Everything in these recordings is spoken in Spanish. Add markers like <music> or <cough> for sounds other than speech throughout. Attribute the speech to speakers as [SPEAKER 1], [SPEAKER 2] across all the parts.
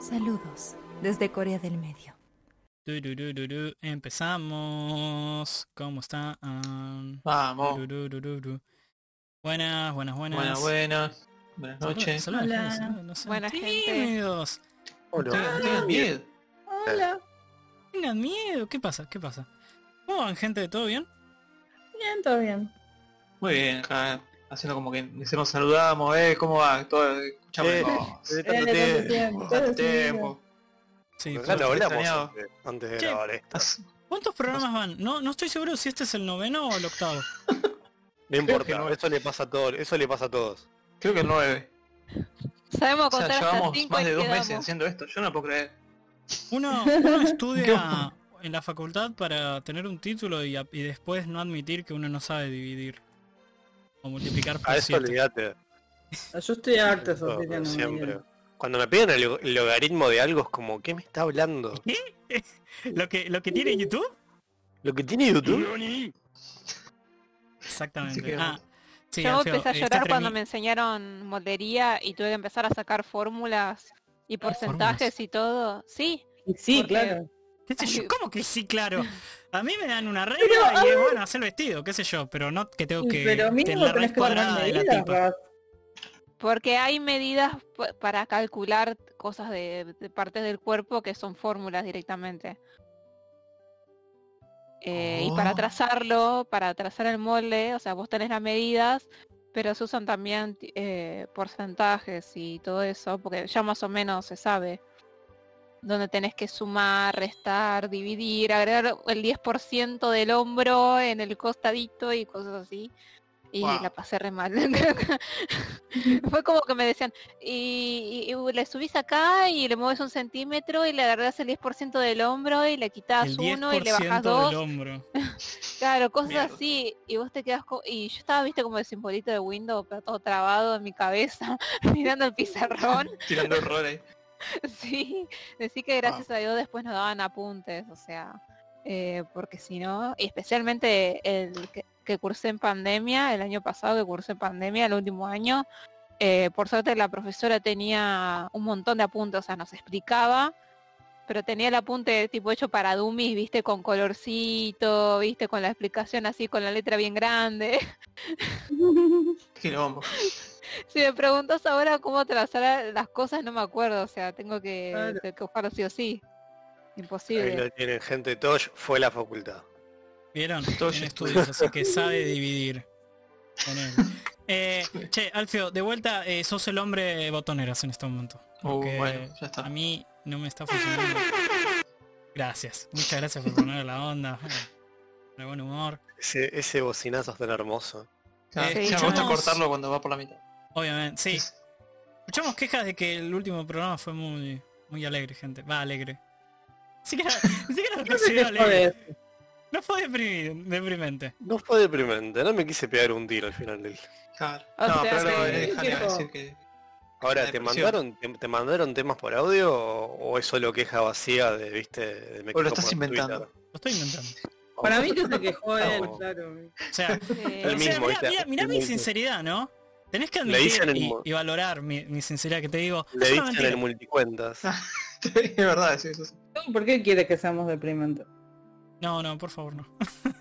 [SPEAKER 1] Saludos desde Corea del Medio.
[SPEAKER 2] Du, du, du, du, du. Empezamos. ¿Cómo están?
[SPEAKER 3] Vamos.
[SPEAKER 2] Du, du, du, du, du. Buenas, buenas, buenas.
[SPEAKER 3] Oh. Buenas, buenas. Buenas
[SPEAKER 2] Saluda-
[SPEAKER 3] noches.
[SPEAKER 2] saluda a la gente,
[SPEAKER 4] Hola.
[SPEAKER 2] saluda, no sean
[SPEAKER 1] Buena gente.
[SPEAKER 2] tímidos.
[SPEAKER 3] No tengan- no
[SPEAKER 5] Hola.
[SPEAKER 3] tengan miedo.
[SPEAKER 4] Hola,
[SPEAKER 2] Tengan miedo. ¿Qué pasa? ¿Qué pasa? ¿Cómo van, gente? ¿Todo bien?
[SPEAKER 4] bien, todo bien.
[SPEAKER 3] Muy bien, acá haciendo como que se nos saludamos, eh, ¿cómo va? Todo, escuchame.
[SPEAKER 5] Eh,
[SPEAKER 3] oh,
[SPEAKER 5] Desde
[SPEAKER 4] Eh, de
[SPEAKER 5] tanto
[SPEAKER 4] tanto
[SPEAKER 5] tiempo.
[SPEAKER 4] tiempo.
[SPEAKER 3] tanto
[SPEAKER 4] sí,
[SPEAKER 3] tiempo.
[SPEAKER 2] Sí,
[SPEAKER 5] Ya
[SPEAKER 2] todo
[SPEAKER 5] lo
[SPEAKER 3] Estoy
[SPEAKER 5] hablamos
[SPEAKER 3] extrañado.
[SPEAKER 5] antes- antes de
[SPEAKER 2] Che.
[SPEAKER 5] grabar esto.
[SPEAKER 3] Estás-
[SPEAKER 2] ¿Cuántos programas van? No, no estoy seguro si este es el noveno o el octavo.
[SPEAKER 5] No
[SPEAKER 3] que
[SPEAKER 5] importa,
[SPEAKER 3] no.
[SPEAKER 5] eso le pasa a todos, eso le pasa a todos.
[SPEAKER 3] Creo que el 9.
[SPEAKER 1] Sabemos
[SPEAKER 3] O sea,
[SPEAKER 1] contar hasta
[SPEAKER 3] llevamos
[SPEAKER 1] cinco
[SPEAKER 3] más
[SPEAKER 1] y
[SPEAKER 3] de dos
[SPEAKER 1] quedamos.
[SPEAKER 3] meses haciendo esto. Yo no lo puedo creer.
[SPEAKER 1] <laughs>
[SPEAKER 2] Uno, uno estudia en la facultad para tener un título y, a- y después no admitir que uno no sabe dividir o multiplicar por
[SPEAKER 5] A eso
[SPEAKER 2] siete.
[SPEAKER 5] olvídate.
[SPEAKER 4] Ah, Yo estoy harto de
[SPEAKER 5] Eso,
[SPEAKER 4] sofritiano,
[SPEAKER 5] Siempre.
[SPEAKER 4] Miguel.
[SPEAKER 5] Cuando me piden el, el logaritmo de algo es como, ¿qué me está hablando?
[SPEAKER 2] Lo que, lo que tiene YouTube.
[SPEAKER 5] ¿Lo que tiene YouTube?
[SPEAKER 3] Así
[SPEAKER 2] Exactamente.
[SPEAKER 3] que-
[SPEAKER 2] Ah, sí,
[SPEAKER 1] Yo
[SPEAKER 2] Alfeo,
[SPEAKER 1] empecé a
[SPEAKER 2] eh, está
[SPEAKER 1] llorar cuando
[SPEAKER 2] tremi-
[SPEAKER 1] me enseñaron moldería y tuve que empezar a sacar fórmulas y
[SPEAKER 2] Ah,
[SPEAKER 1] porcentajes y todo. Sí,
[SPEAKER 4] Sí,
[SPEAKER 1] Porque-
[SPEAKER 4] claro.
[SPEAKER 2] ¿Qué sé yo?
[SPEAKER 1] Ay.
[SPEAKER 2] ¿Cómo que sí, claro? A mí me dan
[SPEAKER 1] <laughs>
[SPEAKER 2] una regla
[SPEAKER 4] Pero, a
[SPEAKER 2] y es bueno hacer el vestido, qué sé yo, pero no que tengo que
[SPEAKER 4] Pero
[SPEAKER 2] tener
[SPEAKER 4] mínimo
[SPEAKER 2] la
[SPEAKER 4] tenés
[SPEAKER 2] raíz
[SPEAKER 4] que tomar
[SPEAKER 2] cuadrada de la
[SPEAKER 4] medidas,
[SPEAKER 2] tipa.
[SPEAKER 4] Raf.
[SPEAKER 1] porque hay medidas p- para calcular cosas de, de partes del cuerpo que son fórmulas directamente. Eh, Y para
[SPEAKER 3] Oh.
[SPEAKER 1] trazarlo, para trazar el molde, o sea, vos tenés las medidas, pero se usan también ti- eh, porcentajes y todo eso, porque ya más o menos se sabe donde tenés que sumar, restar, dividir, agregar el 10% del hombro en el costadito y cosas así. Y
[SPEAKER 3] Wow.
[SPEAKER 1] la pasé re mal. <laughs>
[SPEAKER 2] <laughs>
[SPEAKER 1] Fue como que me decían, y, y- y le subís acá y le mueves un centímetro y le agarrás el 10% del hombro y le quitas
[SPEAKER 2] El
[SPEAKER 1] uno y le
[SPEAKER 2] 10%
[SPEAKER 1] bajás dos.
[SPEAKER 2] del hombro.
[SPEAKER 1] Claro, cosas
[SPEAKER 3] Mierda.
[SPEAKER 1] así. Y vos te quedas co- Y yo estaba, viste, como el simbolito de Windows, pero todo trabado en mi cabeza, <laughs> mirando el pizarrón.
[SPEAKER 3] <laughs> Tirando errores.
[SPEAKER 1] <laughs> Sí, decir que gracias a Dios después nos daban apuntes, o sea, eh, porque si no, y especialmente el que, que cursé en pandemia, el año pasado que cursé en pandemia, el último año, eh, por suerte la profesora tenía un montón de apuntes, o sea, nos explicaba, pero tenía el apunte tipo hecho para dummies, viste, con colorcito, viste, con la explicación así, con la letra bien grande.
[SPEAKER 3] Quilombo.
[SPEAKER 1] Si me preguntas ahora cómo trazar las cosas, no me acuerdo. O sea, tengo que,
[SPEAKER 4] Claro.
[SPEAKER 1] tengo que buscarlo sí o sí.
[SPEAKER 5] Ahí
[SPEAKER 1] Imposible.
[SPEAKER 5] lo tienen gente, Tosh fue a la facultad.
[SPEAKER 2] ¿Vieron?
[SPEAKER 3] <laughs> Todo
[SPEAKER 2] Tiene
[SPEAKER 3] ya-
[SPEAKER 2] estudios, así que sabe dividir. Ponele. Eh, che, Alfio, de vuelta, eh, sos el hombre botoneras en este momento.
[SPEAKER 3] Uh,
[SPEAKER 2] porque
[SPEAKER 3] bueno,
[SPEAKER 2] A
[SPEAKER 3] ya está.
[SPEAKER 2] mí no me está funcionando. Gracias. Muchas gracias por poner la onda. De buen humor.
[SPEAKER 5] Ese, ese bocinazo es tan hermoso.
[SPEAKER 3] Ya,
[SPEAKER 2] Eh,
[SPEAKER 3] ya me gusta
[SPEAKER 2] escuchamos-
[SPEAKER 3] cortarlo cuando va por la mitad.
[SPEAKER 2] Obviamente, sí. Escuchamos quejas de que el último programa fue muy, muy alegre, gente. Va, alegre. Ni siquiera, ni siquiera lo
[SPEAKER 4] No sé
[SPEAKER 2] considero
[SPEAKER 4] qué
[SPEAKER 2] alegre.
[SPEAKER 4] joder.
[SPEAKER 2] No fue deprimi- deprimente.
[SPEAKER 5] No fue deprimente, no me quise pegar un tiro al final del...
[SPEAKER 3] Claro.
[SPEAKER 1] O
[SPEAKER 3] No,
[SPEAKER 1] sea
[SPEAKER 3] pero
[SPEAKER 1] que-
[SPEAKER 3] eh, déjale
[SPEAKER 4] Tipo-
[SPEAKER 3] decir que. <laughs>
[SPEAKER 5] Ahora,
[SPEAKER 3] La
[SPEAKER 5] ¿te
[SPEAKER 3] depresión.
[SPEAKER 5] mandaron, te, te mandaron temas por audio o, o es solo queja vacía de, viste, de me
[SPEAKER 3] O lo
[SPEAKER 5] quejo
[SPEAKER 3] estás
[SPEAKER 5] por
[SPEAKER 3] inventando.
[SPEAKER 5] Twitter?
[SPEAKER 2] Lo estoy inventando.
[SPEAKER 4] Para mí que se quejó él,
[SPEAKER 5] No.
[SPEAKER 4] claro.
[SPEAKER 2] O sea,
[SPEAKER 1] Sí.
[SPEAKER 5] El
[SPEAKER 2] o sea,
[SPEAKER 5] mismo,
[SPEAKER 2] mirá,
[SPEAKER 5] ¿viste?
[SPEAKER 2] mirá- mirá
[SPEAKER 5] El
[SPEAKER 2] mi
[SPEAKER 5] mismo.
[SPEAKER 2] sinceridad, ¿no? Tenés que
[SPEAKER 5] Le
[SPEAKER 2] admitir
[SPEAKER 5] dicen el
[SPEAKER 2] y,
[SPEAKER 5] mo-
[SPEAKER 2] y valorar mi, mi sinceridad que te digo. No
[SPEAKER 5] Le
[SPEAKER 2] es una
[SPEAKER 5] dicen
[SPEAKER 2] mentira.
[SPEAKER 5] el <laughs> multicuentas.
[SPEAKER 3] es verdad, sí, eso sí.
[SPEAKER 4] ¿Por qué quiere que seamos deprimentes?
[SPEAKER 2] No, no, por favor, no.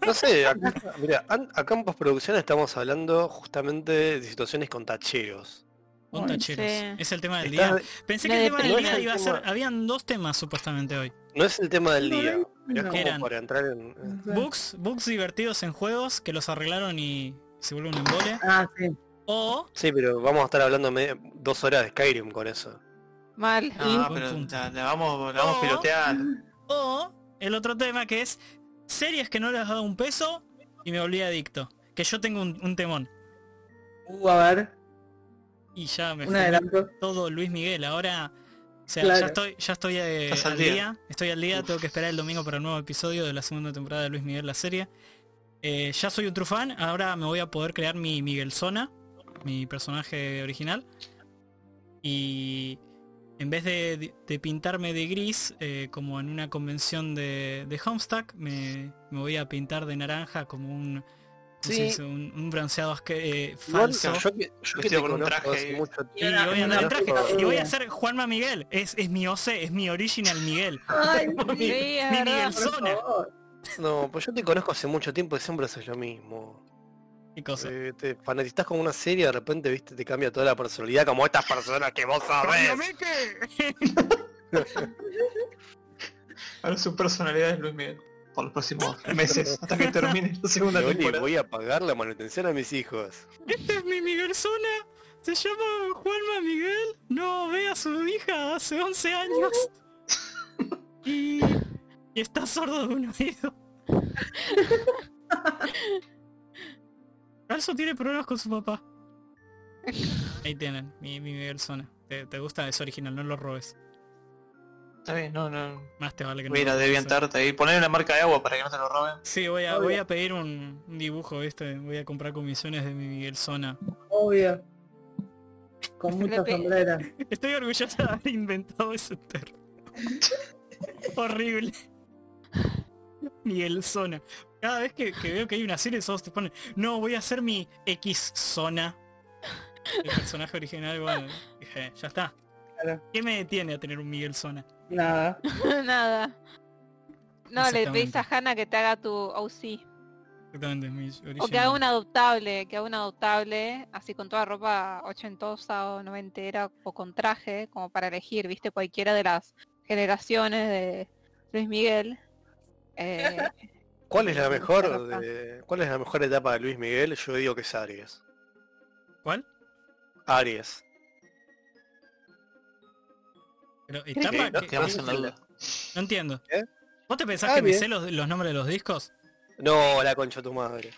[SPEAKER 5] No sé, acá, mira, an- acá en postproducción estamos hablando justamente de situaciones con tacheros.
[SPEAKER 2] Con
[SPEAKER 4] Bueno,
[SPEAKER 2] tacheros.
[SPEAKER 1] sí.
[SPEAKER 2] Es el tema del
[SPEAKER 5] Estás-
[SPEAKER 2] día. Pensé que
[SPEAKER 1] Me
[SPEAKER 2] el tema del
[SPEAKER 5] deprimió
[SPEAKER 2] día
[SPEAKER 5] el
[SPEAKER 2] iba a
[SPEAKER 5] tema.
[SPEAKER 2] ser... Habían dos temas supuestamente hoy.
[SPEAKER 5] No es el tema del
[SPEAKER 4] No,
[SPEAKER 5] día,
[SPEAKER 4] no.
[SPEAKER 5] pero es como
[SPEAKER 2] Eran.
[SPEAKER 5] para entrar en... eh,
[SPEAKER 2] Bugs, bugs divertidos en juegos que los arreglaron y se vuelven un embole.
[SPEAKER 4] Ah, sí.
[SPEAKER 2] O
[SPEAKER 5] Sí, pero vamos a estar hablando me- dos horas de Skyrim con eso.
[SPEAKER 1] Mal.
[SPEAKER 3] No, <laughs>
[SPEAKER 2] Buen
[SPEAKER 3] pero
[SPEAKER 2] punto.
[SPEAKER 3] la, la vamos, la vamos
[SPEAKER 2] No.
[SPEAKER 3] piloteando.
[SPEAKER 2] O el otro tema que es series que no les he dado un peso y me volví adicto. Que yo tengo un, un temón.
[SPEAKER 4] Uh, a ver,
[SPEAKER 2] Y ya me
[SPEAKER 4] un
[SPEAKER 2] fue
[SPEAKER 4] adelanto.
[SPEAKER 2] todo Luis Miguel. Ahora. O sea, ya
[SPEAKER 4] Claro.
[SPEAKER 2] estoy, ya estoy eh,
[SPEAKER 3] Estás al
[SPEAKER 2] al día.
[SPEAKER 3] día.
[SPEAKER 2] Estoy al día,
[SPEAKER 3] Uf.
[SPEAKER 2] tengo que esperar el domingo para un nuevo episodio de la segunda temporada de Luis Miguel la serie. Eh, ya soy un true fan, ahora me voy a poder crear mi Miguel Zona, mi personaje original. Y en vez de, de pintarme de gris, eh, como en una convención de, de Homestuck, me, me voy a pintar de naranja como un se
[SPEAKER 5] Sí.
[SPEAKER 2] dice? un, un bronceado asque- eh,
[SPEAKER 5] Igual,
[SPEAKER 2] falso.
[SPEAKER 5] yo que, yo que
[SPEAKER 3] Vestido
[SPEAKER 5] te
[SPEAKER 3] con un
[SPEAKER 5] conozco
[SPEAKER 3] traje
[SPEAKER 5] hace
[SPEAKER 3] y-
[SPEAKER 5] mucho
[SPEAKER 4] Y
[SPEAKER 2] Y
[SPEAKER 5] tiempo,
[SPEAKER 4] ahora-
[SPEAKER 2] voy a andar en
[SPEAKER 5] conozco-
[SPEAKER 2] traje. Y voy a ser Juanma Miguel. Es, es mi OC, es mi original
[SPEAKER 1] <laughs>
[SPEAKER 2] Miguel.
[SPEAKER 1] Ay,
[SPEAKER 2] Mi-
[SPEAKER 1] sí, es
[SPEAKER 2] mi
[SPEAKER 1] verdad.
[SPEAKER 2] Miguel Zona.
[SPEAKER 4] Oh,
[SPEAKER 5] No, pues yo te conozco hace mucho tiempo y siempre haces lo mismo.
[SPEAKER 2] Qué cosa.
[SPEAKER 5] Eh, te fanatizás con una serie de repente, viste, te cambia toda la personalidad como estas personas que vos sabés. <laughs>
[SPEAKER 3] Ahora su personalidad es Luis Miguel. Por
[SPEAKER 2] <laughs>
[SPEAKER 3] los próximos meses, hasta que termine la segunda
[SPEAKER 5] Y hoy le
[SPEAKER 3] temporada.
[SPEAKER 5] voy a pagar la manutención a mis hijos.
[SPEAKER 2] Este es mi Miguel Zona. Se llama Juanma Miguel. No ve a su hija hace 11
[SPEAKER 1] <laughs>
[SPEAKER 2] años. Y, y está sordo de un oído. Alzo tiene problemas con su papá. Ahí tienen, mi, mi Miguel Zona. Te, te gusta, es original, no lo robes.
[SPEAKER 3] Está bien, no, no.
[SPEAKER 2] Más te vale que no lo
[SPEAKER 3] Mira,
[SPEAKER 2] robes.
[SPEAKER 3] deviantarte y poner una marca de agua para que no te lo roben.
[SPEAKER 2] Sí, voy a,
[SPEAKER 4] Obvio.
[SPEAKER 2] voy a pedir un, un dibujo, ¿viste? Voy a comprar comisiones de mi Miguel Zona.
[SPEAKER 4] Obvio. Con muchas
[SPEAKER 1] pe-
[SPEAKER 4] sombreras.
[SPEAKER 2] <laughs> Estoy orgullosa de haber inventado ese término. <laughs> Horrible. <laughs> Miguel Zona. Cada vez que, que veo que hay una serie, todos te ponen, no, voy a hacer mi X Zona. El personaje original, bueno, dije, ya está.
[SPEAKER 4] Claro.
[SPEAKER 2] ¿Qué me detiene a tener un Miguel Zona?
[SPEAKER 4] Nada.
[SPEAKER 1] <laughs> Nada. No, le pedís
[SPEAKER 2] Exactamente.
[SPEAKER 1] a Hannah que te haga tu OC.
[SPEAKER 2] Exactamente, mi original.
[SPEAKER 1] O que haga un adoptable, que haga un adoptable, así con toda ropa ochentosa o noventera o con traje, como para elegir, viste, cualquiera de las generaciones de Luis Miguel. Eh,
[SPEAKER 5] ¿Cuál es la
[SPEAKER 1] Sí,
[SPEAKER 5] mejor
[SPEAKER 1] capaz.
[SPEAKER 5] de- cuál es la mejor etapa de Luis Miguel? Yo digo que es Aries.
[SPEAKER 2] ¿Cuál?
[SPEAKER 5] Aries.
[SPEAKER 2] Pero
[SPEAKER 3] Eh,
[SPEAKER 2] etapa,
[SPEAKER 3] no,
[SPEAKER 2] que-
[SPEAKER 3] quedamos en la duda.
[SPEAKER 2] no entiendo.
[SPEAKER 5] ¿Eh?
[SPEAKER 2] ¿Vos te pensás
[SPEAKER 5] Ah,
[SPEAKER 2] que me
[SPEAKER 5] bien.
[SPEAKER 2] sé los, los nombres de los discos?
[SPEAKER 5] No, la concha de tu madre.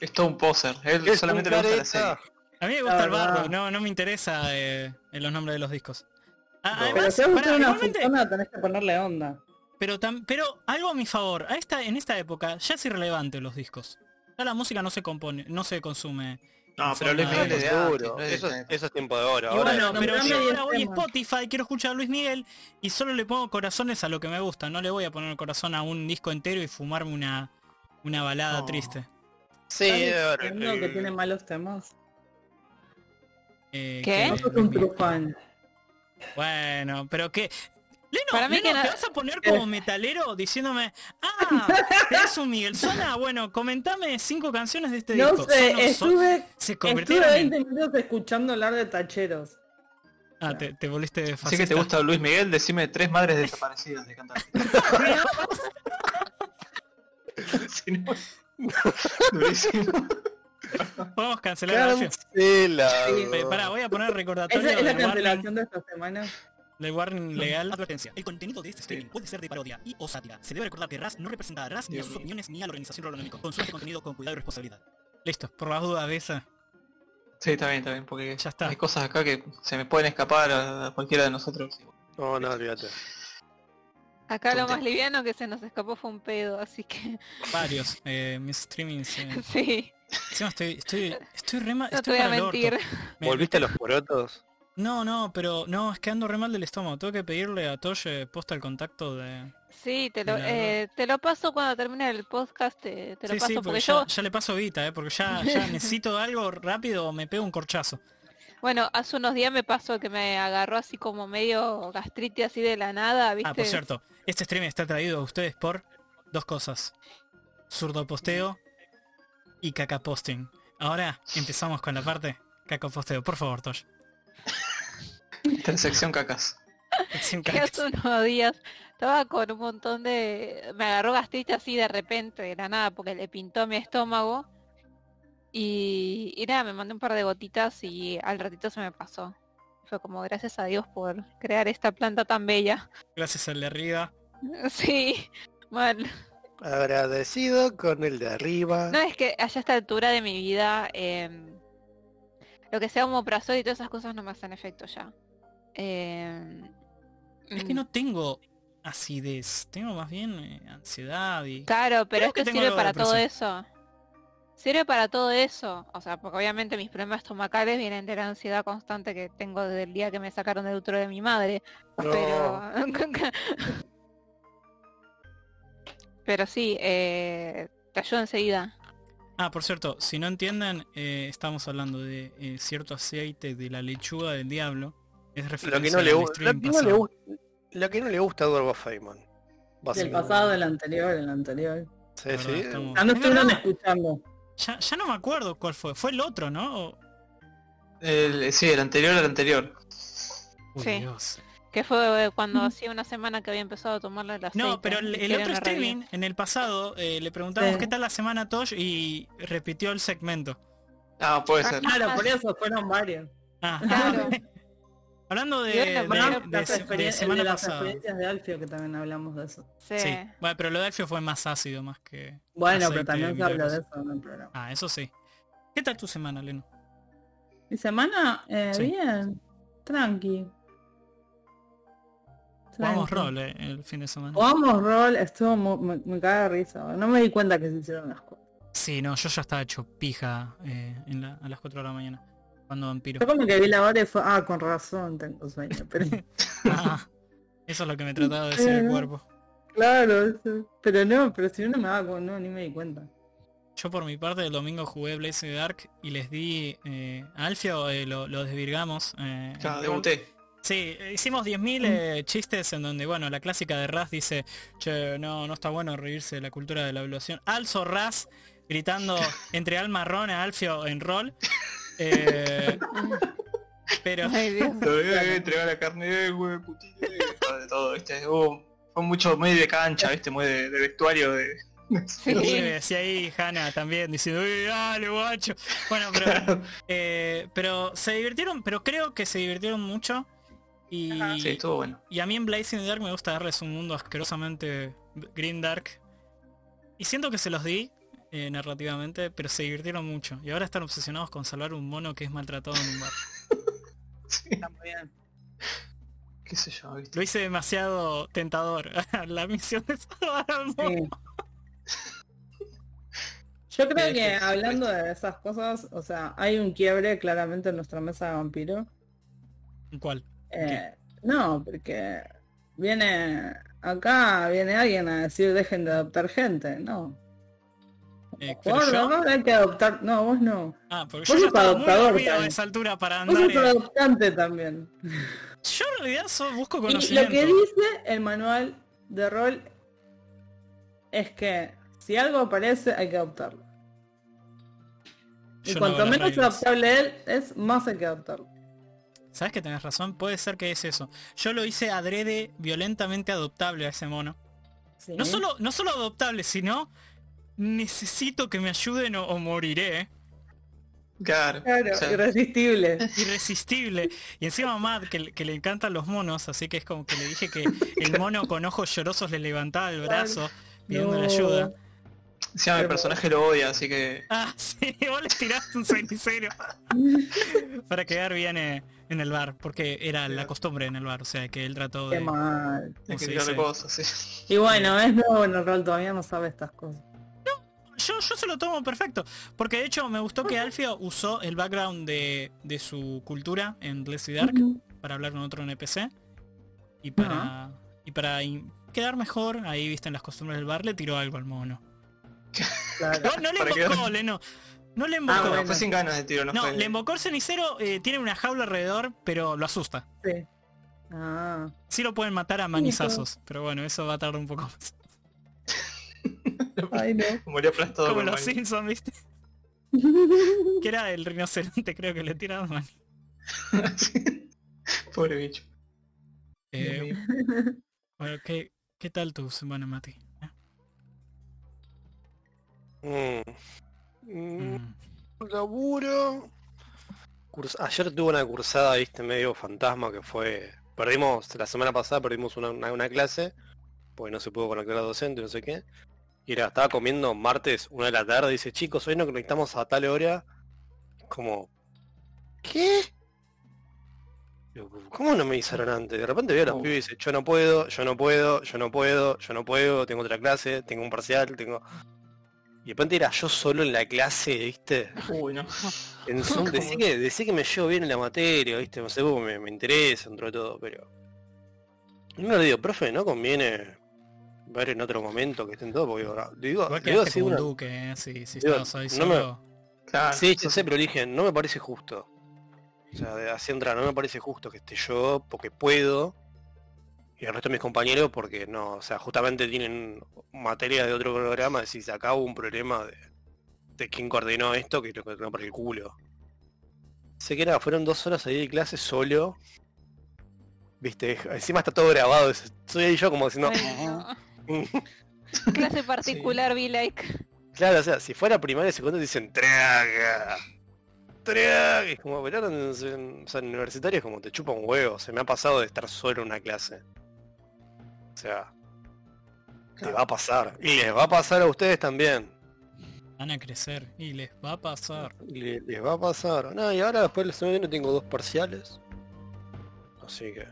[SPEAKER 3] Es todo un poser. Él
[SPEAKER 5] Es
[SPEAKER 3] solamente le
[SPEAKER 5] un
[SPEAKER 3] gusta la serie.
[SPEAKER 5] careta.
[SPEAKER 2] A mí me gusta
[SPEAKER 4] La
[SPEAKER 2] el
[SPEAKER 4] verdad.
[SPEAKER 2] barro, no, no me interesa eh, en los nombres de los discos. A-
[SPEAKER 5] No.
[SPEAKER 4] Pero
[SPEAKER 2] Además,
[SPEAKER 4] si vas a
[SPEAKER 2] pará,
[SPEAKER 4] hacer una
[SPEAKER 2] igualmente,
[SPEAKER 4] persona tenés que ponerle onda.
[SPEAKER 2] pero, tam- pero algo a mi favor, a esta, en esta época ya es irrelevante los discos. Ya la música no se compone, no se consume.
[SPEAKER 3] No, pero
[SPEAKER 2] Son
[SPEAKER 3] Luis Miguel
[SPEAKER 2] madres.
[SPEAKER 3] es de
[SPEAKER 5] Eso es
[SPEAKER 3] antes,
[SPEAKER 5] oro.
[SPEAKER 3] no es de
[SPEAKER 5] Eso,
[SPEAKER 3] esta
[SPEAKER 5] es-
[SPEAKER 3] época.
[SPEAKER 5] eso es tiempo de oro.
[SPEAKER 2] Y
[SPEAKER 5] Ahora
[SPEAKER 2] bueno, pero
[SPEAKER 4] nombrame
[SPEAKER 2] yo
[SPEAKER 4] diez
[SPEAKER 2] ahora voy a
[SPEAKER 4] temas.
[SPEAKER 2] Spotify, quiero escuchar a Luis Miguel y solo le pongo corazones a lo que me gusta. No le voy a poner corazón a un disco entero y fumarme una, una balada
[SPEAKER 3] No.
[SPEAKER 2] triste.
[SPEAKER 5] sí,
[SPEAKER 4] ¿Estás
[SPEAKER 5] ahora,
[SPEAKER 4] diciendo que
[SPEAKER 5] mm,
[SPEAKER 4] tiene malos temas.
[SPEAKER 2] Eh,
[SPEAKER 1] ¿Qué?
[SPEAKER 2] que
[SPEAKER 4] No sos
[SPEAKER 2] Luis
[SPEAKER 4] un
[SPEAKER 2] Miguel.
[SPEAKER 4] trufán.
[SPEAKER 2] Bueno, pero que... Leno,
[SPEAKER 1] Para mí
[SPEAKER 2] Leno,
[SPEAKER 1] que
[SPEAKER 2] ¿te
[SPEAKER 1] no-
[SPEAKER 2] vas a poner
[SPEAKER 4] Eh.
[SPEAKER 2] como metalero diciéndome, ah, es un Miguel Zona? Bueno, comentame cinco canciones de este
[SPEAKER 4] No
[SPEAKER 2] disco. Son
[SPEAKER 4] sé,
[SPEAKER 2] o son-
[SPEAKER 4] estuve,
[SPEAKER 2] se convirtieron
[SPEAKER 4] estuve
[SPEAKER 2] en...
[SPEAKER 4] 20 minutos escuchando hablar de tacheros.
[SPEAKER 2] Ah, te, te volviste fascista.
[SPEAKER 3] Así que te gusta Luis Miguel, decime tres madres desaparecidas de <laughs> cantar. Si no- Durísimo.
[SPEAKER 2] Podemos cancelar la oración. Eh, Pará,
[SPEAKER 5] Cancelado.
[SPEAKER 2] voy a poner recordatorio
[SPEAKER 4] Esa es la
[SPEAKER 2] del, warning,
[SPEAKER 4] cancelación de esta semana.
[SPEAKER 2] del warning legal.
[SPEAKER 6] Advertencia. El contenido de este streaming puede ser de parodia y o sátira. Se debe recordar que RAS no representa a RAS ni a
[SPEAKER 3] Dios
[SPEAKER 6] sus
[SPEAKER 3] mío.
[SPEAKER 6] opiniones ni a la organización Rolonómico. Consume este contenido con cuidado y responsabilidad.
[SPEAKER 2] Listo, por las dudas de esa.
[SPEAKER 3] Sí, está bien, está bien, porque
[SPEAKER 2] Ya está.
[SPEAKER 3] hay cosas acá que se me pueden escapar a a cualquiera de nosotros.
[SPEAKER 5] No, no, olvídate.
[SPEAKER 1] acá lo
[SPEAKER 3] Tonte.
[SPEAKER 1] más liviano que se nos escapó fue un pedo, así que <laughs>
[SPEAKER 2] Varios. Eh, mis streamings. eh,
[SPEAKER 1] sí,
[SPEAKER 2] encima estoy, estoy, estoy re mal-
[SPEAKER 1] no te
[SPEAKER 2] estoy
[SPEAKER 1] voy a
[SPEAKER 2] para el orto.
[SPEAKER 1] mentir.
[SPEAKER 2] Me-
[SPEAKER 5] ¿Volviste a los porotos?
[SPEAKER 2] No, no, pero no, es que ando re mal del estómago. Tengo que pedirle a Toye posta el contacto de...
[SPEAKER 1] Sí, te lo,
[SPEAKER 2] La
[SPEAKER 1] eh, te lo paso cuando termine el podcast, te, te lo
[SPEAKER 2] sí,
[SPEAKER 1] paso
[SPEAKER 2] sí,
[SPEAKER 1] porque
[SPEAKER 2] ya,
[SPEAKER 1] yo,
[SPEAKER 2] ya le paso guita, eh, porque ya,
[SPEAKER 1] <laughs>
[SPEAKER 2] ya necesito algo rápido o me pego un corchazo.
[SPEAKER 1] bueno, hace unos días me pasó que me agarró así como medio gastritis así de la nada, viste.
[SPEAKER 2] Ah, por cierto, este stream está traído a ustedes por dos cosas. Zurdoposteo y cacaposting. Ahora empezamos con la parte cacaposteo. Por favor,
[SPEAKER 1] <laughs>
[SPEAKER 2] Tosh.
[SPEAKER 3] Intersección cacas.
[SPEAKER 1] <laughs>
[SPEAKER 2] Sin
[SPEAKER 1] que
[SPEAKER 2] cacas.
[SPEAKER 1] hace unos días estaba con un montón de... Me agarró gastritis así de repente, de la nada, porque le pintó mi estómago. Y, y nada, me mandé un par de gotitas y al ratito se me pasó. Fue como gracias a Dios por crear esta planta tan bella. <laughs>
[SPEAKER 2] Gracias al de arriba.
[SPEAKER 1] Sí, mal.
[SPEAKER 5] Agradecido con el de
[SPEAKER 2] Ah.
[SPEAKER 5] arriba.
[SPEAKER 1] No, es que a ya esta altura de mi vida, em, lo que sea omoprazol y todas esas cosas no me hacen efecto ya. Em,
[SPEAKER 2] Es que no tengo acidez. Tengo más bien eh, ansiedad y...
[SPEAKER 1] Claro, pero
[SPEAKER 2] Creo que
[SPEAKER 1] esto
[SPEAKER 2] tengo
[SPEAKER 1] sirve
[SPEAKER 2] algo de
[SPEAKER 1] para todo
[SPEAKER 2] depresión.
[SPEAKER 1] eso. Sirve para todo eso. O sea, porque obviamente mis problemas estomacales vienen de la ansiedad constante que tengo desde el día que me sacaron del útero de mi madre.
[SPEAKER 5] No.
[SPEAKER 1] Pero... <laughs> pero sí, eh, te ayuda enseguida.
[SPEAKER 2] Ah, por cierto, si no entienden, eh, estamos hablando de eh, cierto aceite de la lechuga del diablo. Es
[SPEAKER 5] Lo que
[SPEAKER 2] referencia
[SPEAKER 5] no le,
[SPEAKER 2] al
[SPEAKER 5] gu-
[SPEAKER 2] stream
[SPEAKER 5] lo que no le
[SPEAKER 2] pasado.
[SPEAKER 5] gu- lo que no le gusta a Eduardo Feynman.
[SPEAKER 4] Del
[SPEAKER 5] básicamente.
[SPEAKER 4] pasado, del anterior, del anterior.
[SPEAKER 5] Sí, sí. Mm.
[SPEAKER 2] Verdad, estamos-
[SPEAKER 4] Ah, no
[SPEAKER 2] Es
[SPEAKER 4] estuvieron
[SPEAKER 2] verdad,
[SPEAKER 4] escuchando.
[SPEAKER 2] Ya, ya no me acuerdo cuál fue. Fue el otro, ¿no? O-
[SPEAKER 3] El- sí, el anterior, el anterior.
[SPEAKER 2] Uy,
[SPEAKER 1] Sí.
[SPEAKER 2] Dios.
[SPEAKER 1] Que fue eh, cuando hacía una semana que había empezado a tomarle la
[SPEAKER 2] No, pero el, el otro streaming, en el pasado, eh, le preguntamos
[SPEAKER 4] Sí.
[SPEAKER 2] qué tal la semana Tosh y repitió el segmento.
[SPEAKER 3] Ah, puede ser.
[SPEAKER 4] Claro, por eso fueron varios.
[SPEAKER 2] Ah, <laughs>
[SPEAKER 1] Claro.
[SPEAKER 2] hablando de,
[SPEAKER 1] Y bueno,
[SPEAKER 2] de-
[SPEAKER 1] bueno,
[SPEAKER 2] de-
[SPEAKER 4] Las
[SPEAKER 2] de- de
[SPEAKER 4] experien- el
[SPEAKER 2] semana
[SPEAKER 4] de las
[SPEAKER 2] pasada.
[SPEAKER 4] experiencias de Alfio, que también hablamos de eso.
[SPEAKER 1] Sí.
[SPEAKER 2] Sí, bueno, pero lo de Alfio fue más ácido más que...
[SPEAKER 4] Bueno,
[SPEAKER 2] Aceite
[SPEAKER 4] pero también
[SPEAKER 2] de
[SPEAKER 4] se habló de
[SPEAKER 2] milagros.
[SPEAKER 4] eso en el programa.
[SPEAKER 2] Ah, eso sí. ¿Qué tal tu semana, Leno?
[SPEAKER 4] Mi semana, eh,
[SPEAKER 2] Sí.
[SPEAKER 4] bien, tranqui.
[SPEAKER 2] Jugamos
[SPEAKER 4] Tranqui.
[SPEAKER 2] rol eh, el fin de semana.
[SPEAKER 4] Jugamos rol, estuvo mu- me, me caga de risa. No me di cuenta que se hicieron las cosas.
[SPEAKER 2] Sí, no, yo ya estaba hecho pija eh, en la- a las 4 de la mañana. Cuando vampiro.
[SPEAKER 4] Yo como que vi la hora y fue, ah, con razón tengo sueño. Pero, <laughs>
[SPEAKER 2] Ah, eso es lo que me trataba de decir el
[SPEAKER 4] Claro.
[SPEAKER 2] cuerpo.
[SPEAKER 4] claro, eso- pero no, pero si no, no me daba cu- no, ni me di cuenta.
[SPEAKER 2] Yo por mi parte el domingo jugué Blaze in the Dark y les di eh, a Alfio, eh, lo, lo desvirgamos. eh,
[SPEAKER 3] Ya,
[SPEAKER 2] en rol.
[SPEAKER 3] debuté.
[SPEAKER 2] <laughs> Sí, eh, hicimos 10.000 eh, chistes en donde, bueno, la clásica de Raz dice, che, no, no está bueno reírse de la cultura de la evaluación. Alzo Raz gritando entre al marrón a Alfio en rol. Eh, pero
[SPEAKER 1] Ay, Dios.
[SPEAKER 3] Lo veo, eh, entregar la carne, eh, güey, putito, eh, de todo, ¿viste? Hubo- fue mucho muy de cancha, ¿viste? Muy de, de vestuario, de...
[SPEAKER 2] Sí,
[SPEAKER 1] Sí.
[SPEAKER 2] me decía ahí Hanna también diciendo, "Uy, dale, guacho. Bueno,
[SPEAKER 3] <laughs>
[SPEAKER 2] pero, eh, pero se divirtieron, pero creo que se divirtieron mucho. Y,
[SPEAKER 3] Sí, estuvo bueno.
[SPEAKER 2] y a mí en Blazing the Dark me gusta darles un mundo asquerosamente green dark. Y siento que se los di eh, narrativamente, pero se divirtieron mucho. Y ahora están obsesionados con salvar un mono que es maltratado en un bar.
[SPEAKER 3] Sí,
[SPEAKER 4] Está muy bien.
[SPEAKER 3] qué sé yo, ¿viste?
[SPEAKER 2] Lo hice demasiado tentador la misión de salvar al mono.
[SPEAKER 4] Sí. Yo creo
[SPEAKER 3] Sí,
[SPEAKER 4] que
[SPEAKER 3] sí, sí,
[SPEAKER 4] hablando de esas cosas, o sea, hay un quiebre claramente en nuestra mesa de vampiro.
[SPEAKER 2] ¿Cuál?
[SPEAKER 4] Eh, no, porque viene acá, viene alguien a decir dejen de adoptar gente, no.
[SPEAKER 2] Eh, pero
[SPEAKER 4] Por
[SPEAKER 2] yo-
[SPEAKER 4] favor, hay que adoptar. No, vos no.
[SPEAKER 2] Ah, porque yo ya
[SPEAKER 4] Vos sos
[SPEAKER 2] estaba muy
[SPEAKER 4] adoptador
[SPEAKER 2] dormido a
[SPEAKER 4] también.
[SPEAKER 2] esa altura para
[SPEAKER 4] Vos
[SPEAKER 2] andar.
[SPEAKER 4] sos
[SPEAKER 2] en-
[SPEAKER 4] adoptante también.
[SPEAKER 2] Yo en realidad so- busco
[SPEAKER 4] Y
[SPEAKER 2] conocimiento.
[SPEAKER 4] lo que dice el manual de rol es que si algo aparece hay que adoptarlo. Y
[SPEAKER 2] Yo no
[SPEAKER 4] cuanto
[SPEAKER 2] hago las
[SPEAKER 4] menos
[SPEAKER 2] reglas.
[SPEAKER 4] adoptable él, es más hay que adoptarlo.
[SPEAKER 2] Sabes que tenés razón, puede ser que es eso. Yo lo hice adrede violentamente adoptable a ese mono.
[SPEAKER 4] Sí.
[SPEAKER 2] No solo, no solo adoptable, sino necesito que me ayuden o, o moriré.
[SPEAKER 3] Claro.
[SPEAKER 4] Claro,
[SPEAKER 3] o sea,
[SPEAKER 4] irresistible.
[SPEAKER 2] Irresistible. Y encima a Matt, que, que le encantan los monos, así que es como que le dije que el mono con ojos llorosos le levantaba el brazo pidiéndole
[SPEAKER 4] No.
[SPEAKER 2] ayuda.
[SPEAKER 3] encima mi personaje lo odia, así que...
[SPEAKER 2] Ah, <laughs> sí, vos le tiraste un cenicero para quedar bien eh, en el bar, porque era la costumbre en el bar, o sea que él trató
[SPEAKER 4] Qué
[SPEAKER 2] de... ¿cómo
[SPEAKER 4] mal.
[SPEAKER 3] Hay que
[SPEAKER 2] se
[SPEAKER 3] tirarle
[SPEAKER 2] dice?
[SPEAKER 3] cosas, sí.
[SPEAKER 4] Y bueno, es nuevo en el rol, todavía no sabe estas cosas.
[SPEAKER 2] Yo, yo se lo tomo perfecto, porque de hecho me gustó que Alfio usó el background de, de su cultura en Blessed Dark para hablar con otro NPC y para, y para in- quedar mejor, ahí viste en las costumbres del bar, le tiró algo al
[SPEAKER 3] <laughs>
[SPEAKER 2] mono.
[SPEAKER 4] Claro.
[SPEAKER 2] No, no le
[SPEAKER 3] Para quedar-
[SPEAKER 2] invocó, Leno. No le invocó.
[SPEAKER 4] Ah,
[SPEAKER 3] No,
[SPEAKER 4] bueno.
[SPEAKER 3] fue sin ganas de tiro, no,
[SPEAKER 2] No,
[SPEAKER 3] fue...
[SPEAKER 2] le invocó el cenicero, eh, tiene una jaula alrededor, pero lo asusta.
[SPEAKER 4] Sí. Ah.
[SPEAKER 2] Sí lo pueden matar a manizazos, pero bueno, eso va a tardar un poco más.
[SPEAKER 4] Ay, no.
[SPEAKER 3] Murió aplastado
[SPEAKER 2] Como
[SPEAKER 3] por
[SPEAKER 2] los
[SPEAKER 3] Manny.
[SPEAKER 2] Simpsons,
[SPEAKER 3] <laughs>
[SPEAKER 2] ¿viste? Que era el rinoceronte, creo que le tiraron mani.
[SPEAKER 3] <laughs> Pobre bicho. Dios
[SPEAKER 2] Eh,
[SPEAKER 3] mío.
[SPEAKER 2] bueno, ¿qué, ¿qué tal tu semana, Mati? ¿Eh?
[SPEAKER 5] Mm. Mm,
[SPEAKER 2] Mm.
[SPEAKER 5] laburo. Curs- Ayer tuve una cursada, viste, medio fantasma que fue. Perdimos, la semana pasada perdimos una, una- una clase, porque no se pudo conectar al docente, no sé qué. Y era, estaba comiendo martes, una de la tarde, y dice, chicos, hoy nos conectamos a tal hora. Como, ¿qué? Digo, ¿Cómo no me avisaron antes? De repente veo a los
[SPEAKER 3] Oh.
[SPEAKER 5] pibes y dice, yo no puedo, yo no puedo, yo no puedo, yo no puedo, tengo otra clase, tengo un parcial, tengo. Y de repente era yo solo en la clase, ¿viste?
[SPEAKER 3] Uy, no.
[SPEAKER 5] En Zoom, decí que, decí que me llevo bien en la materia, ¿viste? No sé, vos me, me interesa, dentro de todo, pero... No le digo, profe, no conviene ver en otro momento que estén todos, porque ahora- digo,
[SPEAKER 2] Igual
[SPEAKER 5] digo
[SPEAKER 2] quedaste
[SPEAKER 5] así
[SPEAKER 2] como un
[SPEAKER 5] una-
[SPEAKER 2] duque, eh, si, si
[SPEAKER 5] Digo,
[SPEAKER 2] estabas ahí
[SPEAKER 5] no me-
[SPEAKER 2] solo.
[SPEAKER 3] Claro.
[SPEAKER 5] Sí, ya sé, pero dije, no me parece justo. O sea, de- así entrar, no me parece justo que esté yo porque puedo y el resto de mis compañeros porque no, o sea, justamente tienen materia de otro programa, si se acaba un problema de, de quién coordinó esto que lo coordinó por el culo. Sé que nada, fueron dos horas ahí de clase solo. Viste, encima está todo grabado, es- soy ahí yo como diciendo...
[SPEAKER 1] Ay,
[SPEAKER 5] "Ujú".
[SPEAKER 2] <laughs>
[SPEAKER 1] no. Clase particular, be like.
[SPEAKER 5] Claro, o sea, si fuera primaria y secundaria dicen traga. Traga. Es como, pero ahora en, en- o sea, en universitario es como te chupa un huevo. Se me ha pasado de estar solo en una clase. O sea, te va a pasar. Y les va a pasar a ustedes también.
[SPEAKER 2] Van a crecer y les va a pasar.
[SPEAKER 5] Le- les va a pasar. No, y ahora después del semestre tengo dos parciales. Así que.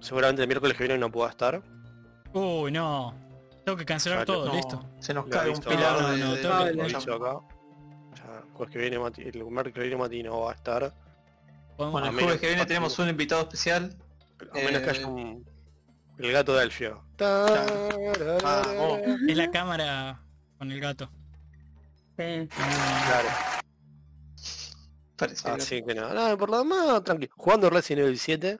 [SPEAKER 5] Seguramente el miércoles que viene no pueda estar.
[SPEAKER 2] Uy, no. Tengo que cancelar
[SPEAKER 5] Sale.
[SPEAKER 2] todo,
[SPEAKER 3] No,
[SPEAKER 2] listo.
[SPEAKER 3] Se nos
[SPEAKER 5] Lo
[SPEAKER 3] cae un
[SPEAKER 5] aviso.
[SPEAKER 3] pilar
[SPEAKER 2] No,
[SPEAKER 3] de,
[SPEAKER 2] no,
[SPEAKER 3] de-
[SPEAKER 2] tengo
[SPEAKER 4] que-
[SPEAKER 3] de-
[SPEAKER 5] Lo
[SPEAKER 4] Vale.
[SPEAKER 5] aviso acá. Ya, jueves que viene Mati, el miércoles que viene Mati no va a estar. A
[SPEAKER 2] Podemos-
[SPEAKER 3] Bueno, el
[SPEAKER 5] A menos
[SPEAKER 3] jueves que
[SPEAKER 5] que
[SPEAKER 3] viene
[SPEAKER 5] pase
[SPEAKER 3] tenemos un invitado especial.
[SPEAKER 5] menos que
[SPEAKER 3] Eh,
[SPEAKER 5] haya un. El gato de Alfio.
[SPEAKER 3] Vamos.
[SPEAKER 2] es la cámara con el gato.
[SPEAKER 4] Sí.
[SPEAKER 5] Claro,
[SPEAKER 3] Parece.
[SPEAKER 5] así que nada, nada, por lo demás, tranquilo. Jugando Resident Evil 7.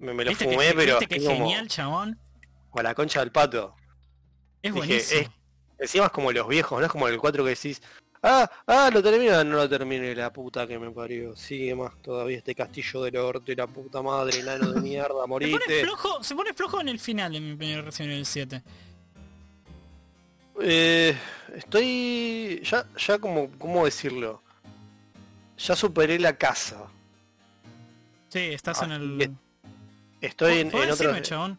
[SPEAKER 5] Me, me lo
[SPEAKER 2] ¿Viste
[SPEAKER 5] fumé,
[SPEAKER 2] que,
[SPEAKER 5] pero
[SPEAKER 2] viste que
[SPEAKER 5] así como
[SPEAKER 2] genial, chabón?
[SPEAKER 5] a la concha del pato.
[SPEAKER 2] Es
[SPEAKER 5] Dije,
[SPEAKER 2] buenísimo.
[SPEAKER 5] eh, Encima es como los viejos, no es como el 4 que decís, ah, ah, lo termino, no lo terminé, la puta que me parió. Sigue más todavía este castillo del orto y la puta madre,
[SPEAKER 2] <laughs>
[SPEAKER 5] enano de mierda,
[SPEAKER 2] se, pone
[SPEAKER 5] moriste.
[SPEAKER 2] flojo, se pone flojo en el final de mi primer Resident Evil 7.
[SPEAKER 5] Eh, estoy. ya, ya como, ¿cómo decirlo? Ya superé la casa.
[SPEAKER 2] Sí, estás
[SPEAKER 5] Ah,
[SPEAKER 2] en el...
[SPEAKER 5] bien. Estoy en,
[SPEAKER 2] Fue
[SPEAKER 5] en
[SPEAKER 2] encima,
[SPEAKER 5] otro.
[SPEAKER 2] chabón.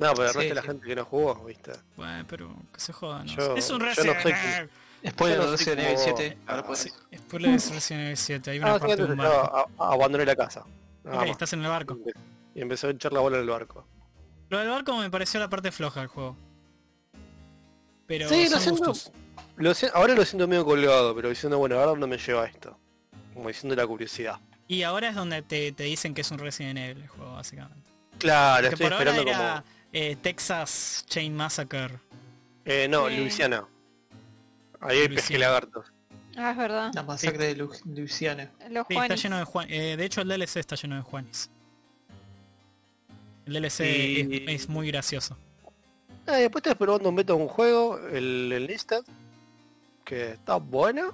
[SPEAKER 5] No, pero el
[SPEAKER 3] Sí,
[SPEAKER 5] resto de la
[SPEAKER 3] sí.
[SPEAKER 5] gente que no jugó, viste.
[SPEAKER 2] Bueno, pero que se joda, no
[SPEAKER 5] Yo-
[SPEAKER 2] sé. Es un
[SPEAKER 5] yo no
[SPEAKER 2] Resident <laughs>
[SPEAKER 5] soy-
[SPEAKER 2] Evil.
[SPEAKER 3] Después de
[SPEAKER 5] Yo no soy
[SPEAKER 3] Resident Evil
[SPEAKER 5] como
[SPEAKER 3] 7, ahora
[SPEAKER 5] vos.
[SPEAKER 3] por
[SPEAKER 5] Sí.
[SPEAKER 3] eso.
[SPEAKER 2] Spoiler de Resident Evil 7. Hay una
[SPEAKER 5] Ah, sí,
[SPEAKER 2] parte de
[SPEAKER 5] antes
[SPEAKER 2] un
[SPEAKER 5] yo
[SPEAKER 2] barco.
[SPEAKER 5] a- abandoné la casa. Nada
[SPEAKER 2] Ok,
[SPEAKER 5] más.
[SPEAKER 2] estás en el barco.
[SPEAKER 5] Y empezó a echar la bola en el barco.
[SPEAKER 2] Lo del barco me pareció la parte floja del juego. Pero
[SPEAKER 5] Sí, lo
[SPEAKER 2] son
[SPEAKER 5] siento.
[SPEAKER 2] gustos.
[SPEAKER 5] Lo si- ahora lo siento medio colgado, pero diciendo, bueno, ahora no me lleva esto. Como diciendo la curiosidad.
[SPEAKER 2] Y ahora es donde te, te dicen que es un Resident Evil el juego, básicamente.
[SPEAKER 5] Claro,
[SPEAKER 2] que
[SPEAKER 5] estoy
[SPEAKER 2] por ahora
[SPEAKER 5] esperando
[SPEAKER 2] era
[SPEAKER 5] como.
[SPEAKER 2] eh, Texas Chain Massacre.
[SPEAKER 5] Eh, no,
[SPEAKER 1] Sí.
[SPEAKER 5] Luisiana. Ahí hay
[SPEAKER 2] Luisiana.
[SPEAKER 5] pesquelagartos.
[SPEAKER 1] Ah, es verdad.
[SPEAKER 3] La masacre de Lu- Luisiana.
[SPEAKER 1] Los
[SPEAKER 2] Sí, está
[SPEAKER 1] Juanis.
[SPEAKER 2] lleno de Juan. eh, de hecho, el DLC está lleno de Juanis. El DLC
[SPEAKER 5] Y-
[SPEAKER 2] es, es muy gracioso.
[SPEAKER 5] Ah, y después estás probando un beta de un juego, el, el Insta, que está bueno.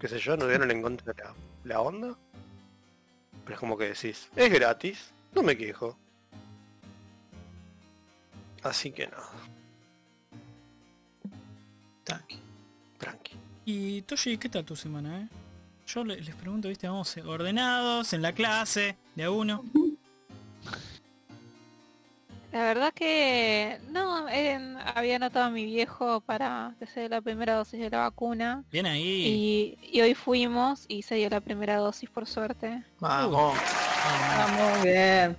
[SPEAKER 5] Qué sé yo, no dieron en contra la, la onda. Pero es como que decís, es gratis, no me quejo. Así que nada,
[SPEAKER 3] Tranqui.
[SPEAKER 5] tranqui.
[SPEAKER 2] Y Toshi, ¿qué tal tu semana, eh? Yo le- les pregunto, viste, vamos eh, ordenados, en la clase, de a uno.
[SPEAKER 1] La verdad que no, em, había anotado a mi viejo para que se dé la primera dosis de la vacuna
[SPEAKER 2] Bien ahí.
[SPEAKER 1] y, y hoy fuimos y se dio la primera dosis por suerte.
[SPEAKER 3] Vamos.
[SPEAKER 2] Ah,
[SPEAKER 4] Vamos bien.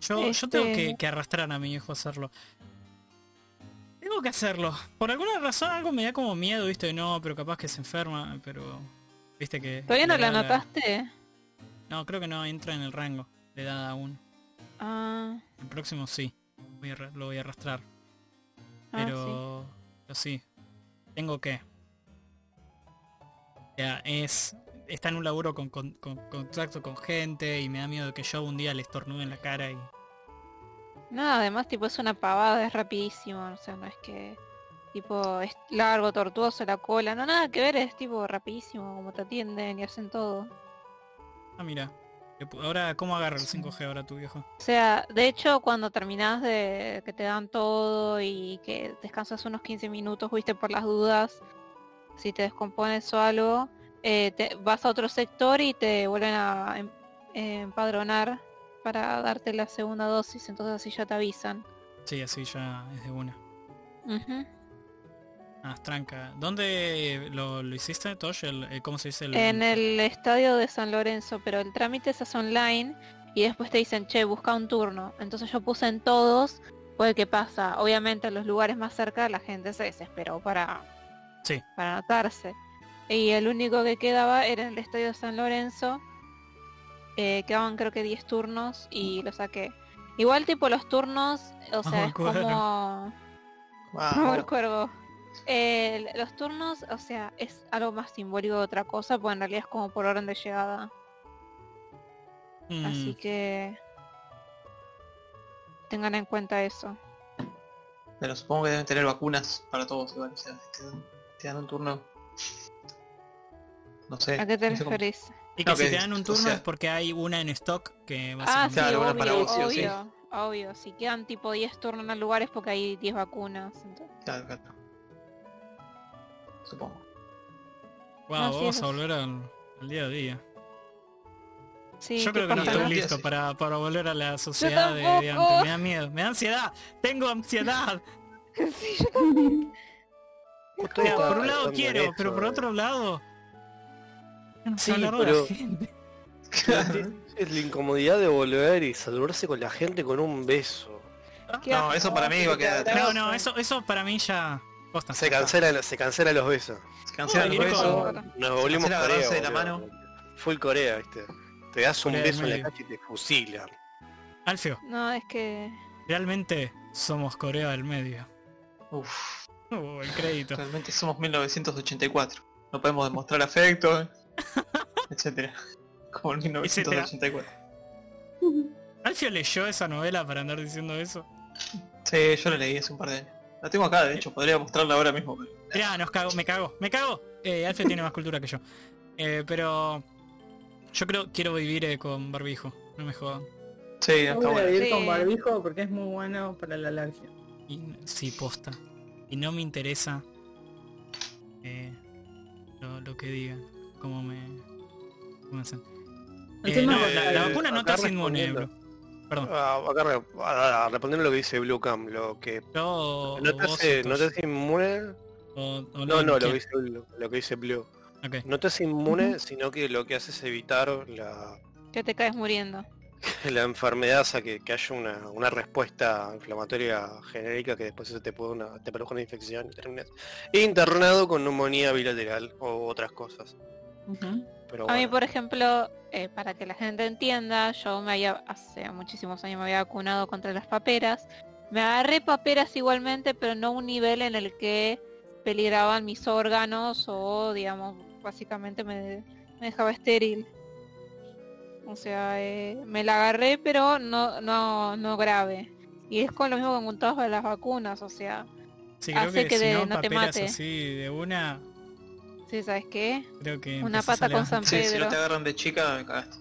[SPEAKER 2] Yo, yo tengo
[SPEAKER 1] Este-
[SPEAKER 2] que, que arrastrar a mi hijo a hacerlo. Tengo que hacerlo. Por alguna razón algo me da como miedo, viste, no, pero capaz que se enferma, pero... Viste que...
[SPEAKER 1] ¿Todavía no
[SPEAKER 2] le
[SPEAKER 1] la
[SPEAKER 2] da
[SPEAKER 1] anotaste?
[SPEAKER 2] No, creo que no entra en el rango de edad aún.
[SPEAKER 1] Ah,
[SPEAKER 2] El próximo sí. Voy a arra- lo voy a arrastrar.
[SPEAKER 1] ah, sí.
[SPEAKER 2] Pero... pero sí. Tengo que. O sea, es... Está en un laburo con, con- con contacto con gente y me da miedo de que yo un día le estornude en la cara y...
[SPEAKER 1] No, además tipo es una pavada, es rapidísimo, o sea, no es que tipo es largo, tortuoso la cola, no nada que ver, es tipo rapidísimo, como te atienden y hacen todo.
[SPEAKER 2] Ah, mira. Le pu- Ahora, ¿cómo agarra el 5G ahora tu viejo?
[SPEAKER 1] O sea, de hecho, cuando terminás de que te dan todo y que descansas unos 15 minutos, viste por las dudas, si te descompones o algo, eh, te, vas a otro sector y te vuelven a em- eh, empadronar para darte la segunda dosis, entonces así ya te avisan.
[SPEAKER 2] Sí, así ya es de una.
[SPEAKER 1] Ujú.
[SPEAKER 2] Ah, tranca. ¿Dónde lo, lo hiciste, Tosh? El, eh, ¿Cómo se dice? El,
[SPEAKER 1] En el estadio de San Lorenzo, pero el trámite se hace online y después te dicen, che, busca un turno. Entonces yo puse en todos, pues qué pasa. Obviamente en los lugares más cerca la gente se desesperó para,
[SPEAKER 2] Sí.
[SPEAKER 1] para anotarse. Y el único que quedaba era en el estadio de San Lorenzo. Eh, quedaban creo que 10 turnos y lo saqué. Igual tipo los turnos,
[SPEAKER 2] <laughs>
[SPEAKER 1] o sea,
[SPEAKER 2] el
[SPEAKER 1] es
[SPEAKER 2] cuervo.
[SPEAKER 1] como...
[SPEAKER 3] Ah,
[SPEAKER 1] Vamos al cuervo. Eh, los turnos, o sea, es algo más simbólico de otra cosa, porque en realidad es como por orden de llegada.
[SPEAKER 2] Mm,
[SPEAKER 1] Así que... Tengan en cuenta eso.
[SPEAKER 3] Pero supongo que deben tener vacunas para todos igual. O sea, te dan, te dan un turno. No sé.
[SPEAKER 1] ¿A qué te
[SPEAKER 3] no sé cómo-
[SPEAKER 1] referís?
[SPEAKER 2] Y que
[SPEAKER 3] ok,
[SPEAKER 2] si te dan un
[SPEAKER 3] o
[SPEAKER 2] turno
[SPEAKER 3] sea-
[SPEAKER 2] es porque hay una en stock que
[SPEAKER 1] Ah,
[SPEAKER 2] básicamente...
[SPEAKER 1] sí,
[SPEAKER 3] Claro, bueno,
[SPEAKER 1] obvio,
[SPEAKER 3] para vos sí o sí.
[SPEAKER 1] obvio, obvio. Si quedan tipo 10 turnos en el lugar es porque hay 10 vacunas. entonces-
[SPEAKER 3] Claro, claro. Supongo.
[SPEAKER 2] Wow,
[SPEAKER 1] No, sí,
[SPEAKER 2] vamos
[SPEAKER 1] eso
[SPEAKER 2] a
[SPEAKER 1] sí.
[SPEAKER 2] volver al, al día a día.
[SPEAKER 1] Sí,
[SPEAKER 2] Yo creo que no
[SPEAKER 1] tipo,
[SPEAKER 2] estoy
[SPEAKER 3] pasa?
[SPEAKER 1] ¿no?
[SPEAKER 3] Sí,
[SPEAKER 2] listo
[SPEAKER 3] sí.
[SPEAKER 2] para, para volver a la sociedad de, de antes.
[SPEAKER 1] tampoco.
[SPEAKER 2] Me da miedo, me da ansiedad. Tengo ansiedad.
[SPEAKER 1] <laughs> Sí, yo también.
[SPEAKER 5] Justo
[SPEAKER 2] O sea,
[SPEAKER 5] estaba
[SPEAKER 2] por un lado
[SPEAKER 5] pensando en
[SPEAKER 2] quiero,
[SPEAKER 5] esto,
[SPEAKER 2] pero por
[SPEAKER 5] eh.
[SPEAKER 2] otro lado... ya no sé
[SPEAKER 5] Sí,
[SPEAKER 2] hablar de la
[SPEAKER 5] pero-
[SPEAKER 2] gente.
[SPEAKER 5] <laughs> Es la incomodidad de volver y saludarse con la gente con un beso.
[SPEAKER 1] Qué
[SPEAKER 3] No, eso para mí va a quedar atrás.
[SPEAKER 2] No, no, eso, eso para mí ya... posta,
[SPEAKER 5] Se
[SPEAKER 2] ya está.
[SPEAKER 5] cancelan, se cancelan los besos.
[SPEAKER 3] Se cancela
[SPEAKER 2] Ay,
[SPEAKER 3] el
[SPEAKER 2] loco.
[SPEAKER 3] beso.
[SPEAKER 5] Nos volvimos
[SPEAKER 3] cancela
[SPEAKER 5] Corea.
[SPEAKER 3] agarrarse de la
[SPEAKER 5] boludo. Full Corea, viste. Te das un
[SPEAKER 2] Corea del
[SPEAKER 5] beso en la
[SPEAKER 2] Medio.
[SPEAKER 5] calle y te fusilan.
[SPEAKER 2] Alfio,
[SPEAKER 1] No, es que...
[SPEAKER 2] realmente somos Corea del Medio. <laughs>
[SPEAKER 3] Uf,
[SPEAKER 2] Uh, el crédito.
[SPEAKER 3] realmente somos 1984. No podemos demostrar
[SPEAKER 1] <laughs>
[SPEAKER 3] afecto, ¿eh? etcétera. Como en
[SPEAKER 2] Etcétera.
[SPEAKER 3] 1984.
[SPEAKER 2] Alfio leyó esa novela para andar diciendo eso.
[SPEAKER 3] Sí, yo la leí hace un par de años. La tengo acá, de hecho, podría mostrarla ahora mismo. pero-
[SPEAKER 2] Mirá, nos cago, me cago, me cago. Eh, Alfio tiene más cultura que yo. Eh, pero yo creo quiero vivir eh, con barbijo. No me jodan.
[SPEAKER 3] Sí,
[SPEAKER 4] Yo
[SPEAKER 3] está
[SPEAKER 4] voy a
[SPEAKER 3] bueno.
[SPEAKER 4] vivir con
[SPEAKER 1] Sí.
[SPEAKER 4] barbijo porque es muy bueno para la alergia.
[SPEAKER 2] Y, sí, posta. Y no me interesa eh, lo, lo que digan. Cómo me. Cómo hacen. Eh,
[SPEAKER 4] Encima,
[SPEAKER 2] no, la, la
[SPEAKER 5] eh,
[SPEAKER 2] vacuna no te
[SPEAKER 5] acá
[SPEAKER 2] hace inmune, bro.
[SPEAKER 5] respondiendo.
[SPEAKER 2] Perdón.
[SPEAKER 5] Ah, acá re- ah, respondiendo lo que dice Blue Cam, lo que
[SPEAKER 2] Yo
[SPEAKER 5] no
[SPEAKER 2] o
[SPEAKER 5] te
[SPEAKER 2] vos
[SPEAKER 5] hace,
[SPEAKER 2] o
[SPEAKER 5] no te
[SPEAKER 2] todos.
[SPEAKER 5] hace inmune.
[SPEAKER 2] O- o
[SPEAKER 5] No, no, lo
[SPEAKER 2] ¿quién?
[SPEAKER 5] que dice Blue, lo que dice Blue.
[SPEAKER 2] Ok.
[SPEAKER 5] No te hace inmune, sino que lo que hace es evitar la, <laughs>
[SPEAKER 1] Ya te caes muriendo.
[SPEAKER 5] la enfermedad, o sea, que, que haya una, una respuesta inflamatoria genérica que después se te puede una, te produzca una infección y terminas internado con neumonía bilateral o otras cosas. Pero
[SPEAKER 1] A mí,
[SPEAKER 5] Pues bueno,
[SPEAKER 1] por ejemplo, eh, para que la gente entienda, yo me había, hace muchísimos años me había vacunado contra las paperas. Me agarré paperas igualmente, pero no a un nivel en el que peligraban mis órganos o, digamos, básicamente me, me dejaba estéril. O sea, eh, me la agarré, pero no, no, no grave. Y es con lo mismo que con todas las vacunas, o sea,
[SPEAKER 2] Sí, creo
[SPEAKER 1] hace
[SPEAKER 2] que,
[SPEAKER 1] que
[SPEAKER 2] si
[SPEAKER 1] de-
[SPEAKER 2] no,
[SPEAKER 1] no te
[SPEAKER 2] paperas
[SPEAKER 1] mate.
[SPEAKER 2] así de una,
[SPEAKER 1] ¿sí sabes qué?
[SPEAKER 2] creo que...
[SPEAKER 1] Una
[SPEAKER 2] empezás
[SPEAKER 1] pata
[SPEAKER 2] a
[SPEAKER 1] con
[SPEAKER 2] levantar.
[SPEAKER 1] San
[SPEAKER 3] Sí, si no
[SPEAKER 1] Pedro.
[SPEAKER 3] te agarran de chica, me cagaste.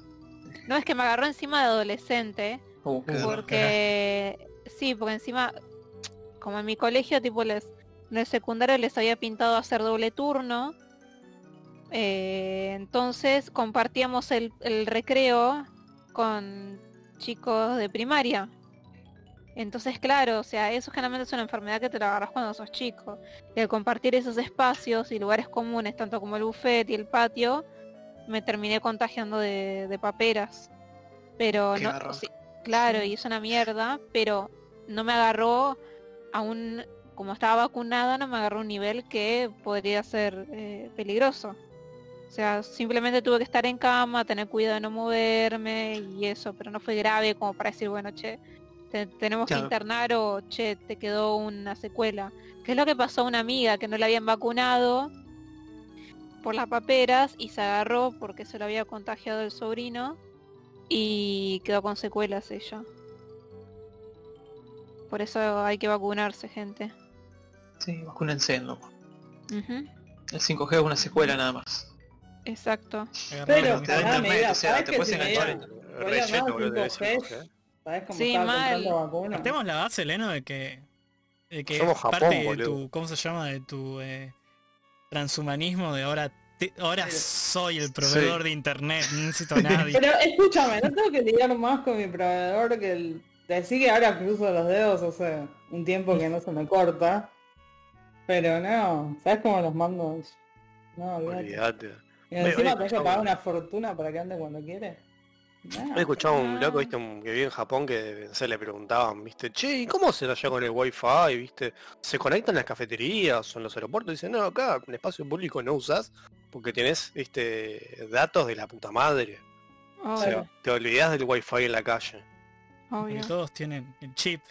[SPEAKER 1] No, es que me agarró encima de adolescente.
[SPEAKER 3] Uh, qué dolor.
[SPEAKER 1] Porque sí, porque encima, como en mi colegio, tipo les, en el secundario les había pintado hacer doble turno. Eh, entonces compartíamos el, el recreo con chicos de primaria. Entonces, claro, o sea, eso generalmente es una enfermedad que te la agarras cuando sos chico. Y al compartir esos espacios y lugares comunes, tanto como el buffet y el patio, me terminé contagiando de, de paperas. Pero
[SPEAKER 3] Qué
[SPEAKER 1] no,
[SPEAKER 3] garrón.
[SPEAKER 1] sí, claro, y es una mierda, pero no me agarró aún, como estaba vacunada, no me agarró un nivel que podría ser eh, peligroso. O sea, simplemente tuve que estar en cama, tener cuidado de no moverme y eso, pero no fue grave como para decir, bueno, che, te- tenemos
[SPEAKER 3] Claro.
[SPEAKER 1] que internar o che, te quedó una secuela. Que es lo que pasó a una amiga que no la habían vacunado por las paperas y se agarró porque se lo había contagiado el sobrino y quedó con secuelas ella. Por eso hay que vacunarse, gente.
[SPEAKER 3] Sí, vacúnense, loco.
[SPEAKER 1] Ujú,
[SPEAKER 3] El 5G es una secuela nada más.
[SPEAKER 1] Exacto.
[SPEAKER 2] Agarrarlo
[SPEAKER 4] Pero
[SPEAKER 2] con-
[SPEAKER 3] Te da
[SPEAKER 4] pará,
[SPEAKER 3] internet,
[SPEAKER 4] mira,
[SPEAKER 3] o sea,
[SPEAKER 4] ¿sabés
[SPEAKER 3] te
[SPEAKER 4] que
[SPEAKER 3] puedes
[SPEAKER 4] si me
[SPEAKER 3] enganchar.
[SPEAKER 4] dieran- me
[SPEAKER 5] re
[SPEAKER 4] dieran
[SPEAKER 5] cheto,
[SPEAKER 4] más
[SPEAKER 5] boludo, de
[SPEAKER 4] 5G,
[SPEAKER 5] ese mujer.
[SPEAKER 4] ¿Sabés cómo
[SPEAKER 1] Sí,
[SPEAKER 4] estaba
[SPEAKER 1] mal.
[SPEAKER 4] comprando vacunas?
[SPEAKER 2] Partemos la base, Leno, de que, de que
[SPEAKER 5] Somos Japón,
[SPEAKER 2] parte de
[SPEAKER 5] boludo.
[SPEAKER 2] tu, ¿cómo se llama? De tu eh, transhumanismo de ahora te- ahora soy el proveedor de internet, no necesito
[SPEAKER 1] <laughs>
[SPEAKER 2] a nadie.
[SPEAKER 4] Pero escúchame, no tengo que lidiar más con mi proveedor que el... Decir que ahora cruzo los dedos hace un tiempo que no se me corta. Pero no, ¿sabes cómo los mando? No, olvídate.
[SPEAKER 5] Olvídate.
[SPEAKER 4] Y
[SPEAKER 5] Me-
[SPEAKER 4] encima
[SPEAKER 5] me-
[SPEAKER 4] tenés que pagar una fortuna para que ande cuando quiere. No.
[SPEAKER 5] He escuchado a un
[SPEAKER 1] Ah.
[SPEAKER 5] loco, viste, un- que vive en Japón que se le preguntaban, viste, che, ¿y cómo será allá con el wifi? viste? ¿Se conectan las cafeterías o en los aeropuertos? Dicen, no, acá en espacio público no usás porque tenés este datos de la puta madre. O
[SPEAKER 1] Oh,
[SPEAKER 5] sea, te olvidás del wifi en la calle.
[SPEAKER 1] obvio.
[SPEAKER 2] Porque todos tienen el chip,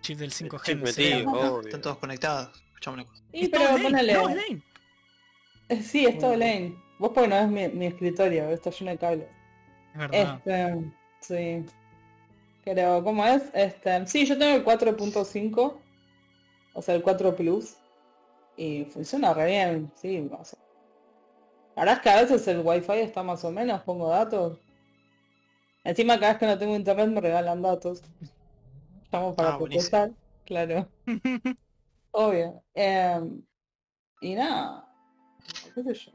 [SPEAKER 2] chip del 5G.
[SPEAKER 5] Chip
[SPEAKER 2] en el
[SPEAKER 5] metido,
[SPEAKER 2] cerebro.
[SPEAKER 5] obvio.
[SPEAKER 3] Están todos conectados. Escuchame una cosa.
[SPEAKER 4] Y
[SPEAKER 2] Es
[SPEAKER 4] pero
[SPEAKER 2] todo lane,
[SPEAKER 4] ponele.
[SPEAKER 2] no, es lane.
[SPEAKER 4] Eh, Sí, es todo lane. Vos porque no es mi, mi escritorio, está lleno de cables.
[SPEAKER 2] Es verdad.
[SPEAKER 4] Este, sí. Pero, ¿cómo es? Este, sí, yo tengo el 4.5, o sea, el 4 Plus, y funciona re bien, sí. o sea. La verdad es que a veces el wifi está más o menos, pongo datos. Encima cada vez que no tengo internet me regalan datos. Estamos para
[SPEAKER 3] Ah, buenísimo.
[SPEAKER 4] protestar,
[SPEAKER 3] <laughs>
[SPEAKER 4] claro. Obvio. Em, y nada, qué sé yo.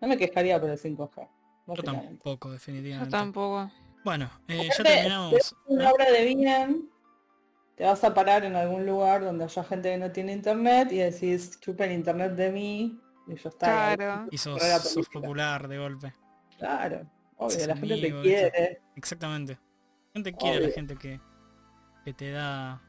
[SPEAKER 4] No me quejaría por el 5G.
[SPEAKER 2] Yo
[SPEAKER 4] básicamente.
[SPEAKER 2] tampoco, definitivamente.
[SPEAKER 1] Yo tampoco.
[SPEAKER 2] Bueno, eh, ya
[SPEAKER 4] Aparte,
[SPEAKER 2] terminamos.
[SPEAKER 4] una obra de Binan, te vas a parar en algún lugar donde haya gente que no tiene internet y decís, chupen internet de mí y yo está.
[SPEAKER 1] Claro.
[SPEAKER 2] Y sos,
[SPEAKER 4] Carrera
[SPEAKER 2] sos
[SPEAKER 4] política.
[SPEAKER 2] popular de golpe.
[SPEAKER 4] Claro. Obvio,
[SPEAKER 2] Sos
[SPEAKER 4] la gente te
[SPEAKER 2] amigo, ¿viste?
[SPEAKER 4] quiere.
[SPEAKER 2] Exactamente. La gente quiere a la
[SPEAKER 4] Obvio.
[SPEAKER 2] gente que, que te da.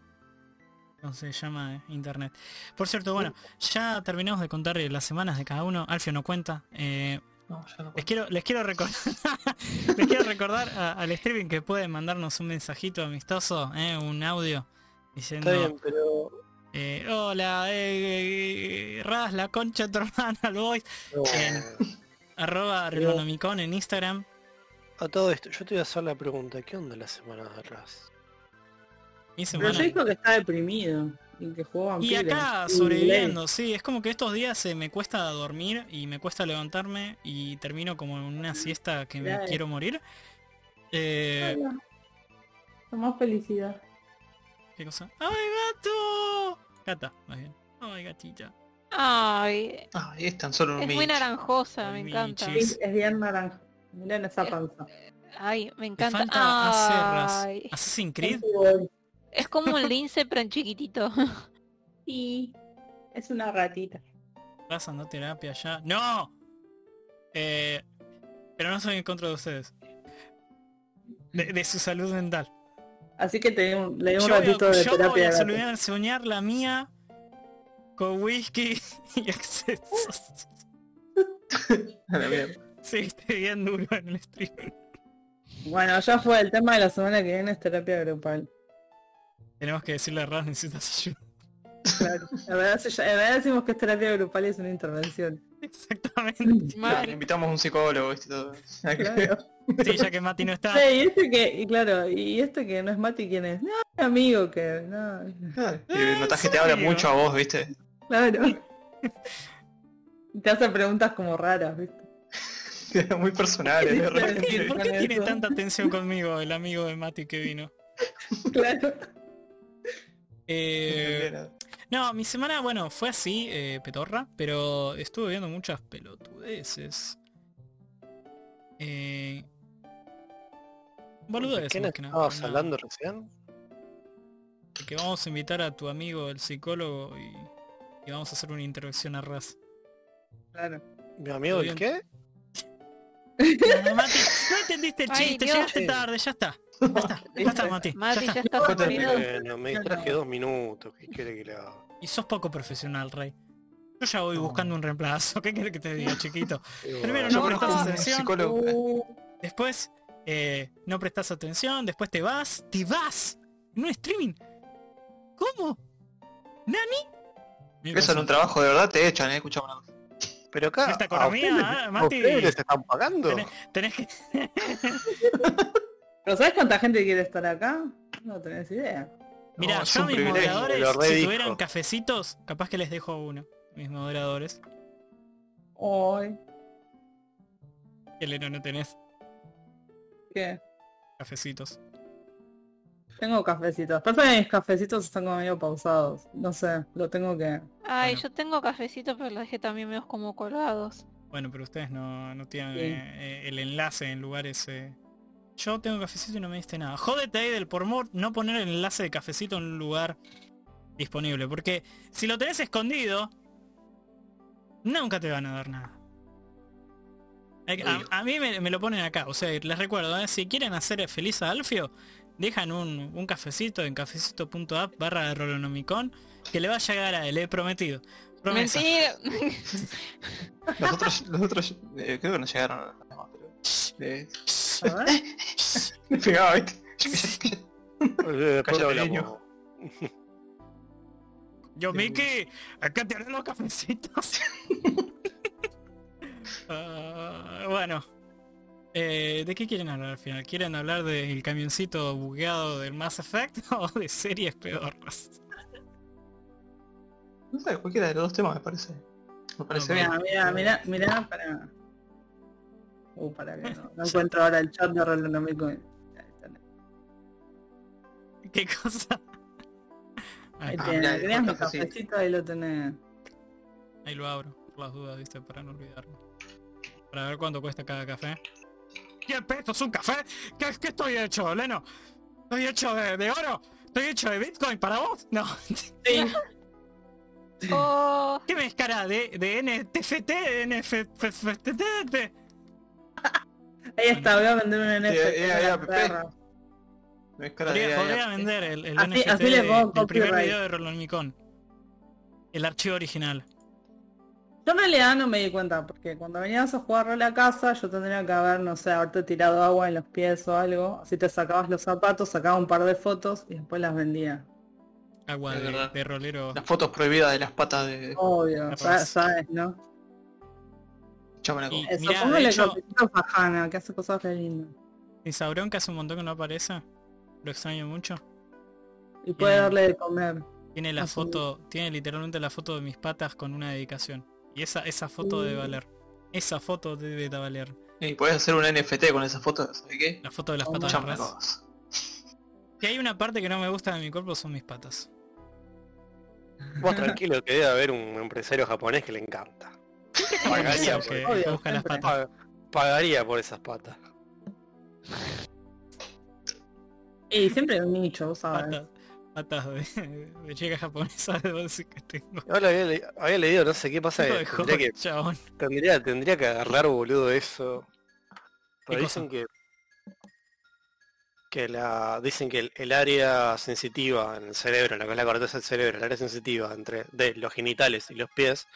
[SPEAKER 2] No sé, llama eh, internet. Por cierto, bueno, ya terminamos de contar eh, las semanas de cada uno. Alfio no cuenta. Eh,
[SPEAKER 3] No, ya no
[SPEAKER 2] les quiero, les quiero recordar, <laughs> les quiero recordar a- al streaming que pueden mandarnos un mensajito amistoso, eh, un audio, diciendo
[SPEAKER 5] Está bien, pero.
[SPEAKER 2] eh, hola, eh, eh, Raz, la concha de tu hermana, al voice,
[SPEAKER 5] no.
[SPEAKER 2] <laughs> Eh, arroba Relonomicon en Instagram.
[SPEAKER 5] A todo esto, yo te voy a hacer la pregunta, ¿qué onda las semanas de atrás?
[SPEAKER 2] Mi
[SPEAKER 4] Pero
[SPEAKER 2] semana.
[SPEAKER 4] yo dijo que está deprimido y que jugó
[SPEAKER 2] Y
[SPEAKER 4] vampiros.
[SPEAKER 2] acá
[SPEAKER 4] Y
[SPEAKER 2] sobreviviendo, sí, es como que estos días eh, me cuesta dormir y me cuesta levantarme y termino como en una siesta que me
[SPEAKER 4] Claro.
[SPEAKER 2] quiero morir.
[SPEAKER 4] ley.
[SPEAKER 2] Eh,
[SPEAKER 4] Hola. Tomás felicidad.
[SPEAKER 2] ¿Qué cosa? ¡Ay, gato! Gata, más bien. ¡Ay, gatita!
[SPEAKER 1] Ay,
[SPEAKER 3] Ah, y es tan solo un
[SPEAKER 1] es
[SPEAKER 3] Mitch. <laughs>
[SPEAKER 1] muy naranjosa,
[SPEAKER 2] El
[SPEAKER 1] me encanta.
[SPEAKER 2] Michi.
[SPEAKER 4] Sí, Es bien naranja. Miren
[SPEAKER 2] Eh,
[SPEAKER 4] esa panza.
[SPEAKER 1] Ay, me
[SPEAKER 2] Me
[SPEAKER 1] encanta.
[SPEAKER 2] falta hacer
[SPEAKER 1] Ay,
[SPEAKER 2] Raz. Assassin's Creed.
[SPEAKER 1] es como un lince pero en chiquitito.
[SPEAKER 4] Sí. Es una ratita.
[SPEAKER 2] Raz andó a terapia ya. ¡No! Eh, pero no soy en contra de ustedes. De, de su salud mental.
[SPEAKER 4] Así que te di un- le di un
[SPEAKER 2] yo voy a-
[SPEAKER 4] ratito de
[SPEAKER 2] yo voy
[SPEAKER 4] terapia.
[SPEAKER 2] a
[SPEAKER 4] de gato.
[SPEAKER 2] soñar, soñar la mía con whisky <laughs> y excesos.
[SPEAKER 3] A la mierda.
[SPEAKER 2] Sí, esté bien duro en el stream.
[SPEAKER 4] Bueno, ya fue el tema de la semana que viene es terapia grupal.
[SPEAKER 2] Tenemos que decirle a Raz, necesitas ayuda. <laughs>
[SPEAKER 4] Claro. La verdad, se- la verdad decimos que es terapia grupal y es una intervención.
[SPEAKER 2] Exactamente.
[SPEAKER 4] Sí,
[SPEAKER 3] Claro,
[SPEAKER 1] <laughs> Mal.
[SPEAKER 3] le invitamos a un psicólogo, ¿viste? Todo. <laughs>
[SPEAKER 4] Claro.
[SPEAKER 2] Sí, ya que Mati no está.
[SPEAKER 4] y este que, y claro, y este que no es Mati, ¿quién es? No, un amigo que, no,
[SPEAKER 3] Y notas que te habla
[SPEAKER 2] serio?
[SPEAKER 3] mucho a vos, ¿viste? <laughs>
[SPEAKER 4] claro. Te hace preguntas como raras, ¿viste?
[SPEAKER 3] Muy ¿eh? personales, de
[SPEAKER 2] ¿Por qué,
[SPEAKER 3] repente.
[SPEAKER 2] por qué
[SPEAKER 4] Con
[SPEAKER 2] tiene
[SPEAKER 4] eso.
[SPEAKER 2] tanta atención conmigo el amigo de Mati que vino?
[SPEAKER 4] Claro.
[SPEAKER 2] Eh, no, mi semana, bueno, fue así, eh, petorra, pero estuve viendo muchas pelotudeces. Eh,
[SPEAKER 5] ¿De
[SPEAKER 2] boludeces,
[SPEAKER 5] ¿Qué
[SPEAKER 2] más
[SPEAKER 5] nos
[SPEAKER 2] que nada.
[SPEAKER 5] estabas
[SPEAKER 2] pero no,
[SPEAKER 5] hablando recién?
[SPEAKER 2] porque vamos a invitar a tu amigo, el psicólogo, y, y vamos a hacer una intervención a
[SPEAKER 1] <laughs>
[SPEAKER 2] Raz.
[SPEAKER 4] Claro.
[SPEAKER 5] ¿Mi amigo el
[SPEAKER 2] bien.
[SPEAKER 5] qué?
[SPEAKER 2] Bueno, Mati, no entendiste el
[SPEAKER 1] Ay,
[SPEAKER 2] chiste,
[SPEAKER 1] Dios.
[SPEAKER 2] llegaste tarde, ya está.
[SPEAKER 1] <laughs>
[SPEAKER 2] Ya está, ya está, Mati. ya
[SPEAKER 1] Mati
[SPEAKER 2] está.
[SPEAKER 1] ya está
[SPEAKER 3] Cuéntame.
[SPEAKER 1] sufriendo.
[SPEAKER 5] Bueno, Eh, me distraje dos minutos, ¿qué quiere que le haga?
[SPEAKER 2] Y sos poco profesional, Rey. Yo ya voy buscando un reemplazo. <laughs> ¿Qué querés que te diga,
[SPEAKER 3] <laughs>
[SPEAKER 2] chiquito? Primero
[SPEAKER 5] Yo
[SPEAKER 2] no
[SPEAKER 1] bueno,
[SPEAKER 2] prestás
[SPEAKER 1] no,
[SPEAKER 2] atención,
[SPEAKER 3] psicólogo.
[SPEAKER 2] después eh, no prestás atención, después te vas, te vas. En un streaming. ¿Cómo? ¿Nani? Mil
[SPEAKER 3] Eso en un
[SPEAKER 2] cosas.
[SPEAKER 3] trabajo de verdad te echan, ¿eh? Escuchame una cosa.
[SPEAKER 5] Pero acá.
[SPEAKER 2] Esta
[SPEAKER 5] ¿a
[SPEAKER 2] economía,
[SPEAKER 5] ustedes-
[SPEAKER 2] ah,
[SPEAKER 5] a
[SPEAKER 2] Mati.
[SPEAKER 5] ustedes les están pagando?
[SPEAKER 2] Tenés- Tenés que...
[SPEAKER 4] Pero ¿sabes cuánta gente quiere estar acá? No tenés idea.
[SPEAKER 2] Mirá,
[SPEAKER 3] No, Oh, es
[SPEAKER 2] yo a
[SPEAKER 3] un
[SPEAKER 2] mis
[SPEAKER 3] privilegio,
[SPEAKER 2] moderadores,
[SPEAKER 5] lo
[SPEAKER 2] si
[SPEAKER 5] redijo.
[SPEAKER 2] tuvieran cafecitos, capaz que les dejo uno. Mis moderadores.
[SPEAKER 4] Hoy,
[SPEAKER 2] Que Leno no tenés
[SPEAKER 4] ¿qué?
[SPEAKER 2] cafecitos.
[SPEAKER 4] Tengo cafecitos. Pasa que mis cafecitos están como medio pausados. No sé, lo tengo que...
[SPEAKER 1] Ay,
[SPEAKER 2] Bueno.
[SPEAKER 1] yo tengo cafecito, pero lo dejé también medio como colgados.
[SPEAKER 2] Bueno, pero ustedes no, no tienen
[SPEAKER 4] Sí.
[SPEAKER 2] eh, eh, el enlace en lugares... eh. Yo tengo cafecito y no me diste nada. Jódete ahí del por mor- no poner el enlace de cafecito en un lugar disponible. Porque si lo tenés escondido, nunca te van a dar nada. Hay que- A,
[SPEAKER 3] Obvio.
[SPEAKER 2] a mí me, me lo ponen acá. O sea, les recuerdo, eh, si quieren hacer feliz a Alfio, dejan un, un cafecito en cafecito.app barra rolonomicon que le va a llegar a él, he prometido. Promesa.
[SPEAKER 1] Mentira.
[SPEAKER 3] Nosotros, nosotros eh, <laughs> creo que no llegaron a la pero. eh,
[SPEAKER 4] A ver.
[SPEAKER 3] le pegaba, ¿viste?
[SPEAKER 5] <laughs>
[SPEAKER 2] <laughs>
[SPEAKER 5] Después
[SPEAKER 3] Cállate,
[SPEAKER 5] lo
[SPEAKER 3] niño.
[SPEAKER 5] hablamos.
[SPEAKER 2] Yo, Miki, acá te haré los cafecitos. Ah, bueno. Eh, ¿De qué quieren hablar al final? ¿Quieren hablar del camioncito bugueado del Mass Effect <laughs> o de series pedorras?
[SPEAKER 3] No sé, cualquiera de los dos temas me parece. Me parece bien.
[SPEAKER 4] Mira, mira, mira, mira, para. Uh, para que no, no encuentro ahora el chat de Rolandomico.
[SPEAKER 2] ¿Qué cosa? Ahí,
[SPEAKER 4] Ahí
[SPEAKER 2] está,
[SPEAKER 3] Ah, mira,
[SPEAKER 4] tenés, tenías mi
[SPEAKER 3] entonces sí.
[SPEAKER 4] cafecito, ahí lo tenés.
[SPEAKER 2] ahí lo abro, por las dudas, viste, para no olvidarlo. Para ver cuánto cuesta cada café. ¿Qué pesos un café? ¿Qué, qué estoy hecho, Leno? ¿Estoy hecho de, de oro? ¿Estoy hecho de Bitcoin para vos? No.
[SPEAKER 1] <laughs> Oh,
[SPEAKER 2] ¿Qué me cara de, de NTFT, de NFFT?
[SPEAKER 4] Ahí está, voy a vender un NFT.
[SPEAKER 3] Eh, eh, eh,
[SPEAKER 4] la
[SPEAKER 3] app.
[SPEAKER 4] perra.
[SPEAKER 3] No es cara de-
[SPEAKER 2] Podría,
[SPEAKER 3] de-
[SPEAKER 2] podría vender el, el
[SPEAKER 4] Así-
[SPEAKER 2] NFT
[SPEAKER 4] así le
[SPEAKER 2] de-
[SPEAKER 4] pongo
[SPEAKER 2] del primer
[SPEAKER 4] copyright.
[SPEAKER 2] video de Roland Micón. El archivo original.
[SPEAKER 4] Yo en realidad no me di cuenta, porque cuando venías a jugar a la casa, yo tendría que haber, no sé, haberte tirado agua en los pies o algo. Así te sacabas los zapatos, sacabas un par de fotos y después las vendía.
[SPEAKER 2] Agua
[SPEAKER 3] Es
[SPEAKER 2] de,
[SPEAKER 3] verdad.
[SPEAKER 2] de rolero.
[SPEAKER 3] Las fotos prohibidas de las patas de
[SPEAKER 4] Obvio, sa-
[SPEAKER 2] Capaz.
[SPEAKER 4] sabes, ¿no?
[SPEAKER 3] Chamanaco.
[SPEAKER 2] Y-
[SPEAKER 4] Eso,
[SPEAKER 2] Mirá, de
[SPEAKER 4] póngale
[SPEAKER 2] hecho-
[SPEAKER 4] cafecito Fajana, que hace cosas re lindas.
[SPEAKER 2] Isabrón que hace un montón que no aparece. Lo extraño mucho.
[SPEAKER 4] Y puede
[SPEAKER 2] Bien.
[SPEAKER 4] darle de comer.
[SPEAKER 2] Tiene la
[SPEAKER 4] Así.
[SPEAKER 2] foto, tiene literalmente la foto de mis patas con una dedicación. Y esa, esa foto debe
[SPEAKER 4] Mm.
[SPEAKER 2] valer. Esa foto debe valer.
[SPEAKER 3] Y podés hacer un NFT con esas fotos, ¿sabes qué?
[SPEAKER 2] La foto de las
[SPEAKER 4] Oh,
[SPEAKER 2] patas de
[SPEAKER 3] Chama
[SPEAKER 2] ras.
[SPEAKER 3] locos.
[SPEAKER 2] Si hay una parte que no me gusta de mi cuerpo son mis patas. <laughs>
[SPEAKER 5] Vos tranquilo que debe haber un empresario japonés que le encanta. Pagaría,
[SPEAKER 2] Sí,
[SPEAKER 5] por,
[SPEAKER 2] que-
[SPEAKER 3] pues.
[SPEAKER 4] obvio,
[SPEAKER 2] que busca las
[SPEAKER 4] siempre.
[SPEAKER 2] patas.
[SPEAKER 5] pa- pagaría por esas patas.
[SPEAKER 4] Y siempre hay un nicho, vos sabés.
[SPEAKER 2] Patas, patas de, <laughs> de chica japonesa debo decir que tengo.
[SPEAKER 5] Yo lo había, le- había leído, no sé
[SPEAKER 2] <laughs>
[SPEAKER 5] qué pasa.
[SPEAKER 2] Hijo de
[SPEAKER 5] que Tendría
[SPEAKER 2] joven,
[SPEAKER 5] que,
[SPEAKER 2] chabón.
[SPEAKER 5] tendría, tendría que agarrar, boludo, eso.
[SPEAKER 2] ¿Qué
[SPEAKER 5] Pero dicen que. Que la. Dicen que el, el área sensitiva en el cerebro, lo que es la corteza del cerebro, el área sensitiva entre de los genitales y los pies,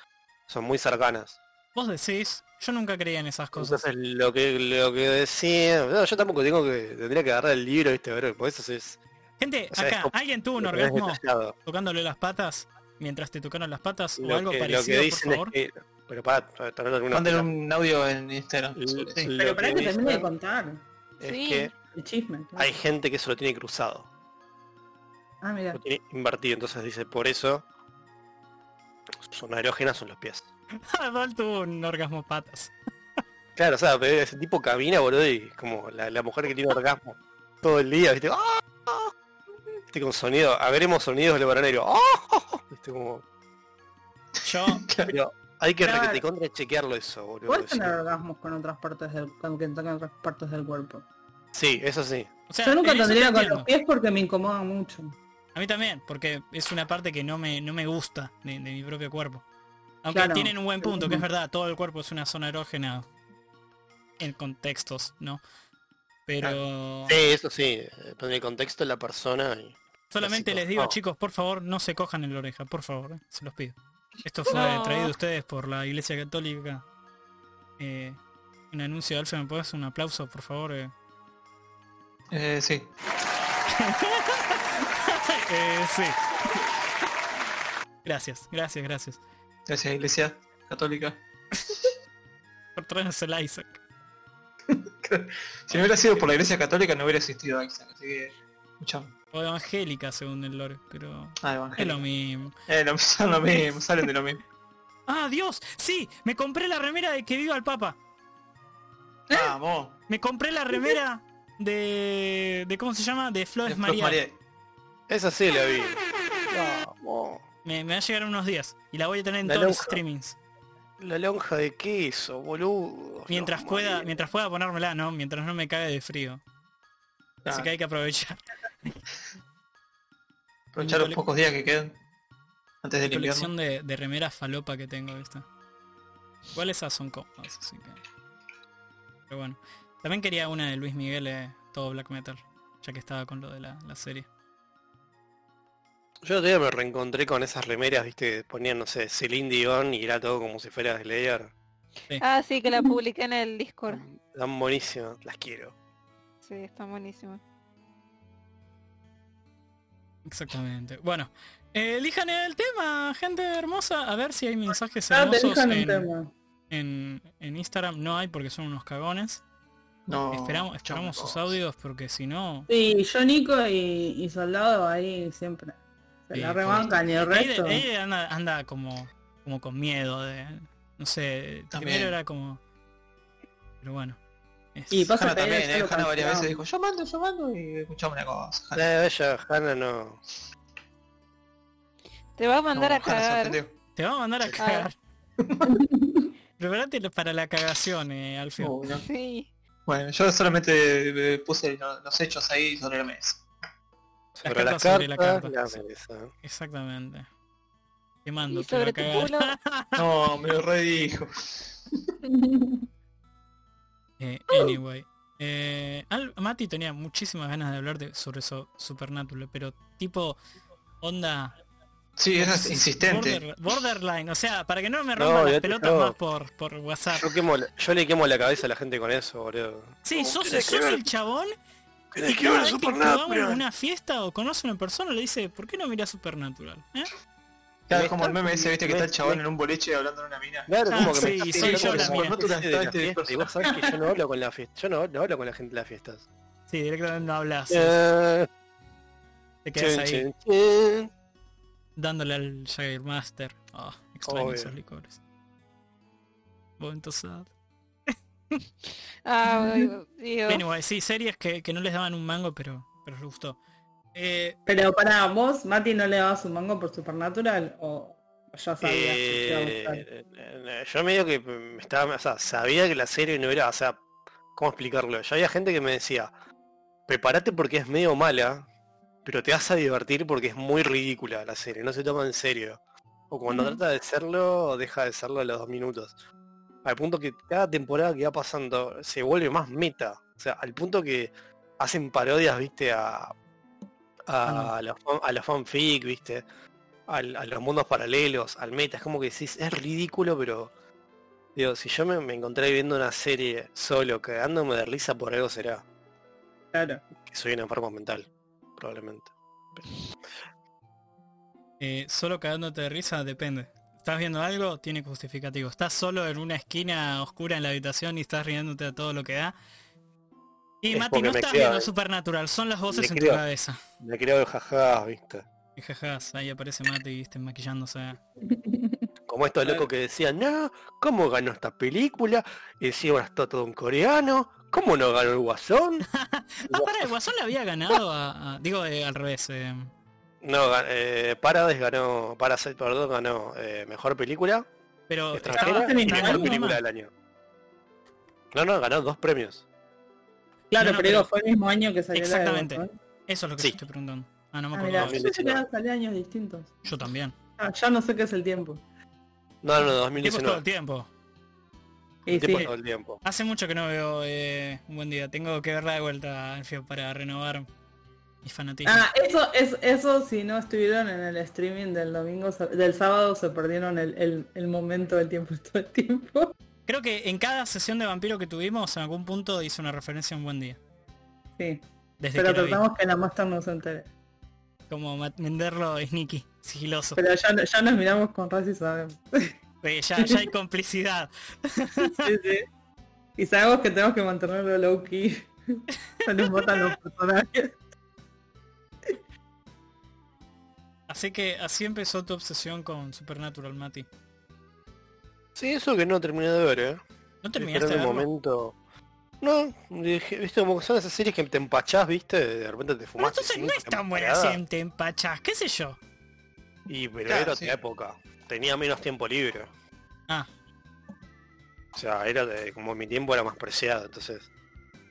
[SPEAKER 5] son muy cercanas.
[SPEAKER 2] Vos decís, yo nunca creía en esas cosas.
[SPEAKER 5] Entonces lo que lo que decía. No, yo tampoco tengo que. Tendría que agarrar el libro, viste, bro, porque eso es.
[SPEAKER 2] Gente,
[SPEAKER 5] O sea, es
[SPEAKER 2] acá,
[SPEAKER 5] como-
[SPEAKER 2] ¿alguien tuvo un
[SPEAKER 5] lo tenés
[SPEAKER 2] orgasmo
[SPEAKER 5] detallado.
[SPEAKER 2] tocándole las patas mientras te tocaron las patas o
[SPEAKER 5] Lo
[SPEAKER 2] algo
[SPEAKER 5] que, lo que
[SPEAKER 2] parecido, por
[SPEAKER 5] dicen es
[SPEAKER 2] favor?
[SPEAKER 5] que. Pero pará, pará, pará, alguna-
[SPEAKER 3] Manden un audio en Instagram.
[SPEAKER 5] L-
[SPEAKER 3] Sí.
[SPEAKER 5] lo
[SPEAKER 4] Pero para
[SPEAKER 5] que
[SPEAKER 4] que termine de
[SPEAKER 5] dicen
[SPEAKER 4] contar
[SPEAKER 5] es
[SPEAKER 1] Sí.
[SPEAKER 5] que
[SPEAKER 4] el chisme. claro.
[SPEAKER 5] hay gente que eso lo tiene cruzado,
[SPEAKER 4] Ah, mira.
[SPEAKER 5] lo tiene invertido, entonces dice, por eso son aerógenas son los pies.
[SPEAKER 2] <laughs> Adol tuvo un orgasmo patas.
[SPEAKER 5] Claro, o sea, pero ese tipo camina, boludo, y es como la, la mujer que tiene orgasmo todo el día, viste, ¡Ah! Viste, con sonido, habremos sonidos del baranero, ¡Ah! Viste, como,
[SPEAKER 2] Yo,
[SPEAKER 5] pero hay que
[SPEAKER 4] Claro.
[SPEAKER 5] requete contra chequearlo eso, boludo.
[SPEAKER 4] Puedes
[SPEAKER 5] sí.
[SPEAKER 4] tener orgasmos con otras partes del, con, que tocan otras partes del cuerpo.
[SPEAKER 5] Sí, eso sí.
[SPEAKER 2] o sea,
[SPEAKER 4] Yo nunca
[SPEAKER 2] en eso te
[SPEAKER 4] tendría con
[SPEAKER 2] entiendo.
[SPEAKER 4] los pies porque me incomoda mucho.
[SPEAKER 2] A mí también, porque es una parte que no me, no me gusta de, de mi propio cuerpo. Aunque
[SPEAKER 4] Claro,
[SPEAKER 2] tienen un buen
[SPEAKER 4] lo
[SPEAKER 2] punto, que es
[SPEAKER 4] mismo.
[SPEAKER 2] verdad, todo el cuerpo es una zona erógena en contextos, ¿no? Pero
[SPEAKER 5] Sí, eso sí, depende del contexto de la persona. y-
[SPEAKER 2] solamente
[SPEAKER 5] Clásico.
[SPEAKER 2] les digo,
[SPEAKER 5] No.
[SPEAKER 2] chicos, por favor, no se cojan en la oreja, por favor, ¿eh? se los pido. Esto fue
[SPEAKER 1] No.
[SPEAKER 2] traído a ustedes por la Iglesia Católica. Eh, un anuncio de Alfa, ¿me puedes un aplauso, por favor? Eh, <laughs>
[SPEAKER 3] Eh, sí.
[SPEAKER 2] Eh, sí. Gracias, gracias, gracias.
[SPEAKER 3] Gracias, Iglesia Católica.
[SPEAKER 2] Por traernos el Isaac.
[SPEAKER 3] Si
[SPEAKER 2] Ah,
[SPEAKER 3] no hubiera sido por la Iglesia Católica no hubiera existido Isaac, así que. Escuchame.
[SPEAKER 2] O evangélica, según el lore, pero...
[SPEAKER 3] Ah,
[SPEAKER 2] Es lo
[SPEAKER 3] Evangelio.
[SPEAKER 2] mismo.
[SPEAKER 3] Eh, lo- son lo mismo, salen de lo
[SPEAKER 2] <laughs>
[SPEAKER 3] mismo.
[SPEAKER 2] ¡Ah, Dios! ¡Sí! Me compré la remera de que viva el Papa. Eh,
[SPEAKER 3] Vamos.
[SPEAKER 2] Me compré la remera de... de ¿Cómo se llama? De Flores
[SPEAKER 3] Después
[SPEAKER 2] María.
[SPEAKER 3] María.
[SPEAKER 5] Esa sí la vi. Vamos.
[SPEAKER 2] Me, me va a llegar en unos días. Y la voy a tener en
[SPEAKER 5] La
[SPEAKER 2] todos los
[SPEAKER 5] lonja.
[SPEAKER 2] streamings.
[SPEAKER 5] La lonja de queso, boludo.
[SPEAKER 2] Mientras
[SPEAKER 5] Dios,
[SPEAKER 2] pueda,
[SPEAKER 5] María.
[SPEAKER 2] mientras pueda ponérmela, ¿no? Mientras no me cague de frío. Así
[SPEAKER 3] Ah,
[SPEAKER 2] que hay que aprovechar.
[SPEAKER 3] aprovechar los
[SPEAKER 2] cole-
[SPEAKER 3] pocos días que quedan. Antes
[SPEAKER 2] La
[SPEAKER 3] del invierno.
[SPEAKER 2] colección de, de remeras falopa que tengo, ¿viste? Igual esas son copas, así que... Pero bueno. También quería una de Luis Miguel, eh, todo black metal. Ya que estaba con lo de la, la serie.
[SPEAKER 5] Yo todavía me reencontré con esas remeras, viste, que ponían, no sé, Celine Dion y era todo como si fuera Slayer.
[SPEAKER 1] ah, sí, que la publiqué en el Discord.
[SPEAKER 5] Tan buenísimas, las quiero.
[SPEAKER 1] Sí, está buenísimo.
[SPEAKER 2] Exactamente. Bueno, eh, elijan el tema, gente hermosa. A ver si hay mensajes
[SPEAKER 4] Ah, te
[SPEAKER 2] hermosos
[SPEAKER 4] dejan un
[SPEAKER 2] en,
[SPEAKER 4] tema.
[SPEAKER 2] en- en Instagram. No hay porque son unos cagones.
[SPEAKER 3] No,
[SPEAKER 2] esperamos esperamos sus
[SPEAKER 3] chongos.
[SPEAKER 2] audios porque si no...
[SPEAKER 4] Sí, yo Nico y, y Soldado ahí siempre. Se
[SPEAKER 2] Sí,
[SPEAKER 4] la
[SPEAKER 2] pobre.
[SPEAKER 4] rebancan y
[SPEAKER 2] Aiden-
[SPEAKER 4] el resto.
[SPEAKER 2] Aiden anda, anda como, como con miedo de... No sé,
[SPEAKER 3] También.
[SPEAKER 2] primero era como... Pero bueno. es-
[SPEAKER 4] Y pasa-
[SPEAKER 3] Hanna
[SPEAKER 4] Pero
[SPEAKER 3] también,
[SPEAKER 4] ya
[SPEAKER 3] eh,
[SPEAKER 4] lo
[SPEAKER 3] Hanna varias
[SPEAKER 4] cancelamos.
[SPEAKER 3] veces dijo, yo mando, yo mando y escuchamos una cosa. Hanna,
[SPEAKER 5] La bella Hanna no.
[SPEAKER 1] Te va a mandar
[SPEAKER 3] no,
[SPEAKER 1] a
[SPEAKER 3] Hanna se
[SPEAKER 1] cagar.
[SPEAKER 3] ofendió.
[SPEAKER 2] Te va a mandar a cagar. Prepárate para la cagación, eh, Alfio.
[SPEAKER 3] Uy, no.
[SPEAKER 1] Sí.
[SPEAKER 3] Bueno, yo solamente eh, puse lo- los hechos ahí sobre la mesa.
[SPEAKER 5] Sobre las
[SPEAKER 2] cartas sobre la
[SPEAKER 5] cartas,
[SPEAKER 2] carta,
[SPEAKER 5] la
[SPEAKER 2] sí.
[SPEAKER 5] mesa.
[SPEAKER 2] Exactamente. Te mando,
[SPEAKER 1] Y
[SPEAKER 2] te va
[SPEAKER 1] sobre
[SPEAKER 2] a
[SPEAKER 1] tu
[SPEAKER 2] cagar.
[SPEAKER 1] culo.
[SPEAKER 3] No, me lo redijo.
[SPEAKER 2] Eh, anyway. Eh, Al- Mati tenía muchísimas ganas de hablar de- sobre eso, Supernatural, pero tipo onda
[SPEAKER 3] Sí, es <laughs> insistente.
[SPEAKER 2] border- borderline, o sea, para que no me
[SPEAKER 5] No,
[SPEAKER 2] rompan las
[SPEAKER 5] ya te
[SPEAKER 2] pelotas
[SPEAKER 5] digo.
[SPEAKER 2] más por, por WhatsApp.
[SPEAKER 5] Yo, quemo la- yo le quemo la cabeza a la gente con eso, boludo.
[SPEAKER 2] Sí,
[SPEAKER 5] ¿Cómo
[SPEAKER 2] sos,
[SPEAKER 5] tenés que
[SPEAKER 2] sos
[SPEAKER 5] ver?
[SPEAKER 2] el chabón
[SPEAKER 5] ¿Querés
[SPEAKER 2] que cada vez que jugamos en una fiesta o conoce a una persona le dice, ¿por qué no mirás Supernatural? ¿Eh?
[SPEAKER 3] Claro,
[SPEAKER 5] Me
[SPEAKER 3] como el
[SPEAKER 5] está-
[SPEAKER 3] meme ese, viste, que
[SPEAKER 5] me-
[SPEAKER 3] está el chabón
[SPEAKER 5] me-
[SPEAKER 3] en un boliche hablando de una mina.
[SPEAKER 5] Claro,
[SPEAKER 2] Ah,
[SPEAKER 5] como que
[SPEAKER 2] sí,
[SPEAKER 5] me
[SPEAKER 2] soy yo la mina.
[SPEAKER 5] Supernatural
[SPEAKER 3] Sí, de la
[SPEAKER 5] está este
[SPEAKER 3] fiesta,
[SPEAKER 5] y vos sabés que yo no hablo con la fiesta, yo no, no hablo con la gente de las fiestas.
[SPEAKER 2] Sí, directamente no hablas,
[SPEAKER 5] Eh,
[SPEAKER 2] te quedas
[SPEAKER 5] chin,
[SPEAKER 2] ahí
[SPEAKER 5] chin, chin.
[SPEAKER 2] dándole al Jagger Master. Ah, extraño
[SPEAKER 5] Obvio.
[SPEAKER 2] esos licores. Momento sad.
[SPEAKER 1] Ah, digo.
[SPEAKER 2] Anyway, sí, series que, que no les daban un mango, pero, pero les gustó. Eh,
[SPEAKER 4] Pero para vos, Mati no le dabas un mango por Supernatural o ya sabías que te iba a gustar?
[SPEAKER 5] Eh, eh, yo medio que me estaba, o sea, sabía que la serie no era, o sea, ¿cómo explicarlo? Ya había gente que me decía, prepárate porque es medio mala, pero te vas a divertir porque es muy ridícula la serie, no se toma en serio. O cuando
[SPEAKER 4] Ujú.
[SPEAKER 5] trata de serlo, deja de serlo a los dos minutos. Al punto que cada temporada que va pasando se vuelve más meta. O sea, al punto que hacen parodias, viste, a,
[SPEAKER 4] Ah.
[SPEAKER 5] a, los, fan- a los fanfic, viste, al- a los mundos paralelos, al meta. Es como que decís, es ridículo, pero digo, si yo me, me encontré viendo una serie solo, cagándome de risa por algo será.
[SPEAKER 4] Claro.
[SPEAKER 5] Que soy un enfermo mental, probablemente.
[SPEAKER 2] eh, solo cagándote de risa, depende. ¿Estás viendo algo? Tiene justificativo. ¿Estás solo en una esquina oscura en la habitación y estás riéndote a todo lo que da? Y
[SPEAKER 5] Es
[SPEAKER 2] Mati,
[SPEAKER 5] porque
[SPEAKER 2] no
[SPEAKER 5] me
[SPEAKER 2] estás
[SPEAKER 5] creo,
[SPEAKER 2] viendo
[SPEAKER 5] eh.
[SPEAKER 2] Supernatural, son las voces
[SPEAKER 5] Me
[SPEAKER 2] en
[SPEAKER 5] creo.
[SPEAKER 2] tu cabeza.
[SPEAKER 5] Me creo el jajá, viste.
[SPEAKER 2] Y jajas, ahí aparece Mati, viste, maquillándose. Ah,
[SPEAKER 5] Como estos locos que decían, no, ¿cómo ganó esta película? Y encima está todo un coreano. ¿Cómo no ganó el guasón?
[SPEAKER 2] Ah, pará, el Guasón le había ganado a... a- digo, eh, al revés. eh,
[SPEAKER 5] No, ga- eh, Paradise ganó, Parasite, perdón, ganó eh, mejor película
[SPEAKER 2] pero
[SPEAKER 5] extranjera
[SPEAKER 2] estaba-
[SPEAKER 5] y
[SPEAKER 2] estaba
[SPEAKER 5] mejor
[SPEAKER 2] en la
[SPEAKER 5] película
[SPEAKER 2] misma.
[SPEAKER 5] del año. No, no, ganó dos premios.
[SPEAKER 4] Claro,
[SPEAKER 2] No, no,
[SPEAKER 4] pero digo,
[SPEAKER 2] pero-
[SPEAKER 4] fue el mismo año que salió
[SPEAKER 2] Exactamente.
[SPEAKER 4] la de Guasón.
[SPEAKER 2] Eso es lo que
[SPEAKER 5] Sí.
[SPEAKER 2] te estoy preguntando. Ah, no me
[SPEAKER 4] Ah,
[SPEAKER 2] acordaba.
[SPEAKER 4] mirá, yo pensé que salió años distintos.
[SPEAKER 2] Yo también.
[SPEAKER 4] Ah, ya no sé qué es el tiempo.
[SPEAKER 5] No,
[SPEAKER 2] El tiempo es
[SPEAKER 5] no,
[SPEAKER 2] todo el
[SPEAKER 5] 2019.
[SPEAKER 2] tiempo.
[SPEAKER 4] Y
[SPEAKER 5] El tiempo es
[SPEAKER 4] sí,
[SPEAKER 5] todo el tiempo.
[SPEAKER 2] Hace mucho que no veo eh, un buen día. Tengo que verla de vuelta, Alfio, para renovar mi fanatismo.
[SPEAKER 4] Ah, eso, es, eso si no estuvieron en el streaming del domingo, se- del sábado se perdieron el, el- el momento del tiempo <laughs> es todo el tiempo.
[SPEAKER 2] Creo que en cada sesión de vampiro que tuvimos, en algún punto hice una referencia a un buen día.
[SPEAKER 4] Sí,
[SPEAKER 2] Desde
[SPEAKER 4] pero
[SPEAKER 2] que lo vi.
[SPEAKER 4] tratamos que la Master no se entere.
[SPEAKER 2] Como ma- venderlo sneaky, <laughs> sigiloso.
[SPEAKER 4] Pero ya, no- ya nos miramos con Raz
[SPEAKER 2] <laughs>
[SPEAKER 4] y sabemos.
[SPEAKER 2] Eh, ya, ya hay complicidad.
[SPEAKER 4] Sí, sí. Y sabemos que tenemos que mantenerlo low <laughs> key. No nos matan los personajes.
[SPEAKER 2] Así que así empezó tu obsesión con Supernatural, Mati.
[SPEAKER 5] Sí, eso que no terminé de ver, ¿eh?
[SPEAKER 2] ¿No
[SPEAKER 5] Pero
[SPEAKER 2] terminaste de
[SPEAKER 5] en un
[SPEAKER 2] verlo?
[SPEAKER 5] momento. No, dije, viste, como que son esas series que te empachás, viste, de repente te
[SPEAKER 2] Pero
[SPEAKER 5] fumaste.
[SPEAKER 2] entonces no
[SPEAKER 5] cinco
[SPEAKER 2] es tan buena
[SPEAKER 5] temporadas.
[SPEAKER 2] si te empachás, qué sé yo.
[SPEAKER 5] Y pero
[SPEAKER 3] Claro,
[SPEAKER 5] era
[SPEAKER 3] sí.
[SPEAKER 5] otra época. Tenía menos tiempo libre.
[SPEAKER 2] Ah.
[SPEAKER 5] O sea, era de, como mi tiempo era más preciado, entonces.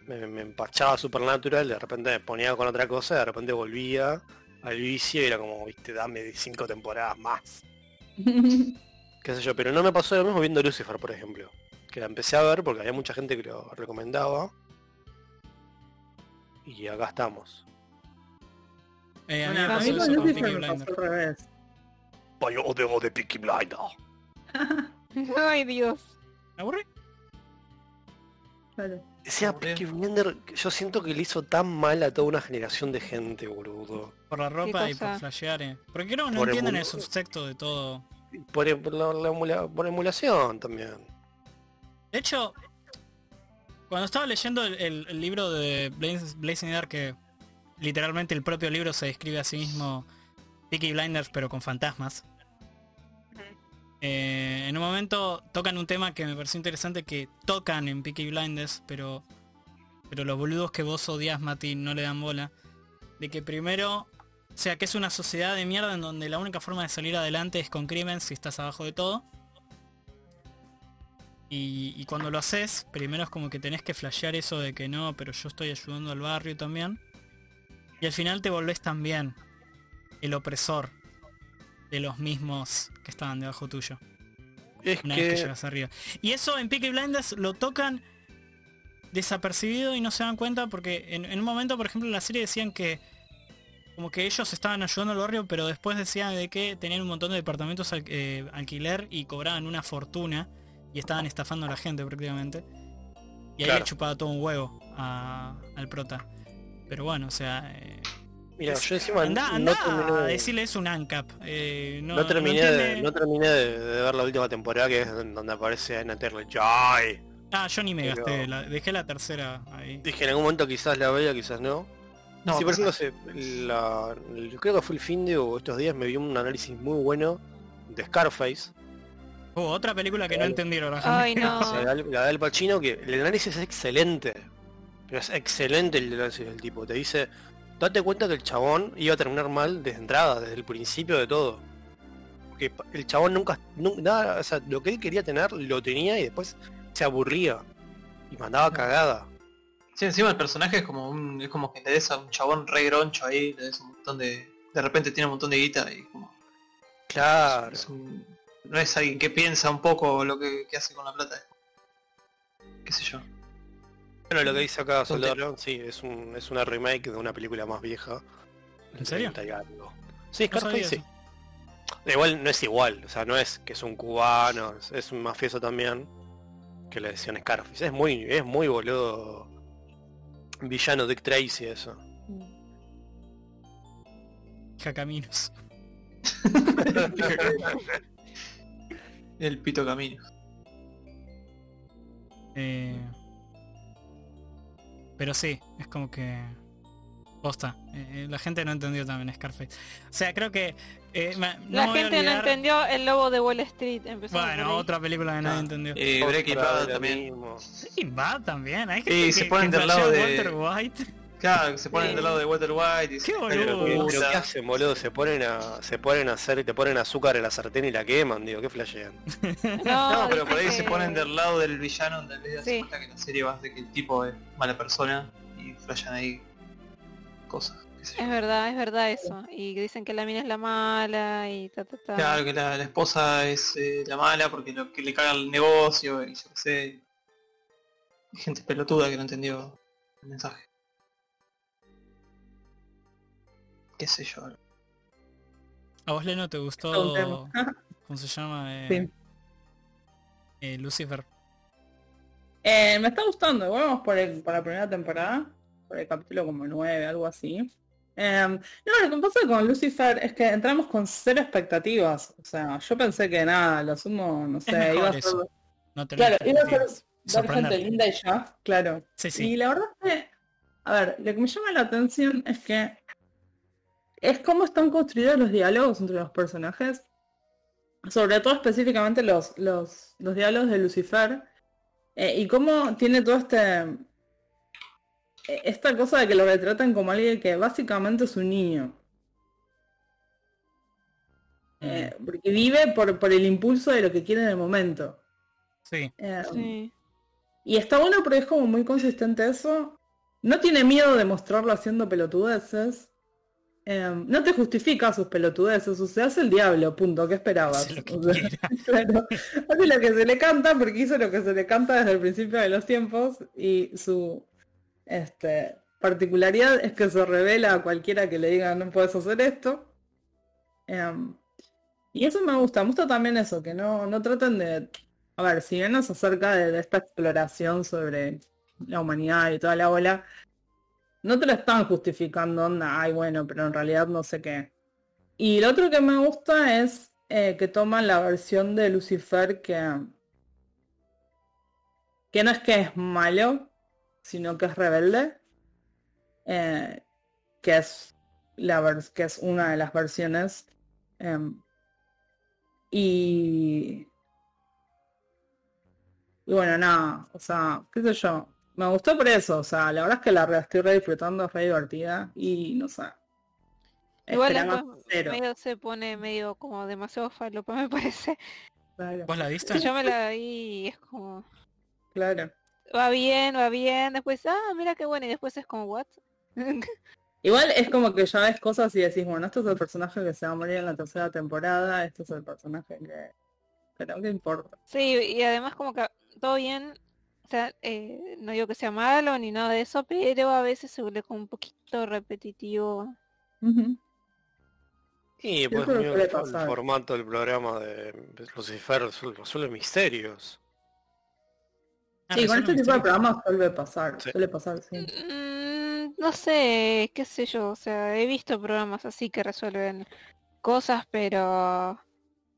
[SPEAKER 5] Me, me empachaba Supernatural, de repente me ponía con otra cosa, de repente volvía al vicio y era como, viste, dame cinco temporadas más. Qué sé yo, pero no me pasó lo mismo viendo Lucifer, por ejemplo. Que la empecé a ver porque había mucha gente que lo recomendaba. Y acá estamos.
[SPEAKER 2] Eh, a mí
[SPEAKER 4] Bueno,
[SPEAKER 2] me
[SPEAKER 4] a
[SPEAKER 2] pasó
[SPEAKER 4] mí con
[SPEAKER 2] eso con Peaky
[SPEAKER 4] Lucifer me pasó
[SPEAKER 2] Blinders.
[SPEAKER 4] al revés. <laughs>
[SPEAKER 5] Vaya odio de Peaky Blinder.
[SPEAKER 1] <laughs> Ay, Dios.
[SPEAKER 2] ¿Me aburre?
[SPEAKER 4] Claro.
[SPEAKER 5] Decía
[SPEAKER 3] Muy bien.
[SPEAKER 5] Peaky Blender, yo siento que le hizo tan mal a toda una generación de gente, boludo.
[SPEAKER 2] Por la ropa y por
[SPEAKER 1] cosa?
[SPEAKER 2] flashear. eh. Porque creo que no
[SPEAKER 5] Por
[SPEAKER 2] entienden el
[SPEAKER 5] emul-
[SPEAKER 2] subtexto de todo.
[SPEAKER 5] Y Por, em, por la, la emula- por emulación también.
[SPEAKER 2] De hecho, cuando estaba leyendo el, el- el libro de Blaz- Blazing Dark, que literalmente el propio libro se describe a sí mismo Peaky Blinders, pero con fantasmas. eh, en un momento tocan un tema que me pareció interesante que tocan en Peaky Blinders, pero, pero los boludos que vos odias, Mati, no le dan bola. De que primero, o sea, que es una sociedad de mierda en donde la única forma de salir adelante es con crimen si estás abajo de todo. Y, y cuando lo haces, primero es como que tenés que flashear eso de que no, pero yo estoy ayudando al barrio también. Y al final te volvés también el opresor de los mismos que estaban debajo tuyo.
[SPEAKER 5] Es
[SPEAKER 2] Una vez que
[SPEAKER 5] que
[SPEAKER 2] llegas arriba. Y eso en Peaky Blinders lo tocan desapercibido y no se dan cuenta porque en, en un momento, por ejemplo, en la serie decían que como que ellos estaban ayudando al barrio, pero después decían de que tenían un montón de departamentos al- eh, alquiler y cobraban una fortuna y estaban estafando a la gente prácticamente. Y ahí
[SPEAKER 5] Claro.
[SPEAKER 2] le chupaba todo un huevo a- al prota. Pero bueno, o sea... eh,
[SPEAKER 5] mira, yo encima
[SPEAKER 2] andá,
[SPEAKER 5] no
[SPEAKER 2] andá
[SPEAKER 5] terminé,
[SPEAKER 2] a
[SPEAKER 5] de-
[SPEAKER 2] decirle es un ANCAP. eh, no,
[SPEAKER 5] no
[SPEAKER 2] no
[SPEAKER 5] terminé de,
[SPEAKER 2] entiende-
[SPEAKER 5] no terminé de, de ver la última temporada que es donde aparece Anna Taylor Joy.
[SPEAKER 2] Ah, yo ni me
[SPEAKER 5] Pero-
[SPEAKER 2] gasté, la- dejé la tercera ahí.
[SPEAKER 5] Dije en algún momento quizás la vea, quizás no.
[SPEAKER 3] No,
[SPEAKER 5] sí, por ejemplo, se- la- el- creo que fue el fin de o estos días me vi un análisis muy bueno de Scarface,
[SPEAKER 2] Uh, otra película que no
[SPEAKER 5] Ay.
[SPEAKER 2] entendieron la gente.
[SPEAKER 1] Ay, no.
[SPEAKER 5] la de Al- la de Al Pacino, que el análisis es excelente. Pero es excelente el análisis del tipo. Te dice, date cuenta que el chabón iba a terminar mal desde entrada, desde el principio de todo. Porque pa- el chabón nunca, nu- nada, o sea, lo que él quería tener lo tenía y después se aburría. Y mandaba cagada.
[SPEAKER 3] Sí, encima el personaje es como un, es como que le des a un chabón re groncho ahí, le des un montón de. De repente tiene un montón de guita y como.
[SPEAKER 5] Claro.
[SPEAKER 3] es un- no es alguien que piensa un poco lo que, que hace con la plata. Qué sé yo.
[SPEAKER 5] Bueno, lo que dice acá
[SPEAKER 3] Donde-
[SPEAKER 5] Soldado León, sí, es, un, es una remake de una película más vieja.
[SPEAKER 2] ¿En serio?
[SPEAKER 5] 30 y algo. Sí,
[SPEAKER 2] No
[SPEAKER 5] Scarface
[SPEAKER 2] sabía
[SPEAKER 5] sí.
[SPEAKER 2] eso.
[SPEAKER 5] Igual no es igual, o sea, no es que es un cubano, es, es un mafioso también, que le decían Scarface. Es muy, es muy boludo villano Dick Tracy eso.
[SPEAKER 2] Jacaminos.
[SPEAKER 3] El pito camino.
[SPEAKER 2] Eh, Pero sí, es como que... Posta. eh, eh, la gente no entendió también Scarface. O sea, creo que... eh, ma- no
[SPEAKER 1] La
[SPEAKER 2] me voy a
[SPEAKER 1] gente no
[SPEAKER 2] olvidar-
[SPEAKER 1] entendió el lobo de Wall Street. Empezó
[SPEAKER 2] Bueno, otra película que nadie entendió.
[SPEAKER 3] Eh, Breaking
[SPEAKER 5] Otra
[SPEAKER 3] Bad
[SPEAKER 5] de lo
[SPEAKER 3] también.
[SPEAKER 5] mismo.
[SPEAKER 2] Y va también. Hay
[SPEAKER 3] Sí,
[SPEAKER 2] gente
[SPEAKER 3] se
[SPEAKER 2] que,
[SPEAKER 3] ponen
[SPEAKER 2] que
[SPEAKER 3] del lado
[SPEAKER 2] flashea
[SPEAKER 3] de-
[SPEAKER 2] Walter White.
[SPEAKER 3] Claro, que se ponen
[SPEAKER 1] Sí.
[SPEAKER 3] del lado de Walter White y
[SPEAKER 2] Qué
[SPEAKER 3] se-
[SPEAKER 5] Pero,
[SPEAKER 2] boludo.
[SPEAKER 5] ¿qué-
[SPEAKER 3] Uy,
[SPEAKER 5] pero
[SPEAKER 3] la-
[SPEAKER 5] ¿qué hacen, boludo? Se ponen a, se ponen a hacer, te ponen azúcar en la sartén y la queman, digo, qué flashean.
[SPEAKER 1] No,
[SPEAKER 3] <laughs> No, pero por ahí
[SPEAKER 1] dicen
[SPEAKER 3] se
[SPEAKER 1] que-
[SPEAKER 3] ponen del lado del villano en vez de hacer
[SPEAKER 1] Sí.
[SPEAKER 3] cuenta que la serie va de que el tipo es mala persona y flashan ahí cosas. qué sé yo.
[SPEAKER 1] Es verdad, es verdad eso. Y que dicen que la mina es la mala y ta, ta, ta.
[SPEAKER 3] Claro, que la, la esposa es eh, la mala porque lo, que le caga el negocio y yo qué sé. Hay Gente pelotuda que no entendió el mensaje. Qué sé yo.
[SPEAKER 2] ¿A vos, Leno, te
[SPEAKER 4] Todo un
[SPEAKER 2] gustó...
[SPEAKER 4] tema.
[SPEAKER 2] ¿Cómo se llama? Eh,
[SPEAKER 4] Sí.
[SPEAKER 2] eh, Lucifer.
[SPEAKER 4] Eh, me está gustando, igual vamos por, el- por la primera temporada, por el capítulo como 9, algo así. Em, no, lo que pasa con Lucifer es que entramos con cero expectativas. O sea, yo pensé que nada, lo sumo, no sé,
[SPEAKER 2] mejor
[SPEAKER 4] iba a ser,
[SPEAKER 2] eso, No tener
[SPEAKER 4] claro, iba a ser
[SPEAKER 2] expectativas.
[SPEAKER 4] ver gente
[SPEAKER 2] Sorprender.
[SPEAKER 4] linda y ya, claro.
[SPEAKER 2] Sí, sí.
[SPEAKER 4] Y la verdad es que, a ver, lo que me llama la atención es que es cómo están construidos los diálogos entre los personajes, sobre todo específicamente los, los, los diálogos de Lucifer, eh, y cómo tiene todo este e- esta cosa de que lo retratan como alguien que básicamente es un niño.
[SPEAKER 2] Mm,
[SPEAKER 4] Eh, porque vive por, por el impulso de lo que quiere en el momento.
[SPEAKER 2] Sí.
[SPEAKER 4] Eh,
[SPEAKER 1] Sí.
[SPEAKER 4] y está bueno porque es como muy consistente eso. No tiene miedo de mostrarlo haciendo pelotudeces. Em, no te justifica sus pelotudeces, o sea, hace el diablo, punto, ¿qué esperabas?
[SPEAKER 2] Hace lo que
[SPEAKER 4] O sea,
[SPEAKER 2] quiera.
[SPEAKER 4] <laughs> claro, hace lo que se le canta porque hizo lo que se le canta desde el principio de los tiempos y su este, particularidad es que se revela a cualquiera que le diga no puedes hacer esto. Em, y eso me gusta, me gusta también eso, que no, no traten de... A ver, si bien nos acerca de, de esta exploración sobre la humanidad y toda la bola, no te lo están justificando, onda, ay bueno, pero en realidad no sé qué. Y lo otro que me gusta es eh, que toman la versión de Lucifer que, que no es que es malo, sino que es rebelde, eh, que, es la vers- que es una de las versiones. em, y y bueno, nada, o sea, qué sé yo. Me gustó por eso, o sea, la verdad es que la re- estoy re disfrutando, es re divertida y no sé.
[SPEAKER 1] Igual
[SPEAKER 4] Esperaba
[SPEAKER 1] después
[SPEAKER 4] cero.
[SPEAKER 1] medio se pone medio como demasiado falopa, <laughs> me parece.
[SPEAKER 4] Claro,
[SPEAKER 2] ¿Vos la viste?
[SPEAKER 1] Si yo me la vi y es como,
[SPEAKER 4] claro.
[SPEAKER 1] va bien, va bien, después, ah, mira qué bueno, y después es como, what? <laughs>
[SPEAKER 4] Igual es como que ya ves cosas y decís, bueno, este es el personaje que se va a morir en la tercera temporada, este es el personaje que... Pero qué importa.
[SPEAKER 1] Sí, y además como que todo bien, o sea, eh, no digo que sea malo ni nada de eso, pero a veces se vuelve como un poquito repetitivo.
[SPEAKER 4] Ujú.
[SPEAKER 5] Y pues
[SPEAKER 4] creo que
[SPEAKER 5] mío,
[SPEAKER 4] suele
[SPEAKER 5] el fo- el
[SPEAKER 4] pasar.
[SPEAKER 5] formato del programa de Lucifer resol- resuelve misterios.
[SPEAKER 2] Ah,
[SPEAKER 4] Sí,
[SPEAKER 2] resuelve
[SPEAKER 4] con este tipo de
[SPEAKER 2] misterio.
[SPEAKER 4] programas suele pasar,
[SPEAKER 5] Sí.
[SPEAKER 4] suele pasar, sí.
[SPEAKER 1] Mm, no sé, qué sé yo, o sea, he visto programas así que resuelven cosas, pero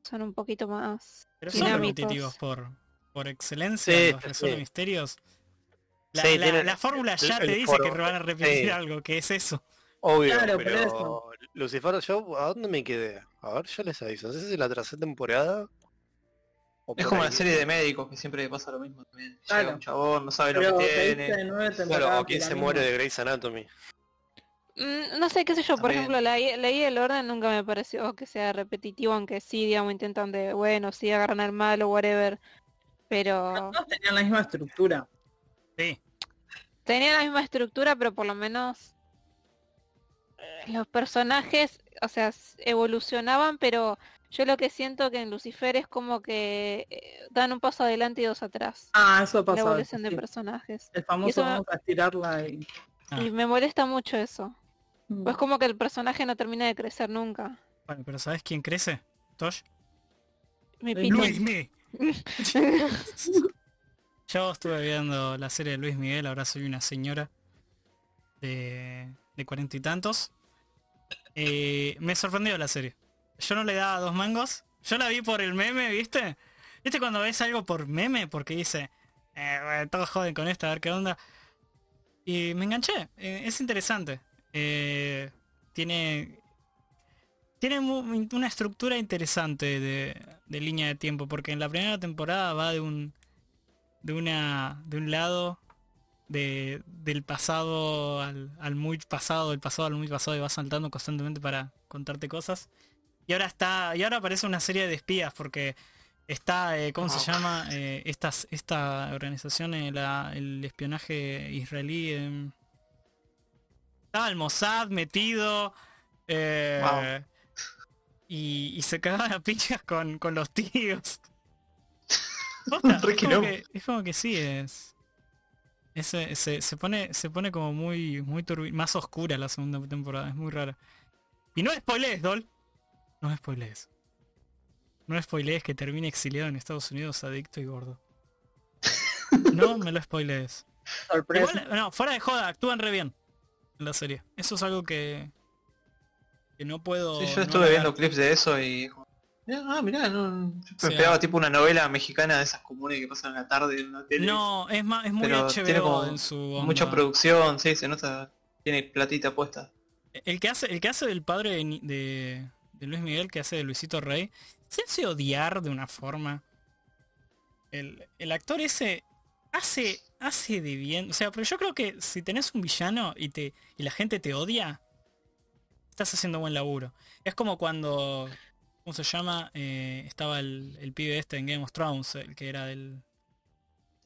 [SPEAKER 1] son un poquito más
[SPEAKER 2] Pero son
[SPEAKER 1] dinámicos.
[SPEAKER 2] repetitivos por, por excelencia,
[SPEAKER 5] Sí,
[SPEAKER 2] los
[SPEAKER 5] sí,
[SPEAKER 2] resuelve
[SPEAKER 5] sí.
[SPEAKER 2] misterios. La,
[SPEAKER 5] Sí,
[SPEAKER 2] la-
[SPEAKER 5] tienen-
[SPEAKER 2] la fórmula ya
[SPEAKER 5] el-
[SPEAKER 2] te
[SPEAKER 5] el
[SPEAKER 2] dice que
[SPEAKER 5] foro-
[SPEAKER 2] van a repetir
[SPEAKER 5] sí.
[SPEAKER 2] algo, que es eso.
[SPEAKER 5] Obvio,
[SPEAKER 4] Claro, por
[SPEAKER 5] pero
[SPEAKER 4] eso.
[SPEAKER 5] Lucifer, yo, ¿a dónde me quedé? A ver, yo les aviso. No sé si la tercera temporada. o
[SPEAKER 3] Es
[SPEAKER 5] por
[SPEAKER 3] como
[SPEAKER 5] ahí.
[SPEAKER 3] la serie de médicos que siempre pasa lo mismo también. Llega
[SPEAKER 4] Claro.
[SPEAKER 3] un chabón, no sabe
[SPEAKER 4] Pero
[SPEAKER 3] lo que
[SPEAKER 4] te
[SPEAKER 3] tiene.
[SPEAKER 4] dice nueve
[SPEAKER 5] Claro,
[SPEAKER 4] temporadas
[SPEAKER 5] o
[SPEAKER 4] de
[SPEAKER 5] quien
[SPEAKER 4] la
[SPEAKER 5] se
[SPEAKER 4] misma.
[SPEAKER 5] muere de Grey's Anatomy.
[SPEAKER 1] Mm, No sé, qué sé yo, por
[SPEAKER 3] También.
[SPEAKER 1] ejemplo, la, I- la I del orden nunca me pareció que sea repetitivo, aunque sí, digamos, intentan de, bueno, sí, agarran al malo, whatever, pero
[SPEAKER 4] Todos tenían la misma estructura.
[SPEAKER 2] Sí.
[SPEAKER 1] tenían la misma estructura, pero por lo menos eh, los personajes, o sea, s- evolucionaban, pero yo lo que siento que en Lucifer es como que eh, dan un paso adelante y dos atrás,
[SPEAKER 4] Ah, eso
[SPEAKER 1] la
[SPEAKER 4] pasa.
[SPEAKER 1] evolución de
[SPEAKER 4] sí.
[SPEAKER 1] personajes,
[SPEAKER 4] El famoso
[SPEAKER 1] eso-
[SPEAKER 4] vamos a estirarla y...
[SPEAKER 2] Ah.
[SPEAKER 1] y me molesta mucho eso,
[SPEAKER 4] Mm.
[SPEAKER 1] pues como que el personaje no termina de crecer nunca,
[SPEAKER 2] Bueno, pero ¿sabes quién crece? Tosh.
[SPEAKER 1] mi
[SPEAKER 4] Eh,
[SPEAKER 1] pito. <laughs>
[SPEAKER 2] Luis Me. <laughs> Yo estuve viendo la serie de Luis Miguel, ahora soy una señora de de cuarenta y tantos. Eh, me sorprendió la serie. Yo no le daba dos mangos. Yo la vi por el meme, ¿viste? ¿Viste cuando ves algo por meme? Porque dice, eh, bueno, todos joden con esta, a ver qué onda. Y me enganché. Eh, es interesante. Eh, tiene tiene mu- una estructura interesante de, de línea de tiempo, porque en la primera temporada va de un de una de un lado de- del pasado al, al muy pasado, del pasado al muy pasado y va saltando constantemente para contarte cosas. Y ahora está y ahora aparece una serie de espías porque está eh, ¿cómo se llama? Eh, estas esta organización eh, la- el espionaje israelí em, estaba el Mossad metido eh,
[SPEAKER 3] Wow.
[SPEAKER 2] y, y se cagaban a pichas con, con los
[SPEAKER 3] <laughs>
[SPEAKER 2] tíos. Posta,
[SPEAKER 3] Re
[SPEAKER 2] es, como
[SPEAKER 3] quilombo.
[SPEAKER 2] que, es como que sí es. es, eh, se, se pone se pone como muy muy turbi- más oscura la segunda temporada, es muy rara. Y no spoilees, Dol. No spoilees. No spoilees que termine exiliado en Estados Unidos adicto y
[SPEAKER 3] <laughs>
[SPEAKER 2] gordo. No me lo spoilees.
[SPEAKER 4] sorpresa.
[SPEAKER 2] Igual, no, fuera de joda, actúan re bien en la serie. Eso es algo que, que no puedo...
[SPEAKER 3] Sí, yo
[SPEAKER 2] no
[SPEAKER 3] estuve
[SPEAKER 2] negar.
[SPEAKER 3] viendo clips de eso y... es como, "Mirá, Ah, mirá, no, yo
[SPEAKER 2] Sí.
[SPEAKER 3] me esperaba tipo una novela mexicana de esas comunes que pasan en la tarde en la tele.
[SPEAKER 2] No, es, más, es muy
[SPEAKER 3] Pero tiene
[SPEAKER 2] HBO
[SPEAKER 3] como
[SPEAKER 2] en su... onda.
[SPEAKER 3] Mucha producción, sí, se nota, tiene platita puesta.
[SPEAKER 2] El que hace, el que hace del padre de, Ni- de- de Luis Miguel, que hace de Luisito Rey, se hace odiar de una forma. El, el actor ese hace, hace de bien. O sea, pero yo creo que si tenés un villano y te. y la gente te odia, estás haciendo buen laburo. Es como cuando. ¿Cómo se llama? Eh, estaba el, el pibe este en Game of Thrones, el que era del.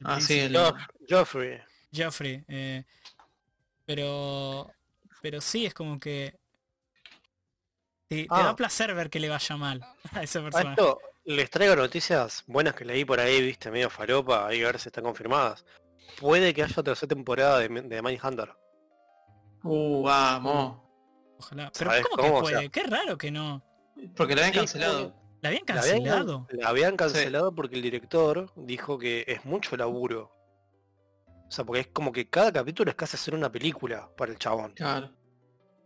[SPEAKER 2] el
[SPEAKER 3] Ah, sí,
[SPEAKER 2] príncipe.
[SPEAKER 3] el-
[SPEAKER 5] Jo- Joffrey.
[SPEAKER 2] Jeffrey. eh, pero. Pero sí, es como que. Te, te
[SPEAKER 5] Ah.
[SPEAKER 2] da placer ver que le vaya mal <laughs> a ese
[SPEAKER 5] A
[SPEAKER 2] personaje.
[SPEAKER 5] esto les traigo noticias buenas que leí por ahí, viste, medio faropa, ahí a ver si están confirmadas. Puede que haya otra temporada de, de Mindhunter.
[SPEAKER 3] Uh, vamos.
[SPEAKER 2] Ojalá. Pero
[SPEAKER 5] ¿Sabes
[SPEAKER 2] ¿cómo,
[SPEAKER 5] cómo?
[SPEAKER 2] que
[SPEAKER 5] O sea-
[SPEAKER 2] puede? Qué raro que no.
[SPEAKER 3] Porque la habían
[SPEAKER 5] Sí,
[SPEAKER 3] cancelado.
[SPEAKER 2] La habían
[SPEAKER 5] La habían,
[SPEAKER 2] cancelado.
[SPEAKER 5] can- la habían cancelado porque el director dijo que es mucho laburo. O O sea, porque es como que cada capítulo es casi hacer una película para el chabón.
[SPEAKER 3] Claro.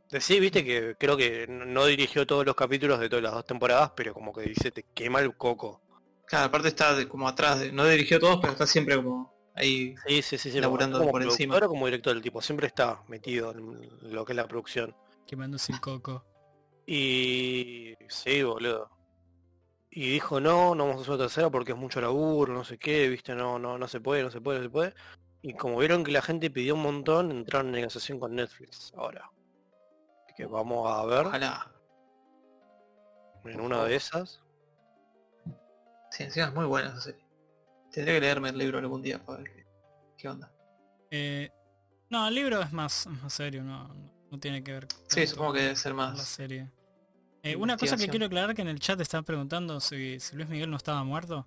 [SPEAKER 5] Decí, viste, que creo que no- no dirigió todos los capítulos de todas las dos temporadas, pero como que dice, te quema el coco.
[SPEAKER 3] Claro, aparte está de- como atrás, de, no dirigió a todos, pero está siempre como ahí.
[SPEAKER 5] Sí, sí, sí, sí.
[SPEAKER 3] Laburando
[SPEAKER 5] como
[SPEAKER 3] por
[SPEAKER 5] productor
[SPEAKER 3] encima.
[SPEAKER 5] o como director, el tipo siempre está metido en lo que es la producción.
[SPEAKER 2] Quemándose el coco.
[SPEAKER 5] Y sí, boludo. Y dijo, no, no vamos a hacer una tercera porque es mucho laburo, no sé qué, viste, no, no, no se puede, no se puede, no se puede. Y como vieron que la gente pidió un montón, entraron en negociación con Netflix ahora. Así Que vamos a ver
[SPEAKER 3] Ojalá.
[SPEAKER 5] en una de esas.
[SPEAKER 3] Sí, encima es muy buena esa serie. Tendré que leerme el libro algún día para ver qué, qué onda.
[SPEAKER 2] Eh, no, el libro es más, es más serio, no, no tiene que ver
[SPEAKER 3] Sí,
[SPEAKER 2] tanto
[SPEAKER 3] supongo que debe ser
[SPEAKER 2] con la
[SPEAKER 3] más.
[SPEAKER 2] serie. Eh, una cosa que
[SPEAKER 3] Ah. investigación.
[SPEAKER 2] quiero aclarar que en el chat están preguntando si, si Luis Miguel no estaba muerto.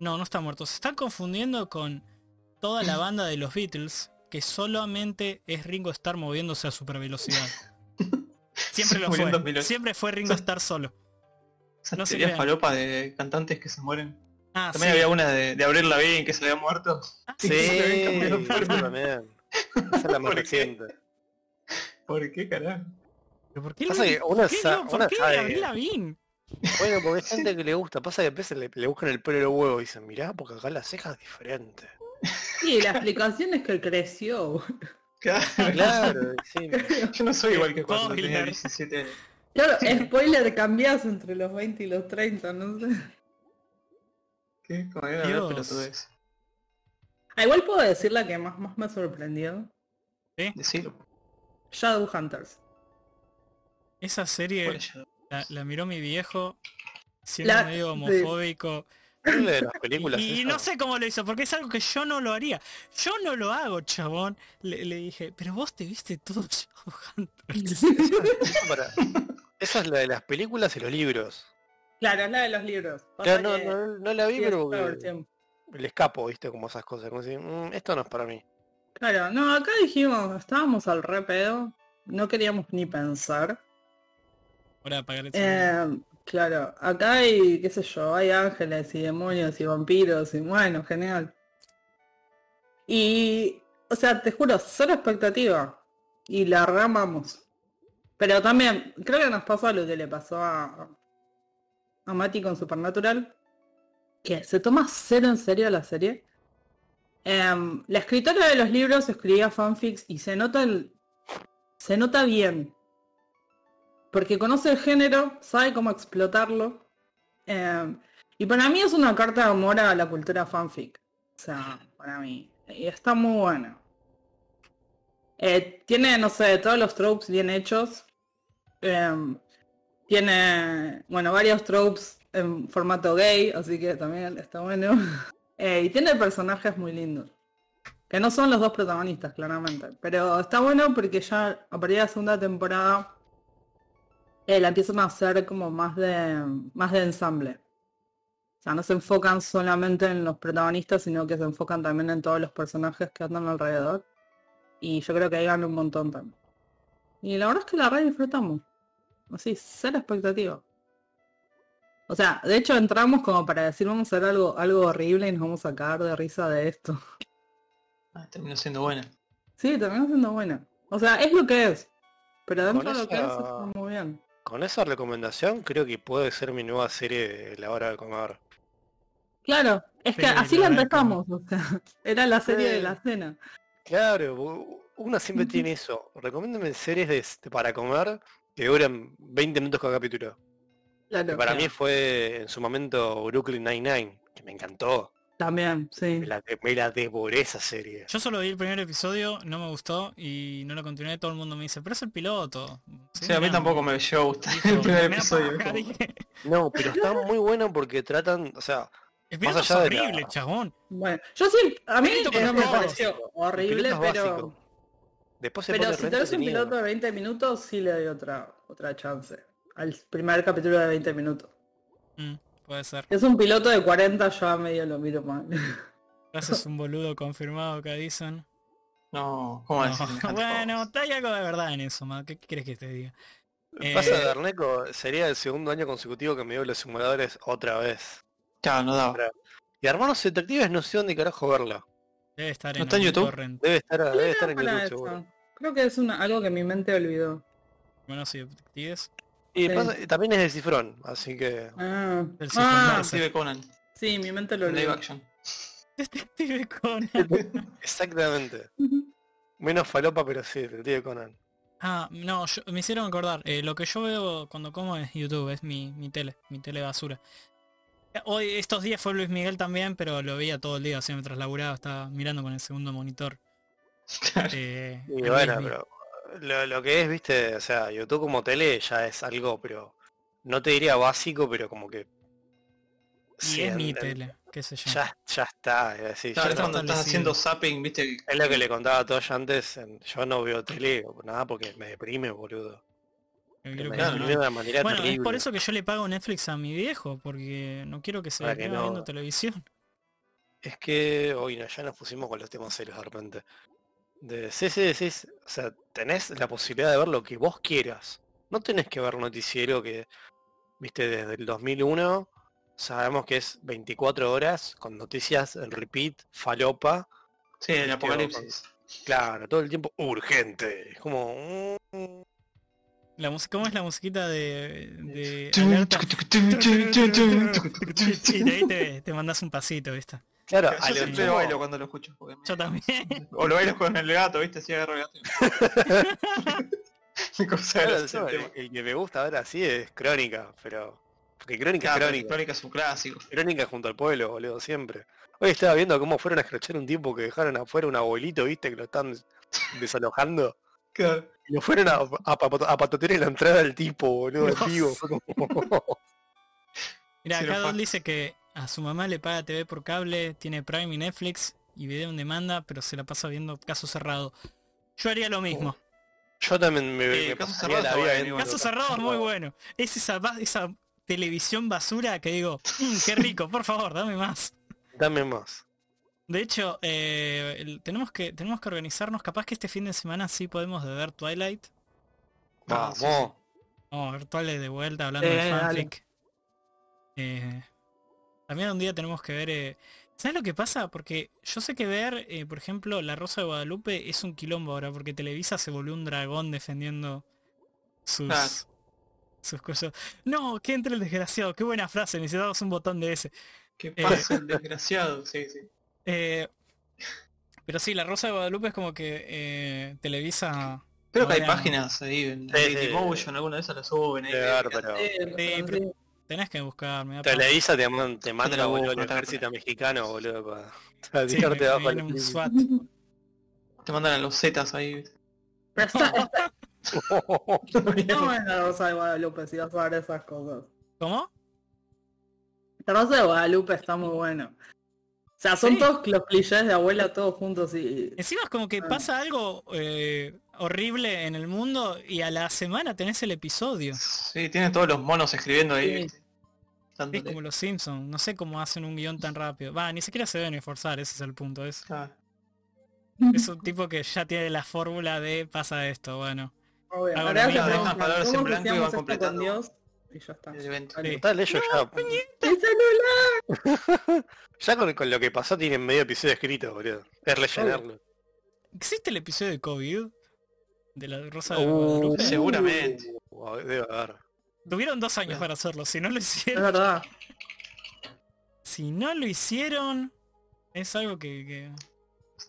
[SPEAKER 2] No, no está muerto. Se está confundiendo con toda
[SPEAKER 3] <laughs>
[SPEAKER 2] la banda de los Beatles, que solamente es Ringo Starr moviéndose a super
[SPEAKER 3] <laughs>
[SPEAKER 2] velocidad. Siempre
[SPEAKER 3] Se
[SPEAKER 2] lo
[SPEAKER 3] murió en
[SPEAKER 2] fue.
[SPEAKER 3] 2008.
[SPEAKER 2] Siempre fue
[SPEAKER 3] <laughs>
[SPEAKER 2] Ringo Starr solo.
[SPEAKER 3] Esas
[SPEAKER 2] no se
[SPEAKER 3] teorías
[SPEAKER 2] crean.
[SPEAKER 3] falopas de cantantes que se mueren.
[SPEAKER 2] Ah,
[SPEAKER 3] También
[SPEAKER 2] sí.
[SPEAKER 3] había una de, de Abril Lavigne que se le había muerto.
[SPEAKER 5] Ah, Sí,
[SPEAKER 3] se había cambiado
[SPEAKER 5] eso
[SPEAKER 3] de forma.
[SPEAKER 5] también. Esa es la más
[SPEAKER 3] ¿Por qué?
[SPEAKER 5] reciente.
[SPEAKER 3] ¿Por qué carajo?
[SPEAKER 2] ¿Pero ¿Por qué
[SPEAKER 5] Pasa
[SPEAKER 2] Luis-
[SPEAKER 5] que una
[SPEAKER 2] qué,
[SPEAKER 5] sa-
[SPEAKER 2] no? ¿Por
[SPEAKER 5] una
[SPEAKER 2] qué
[SPEAKER 5] sabe-
[SPEAKER 2] Avril Lavigne?
[SPEAKER 5] Bueno, porque hay gente que le gusta, pasa que a veces le, le buscan el pelo de huevo y dicen, mirá, porque acá la ceja es diferente.
[SPEAKER 4] Sí, la explicación es que creció. <laughs>
[SPEAKER 3] Claro,
[SPEAKER 5] Claro, sí. <laughs>
[SPEAKER 3] yo no soy igual que cuando
[SPEAKER 2] Spoiler.
[SPEAKER 3] tenía 17 años.
[SPEAKER 4] Claro, spoiler, cambiás entre los 20 y los 30, no sé.
[SPEAKER 3] ¿Qué? Como era
[SPEAKER 2] Dios.
[SPEAKER 3] pero todo eso.
[SPEAKER 4] Ah, igual puedo decir la que más, más me sorprendió.
[SPEAKER 3] Decirlo.
[SPEAKER 4] Shadowhunters.
[SPEAKER 2] Esa serie la, la miró mi viejo, siendo
[SPEAKER 4] La-
[SPEAKER 2] medio
[SPEAKER 4] sí.
[SPEAKER 2] homofóbico.
[SPEAKER 5] Es la de las
[SPEAKER 2] Y-
[SPEAKER 5] películas.
[SPEAKER 2] Y,
[SPEAKER 5] esa.
[SPEAKER 2] no sé cómo lo hizo, porque es algo que yo no lo haría. Yo no lo hago, chabón. Le, le dije, pero vos te viste todo <laughs> Shadowhunters.
[SPEAKER 5] Esa para- Ah, Esa es la de las películas y los libros.
[SPEAKER 4] claro, es la de los libros. Pasa
[SPEAKER 5] Claro, no,
[SPEAKER 4] que
[SPEAKER 5] no, no la vi,
[SPEAKER 4] sí, es
[SPEAKER 5] pero
[SPEAKER 4] otra
[SPEAKER 5] porque
[SPEAKER 4] versión.
[SPEAKER 5] le escapo, viste, como esas cosas. Como decir, "Mm, esto no es para mí.
[SPEAKER 4] Claro, no, acá dijimos, estábamos al re pedo, no queríamos ni pensar.
[SPEAKER 2] Ahora apagar el celular.
[SPEAKER 4] Eh, claro, acá hay, qué sé yo, hay ángeles y demonios y vampiros y bueno, genial. Y, o sea, te juro, cero expectativa. Y la ramamos. Pero también, creo que nos pasó lo que le pasó a, a Mati con Supernatural, que se toma cero en serio la serie. Em, la escritora de los libros escribía fanfics y se nota el, se nota bien porque conoce el género, sabe cómo explotarlo. eh, y para mí es una carta de amor a la cultura fanfic. O sea, para mí. Y está muy buena. Eh, tiene, no sé, todos los tropes bien hechos. Eh, tiene, bueno, varios tropes en formato gay, así que también está bueno. <laughs> Eh, y tiene personajes muy lindos. Que no son los dos protagonistas, claramente. Pero está bueno porque ya a partir de la segunda temporada eh, la empiezan a hacer como más de más de ensamble. O sea, no se enfocan solamente en los protagonistas, sino que se enfocan también en todos los personajes que andan alrededor. Y yo creo que ahí ganan un montón también. Y la verdad es que la red disfrutamos. Así, cero expectativa. O sea, de hecho entramos como para decir vamos a hacer algo, algo horrible y nos vamos a cagar de risa de esto. <laughs>
[SPEAKER 3] Ah, terminó siendo buena.
[SPEAKER 4] Sí, terminó siendo buena. O sea, es lo que es. Pero
[SPEAKER 5] Con
[SPEAKER 4] dentro de lo que es
[SPEAKER 5] esa-
[SPEAKER 4] está muy bien.
[SPEAKER 5] Con esa recomendación creo que puede ser mi nueva serie de La Hora de Comer.
[SPEAKER 4] Claro, es que
[SPEAKER 2] Sí,
[SPEAKER 4] así
[SPEAKER 2] la verdad es que
[SPEAKER 4] la
[SPEAKER 2] no.
[SPEAKER 4] empezamos, o sea, <laughs> era la serie de
[SPEAKER 5] Sí.
[SPEAKER 4] la cena.
[SPEAKER 5] Claro, u- uno siempre tiene eso. Recomiéndame series de, s- para comer que duran 20 minutos cada capítulo.
[SPEAKER 4] Claro,
[SPEAKER 5] Que para mí fue en su momento Brooklyn Nine-Nine, que me encantó.
[SPEAKER 4] también, sí.
[SPEAKER 5] Me la, de- me la devoré esa
[SPEAKER 4] <laughs>
[SPEAKER 5] serie.
[SPEAKER 2] Yo solo vi el primer episodio, no me gustó y no lo continué. Todo el mundo me dice, pero es el piloto.
[SPEAKER 3] O sea, a mí tampoco me llegó a gustar <laughs> el primer episodio. como-
[SPEAKER 5] No, pero está muy bueno porque tratan, o sea,
[SPEAKER 2] El
[SPEAKER 5] Más
[SPEAKER 2] piloto es
[SPEAKER 5] allá de la-
[SPEAKER 2] horrible, chabón.
[SPEAKER 4] Bueno, yo sí, a mí
[SPEAKER 2] Piloto con
[SPEAKER 4] eh, me
[SPEAKER 2] los clavos.
[SPEAKER 4] pareció horrible,
[SPEAKER 5] piloto es
[SPEAKER 4] pero,
[SPEAKER 5] básico. después se
[SPEAKER 4] pero
[SPEAKER 5] pone
[SPEAKER 4] si
[SPEAKER 5] re
[SPEAKER 4] tenés un
[SPEAKER 5] entretenido.
[SPEAKER 4] piloto de 20 minutos, sí le doy otra, otra chance. Al primer capítulo de 20 minutos.
[SPEAKER 2] Mm, puede ser.
[SPEAKER 4] Es un piloto de 40, ya medio lo miro mal. <laughs>
[SPEAKER 2] Gracias, un boludo confirmado acá dicen.
[SPEAKER 3] No, ¿cómo
[SPEAKER 2] No.
[SPEAKER 3] <laughs> decir?
[SPEAKER 2] <laughs> Bueno, hay algo de verdad en eso, ma. ¿Qué, qué crees que te diga? Eh,
[SPEAKER 5] Pasa de Arneco, sería el segundo año consecutivo que me dio los simuladores otra vez.
[SPEAKER 3] Chao, no daba.
[SPEAKER 5] Y Hermanos Detectives no sé dónde carajo verla.
[SPEAKER 2] Debe estar
[SPEAKER 3] ¿No
[SPEAKER 2] en
[SPEAKER 3] está en
[SPEAKER 2] algún
[SPEAKER 3] YouTube?
[SPEAKER 2] torrent.
[SPEAKER 5] Debe estar, debe estar en
[SPEAKER 4] Para
[SPEAKER 5] YouTube,
[SPEAKER 4] eso.
[SPEAKER 5] seguro.
[SPEAKER 4] Creo que es una, algo que mi mente olvidó.
[SPEAKER 2] Bueno, sí, detectives.
[SPEAKER 5] Y
[SPEAKER 4] Sí.
[SPEAKER 5] pasa- también es de cifrón, así que.
[SPEAKER 4] Ah,
[SPEAKER 2] El Cifrón
[SPEAKER 4] ah
[SPEAKER 2] Marcel.
[SPEAKER 3] Detective Conan,
[SPEAKER 4] sí, mi mente lo
[SPEAKER 3] en live
[SPEAKER 4] olvidó. <laughs>
[SPEAKER 3] action.
[SPEAKER 2] Detective Conan.
[SPEAKER 5] Exactamente. Menos falopa, pero sí, el tío Conan.
[SPEAKER 2] <laughs> Ah, no, yo- me hicieron acordar. eh, lo que yo veo cuando como es YouTube, es mi, mi tele, mi tele basura. Hoy, estos días fue Luis Miguel también, pero lo veía todo el día, o sea, mientras laburaba, estaba mirando con el segundo monitor. eh,
[SPEAKER 5] <laughs> Y
[SPEAKER 2] el
[SPEAKER 5] bueno,
[SPEAKER 2] Luismi.
[SPEAKER 5] pero lo, lo que es, viste, o sea, YouTube como tele ya es algo, pero no te diría básico, pero como que...
[SPEAKER 2] Y
[SPEAKER 5] sí,
[SPEAKER 2] es mi
[SPEAKER 5] en- en-
[SPEAKER 2] tele, qué sé yo.
[SPEAKER 5] Ya, ya está, es decir, ya
[SPEAKER 3] Claro,
[SPEAKER 5] está.
[SPEAKER 3] cuando estás
[SPEAKER 2] establecido.
[SPEAKER 3] haciendo zapping, viste que
[SPEAKER 5] es lo que le contaba a todos antes, en- yo no veo tele o nada porque me deprime, boludo.
[SPEAKER 2] Yo
[SPEAKER 5] Me
[SPEAKER 2] creo que
[SPEAKER 5] deprime
[SPEAKER 2] no.
[SPEAKER 5] de una manera
[SPEAKER 2] Bueno, es
[SPEAKER 5] terrible.
[SPEAKER 2] por eso que yo le pago Netflix a mi viejo, porque no quiero que se
[SPEAKER 5] Para que
[SPEAKER 2] vea
[SPEAKER 5] no-
[SPEAKER 2] viendo televisión. <laughs>
[SPEAKER 5] Es que hoy no, ya nos pusimos con los temas serios de repente. De, sí, sí, sí, sí, o sea, tenés la posibilidad de ver lo que vos quieras. No tenés que ver noticiero que, viste, desde el 2001 sabemos que es 24 horas con noticias en repeat, falopa,
[SPEAKER 3] sí, el apocalipsis.
[SPEAKER 5] claro, todo el tiempo urgente. Es como, mm,
[SPEAKER 2] La mus- ¿Cómo es la musiquita de, de alerta? <laughs> Y de
[SPEAKER 3] Yo
[SPEAKER 2] ahí te, te mandas un pasito, ¿viste?
[SPEAKER 5] claro, a lo
[SPEAKER 3] siempre lo
[SPEAKER 5] sumo-
[SPEAKER 3] bailo cuando lo escucho. porque me-
[SPEAKER 2] Yo también.
[SPEAKER 3] O lo bailas con el gato, viste, si agarro el gato. <laughs> Me causa
[SPEAKER 5] claro, a lo
[SPEAKER 3] gracia
[SPEAKER 5] sumo,
[SPEAKER 3] el tema.
[SPEAKER 5] el, el que me gusta ver así es crónica, pero... Porque crónica es
[SPEAKER 3] Claro,
[SPEAKER 5] crónica.
[SPEAKER 3] Crónica es un clásico.
[SPEAKER 5] Crónica junto al pueblo, boludo, siempre. Hoy estaba viendo cómo fueron a escrachar un tipo que dejaron afuera un abuelito, viste, que lo están des- desalojando.
[SPEAKER 3] Claro.
[SPEAKER 5] Y lo fueron a, a, pato- a patotear en la entrada del tipo,
[SPEAKER 2] No.
[SPEAKER 5] boludo, el vivo. Fue como-
[SPEAKER 2] Mira,
[SPEAKER 3] Sí,
[SPEAKER 2] acá
[SPEAKER 3] lo
[SPEAKER 2] Don
[SPEAKER 3] fa-
[SPEAKER 2] dice que a su mamá le paga TV por cable, tiene Prime y Netflix y video en demanda, pero se la pasa viendo caso cerrado. Yo haría lo mismo.
[SPEAKER 5] <laughs> Yo también me,
[SPEAKER 3] Eh,
[SPEAKER 5] me
[SPEAKER 3] Caso Cerrado
[SPEAKER 5] pasaría
[SPEAKER 3] está
[SPEAKER 5] la vida
[SPEAKER 3] bueno,
[SPEAKER 5] viendo
[SPEAKER 3] igual.
[SPEAKER 2] caso
[SPEAKER 5] Caso
[SPEAKER 2] cerrado es muy bueno. Es esa, ba- esa televisión basura que digo, "Mm,
[SPEAKER 3] <laughs>
[SPEAKER 2] qué rico, por favor, dame más.
[SPEAKER 5] Dame más.
[SPEAKER 2] De hecho, eh, el- tenemos, que, tenemos que organizarnos. Capaz que este fin de semana sí podemos de ver Twilight.
[SPEAKER 3] Ah,
[SPEAKER 5] Vamos.
[SPEAKER 3] sí,
[SPEAKER 2] Vamos a ver Twilight Oh, de vuelta hablando
[SPEAKER 4] Eh,
[SPEAKER 2] de
[SPEAKER 4] dale.
[SPEAKER 2] fanfic. Eh, también un día tenemos que ver... eh, ¿Sabes lo que pasa? Porque yo sé que ver, eh, por ejemplo, La Rosa de Guadalupe es un quilombo ahora, porque Televisa se volvió un dragón defendiendo sus...
[SPEAKER 3] Ah.
[SPEAKER 2] Sus cosas. No, que entre el desgraciado. Qué buena frase. Necesitamos un botón de ese.
[SPEAKER 3] ¿Qué pasa, el desgraciado? Sí, sí.
[SPEAKER 2] Eh, pero sí, La Rosa de Guadalupe es como que eh, Televisa...
[SPEAKER 3] Creo que hay
[SPEAKER 2] Ahora-
[SPEAKER 3] páginas ahí en
[SPEAKER 5] Sí, sí.
[SPEAKER 3] Dailymotion, alguna de esas las suben ahí.
[SPEAKER 5] Debe haber, pero...
[SPEAKER 4] Sí,
[SPEAKER 2] Sí,
[SPEAKER 4] pero-
[SPEAKER 2] Tenés que buscarme.
[SPEAKER 5] Televisa te, man- te manda,
[SPEAKER 3] la
[SPEAKER 5] boludo, el
[SPEAKER 3] busco, te la
[SPEAKER 5] ejército mexicano, boludo, para... para
[SPEAKER 2] Sí,
[SPEAKER 5] tirarte
[SPEAKER 2] me- me
[SPEAKER 5] abajo
[SPEAKER 2] viene
[SPEAKER 5] la
[SPEAKER 2] un
[SPEAKER 5] crisis.
[SPEAKER 2] SWAT.
[SPEAKER 3] Te mandan a los Zetas ahí. <laughs> ¿viste?
[SPEAKER 4] <laughs> pero está,
[SPEAKER 3] eh.
[SPEAKER 4] no es la Rosa de Guadalupe si vas a ver esas cosas.
[SPEAKER 2] ¿Cómo?
[SPEAKER 4] La Rosa de Guadalupe está muy bueno. O sea, son
[SPEAKER 2] Sí.
[SPEAKER 4] todos los clichés de abuela todos juntos y...
[SPEAKER 2] Encima es como que
[SPEAKER 4] Ah.
[SPEAKER 2] pasa algo eh, horrible en el mundo y a la semana tenés el episodio.
[SPEAKER 3] Sí, tienen todos los monos escribiendo ahí.
[SPEAKER 4] Sí.
[SPEAKER 3] ¿viste?
[SPEAKER 2] Es
[SPEAKER 3] Dándole-
[SPEAKER 2] como los Simpsons. No sé cómo hacen un guión tan rápido. Va, ni siquiera se deben esforzar, ese es el punto. Es,
[SPEAKER 3] Claro.
[SPEAKER 2] es
[SPEAKER 1] <laughs>
[SPEAKER 2] un tipo que ya tiene la fórmula de pasa esto, bueno.
[SPEAKER 4] Obvio,
[SPEAKER 2] Ahora
[SPEAKER 4] ahora
[SPEAKER 2] mismo
[SPEAKER 4] ya
[SPEAKER 2] dejan
[SPEAKER 4] vamos,
[SPEAKER 3] palabras en
[SPEAKER 4] ¿cómo
[SPEAKER 3] blanco y
[SPEAKER 4] hacíamos
[SPEAKER 3] van
[SPEAKER 4] esto
[SPEAKER 3] completando.
[SPEAKER 4] con Dios y ya está.
[SPEAKER 3] El evento.
[SPEAKER 4] Vale.
[SPEAKER 2] Sí.
[SPEAKER 5] <laughs> Total, ellos ya...
[SPEAKER 4] ¡El celular!
[SPEAKER 5] Ya con, con lo que pasó tienen medio episodio escrito, boludo. Es rellenarlo.
[SPEAKER 2] ¿Existe el episodio de COVID? De la Rosa de
[SPEAKER 5] Uh,
[SPEAKER 2] Guadalupe.
[SPEAKER 3] Seguramente.
[SPEAKER 5] Uh, debe haber.
[SPEAKER 2] Tuvieron dos años para hacerlo. Si no lo
[SPEAKER 4] Es
[SPEAKER 2] hicieron.
[SPEAKER 4] verdad.
[SPEAKER 2] Si no lo hicieron. Es algo que. que-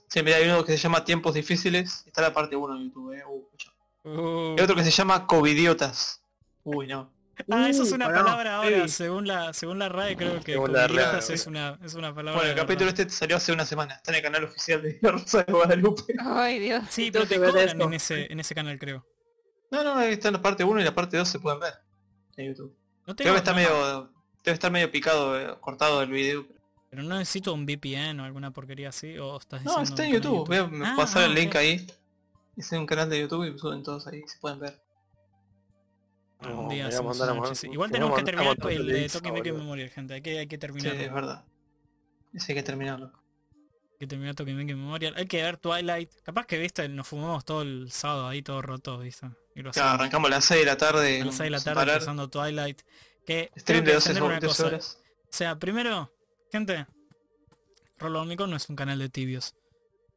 [SPEAKER 3] Sí, mira, hay uno que se llama Tiempos Difíciles. Está la parte 1 en YouTube, eh. Uh, escucha.
[SPEAKER 2] Uh.
[SPEAKER 3] Hay otro que se llama Covidiotas. Uy, no.
[SPEAKER 2] Ah, eso es
[SPEAKER 4] Uh,
[SPEAKER 2] una
[SPEAKER 4] pará.
[SPEAKER 2] palabra ahora,
[SPEAKER 3] Ey.
[SPEAKER 2] según la según la RAE creo que
[SPEAKER 5] Según la
[SPEAKER 2] covidiotas
[SPEAKER 5] RAE,
[SPEAKER 2] es una es una palabra.
[SPEAKER 3] Bueno, el
[SPEAKER 2] de
[SPEAKER 3] capítulo
[SPEAKER 2] verdad.
[SPEAKER 3] este salió hace una semana. Está en el canal oficial de <laughs> La Rosa de Guadalupe.
[SPEAKER 1] Ay, Dios.
[SPEAKER 2] Sí, pero
[SPEAKER 4] Tengo
[SPEAKER 2] te
[SPEAKER 4] que ver
[SPEAKER 2] cobran
[SPEAKER 4] eso.
[SPEAKER 2] en ese en ese canal creo.
[SPEAKER 3] No, no, ahí está la parte 1 y la parte 2 se pueden ver en YouTube.
[SPEAKER 2] No
[SPEAKER 3] Creo
[SPEAKER 2] tengo
[SPEAKER 3] que está
[SPEAKER 2] nada,
[SPEAKER 3] medio. Debe estar medio picado, eh, cortado el video.
[SPEAKER 2] pero no necesito un VPN o alguna porquería así o estás
[SPEAKER 3] No,
[SPEAKER 2] diciendo
[SPEAKER 3] está
[SPEAKER 2] un
[SPEAKER 3] en
[SPEAKER 2] canal
[SPEAKER 3] YouTube. Voy a
[SPEAKER 2] Ah,
[SPEAKER 3] pasar
[SPEAKER 2] ah,
[SPEAKER 3] el link
[SPEAKER 2] ok.
[SPEAKER 3] ahí. Es en un canal de YouTube y suben todos ahí, se pueden ver.
[SPEAKER 2] Algún día
[SPEAKER 5] No, me voy a
[SPEAKER 2] hacemos
[SPEAKER 5] mandar a
[SPEAKER 2] una
[SPEAKER 5] ma-
[SPEAKER 2] noche, sí. Igual
[SPEAKER 5] me voy a
[SPEAKER 2] tenemos que
[SPEAKER 5] mandar a
[SPEAKER 2] terminar
[SPEAKER 5] matar
[SPEAKER 2] el de
[SPEAKER 5] Televisa,
[SPEAKER 2] Toque y Meque en
[SPEAKER 5] boludo.
[SPEAKER 2] Memoria, gente. Hay que, hay que
[SPEAKER 3] Sí,
[SPEAKER 2] terminarlo.
[SPEAKER 3] es verdad. Ese hay que terminarlo.
[SPEAKER 2] Hay que terminar Toque y Meque en Memoria. Hay que ver Twilight. Capaz que, viste, nos fumamos todo el sábado ahí, todo roto, viste. Y lo
[SPEAKER 3] Claro,
[SPEAKER 2] hacemos
[SPEAKER 3] arrancamos a las 6 de la tarde.
[SPEAKER 2] a las 6 de la
[SPEAKER 3] sin
[SPEAKER 2] tarde
[SPEAKER 3] parar.
[SPEAKER 2] empezando Twilight. Que tengo
[SPEAKER 3] Stream
[SPEAKER 2] que
[SPEAKER 3] de 12
[SPEAKER 2] entender una cosa.
[SPEAKER 3] horas.
[SPEAKER 2] O sea, primero, gente, Rolomicon no es un canal de tibios.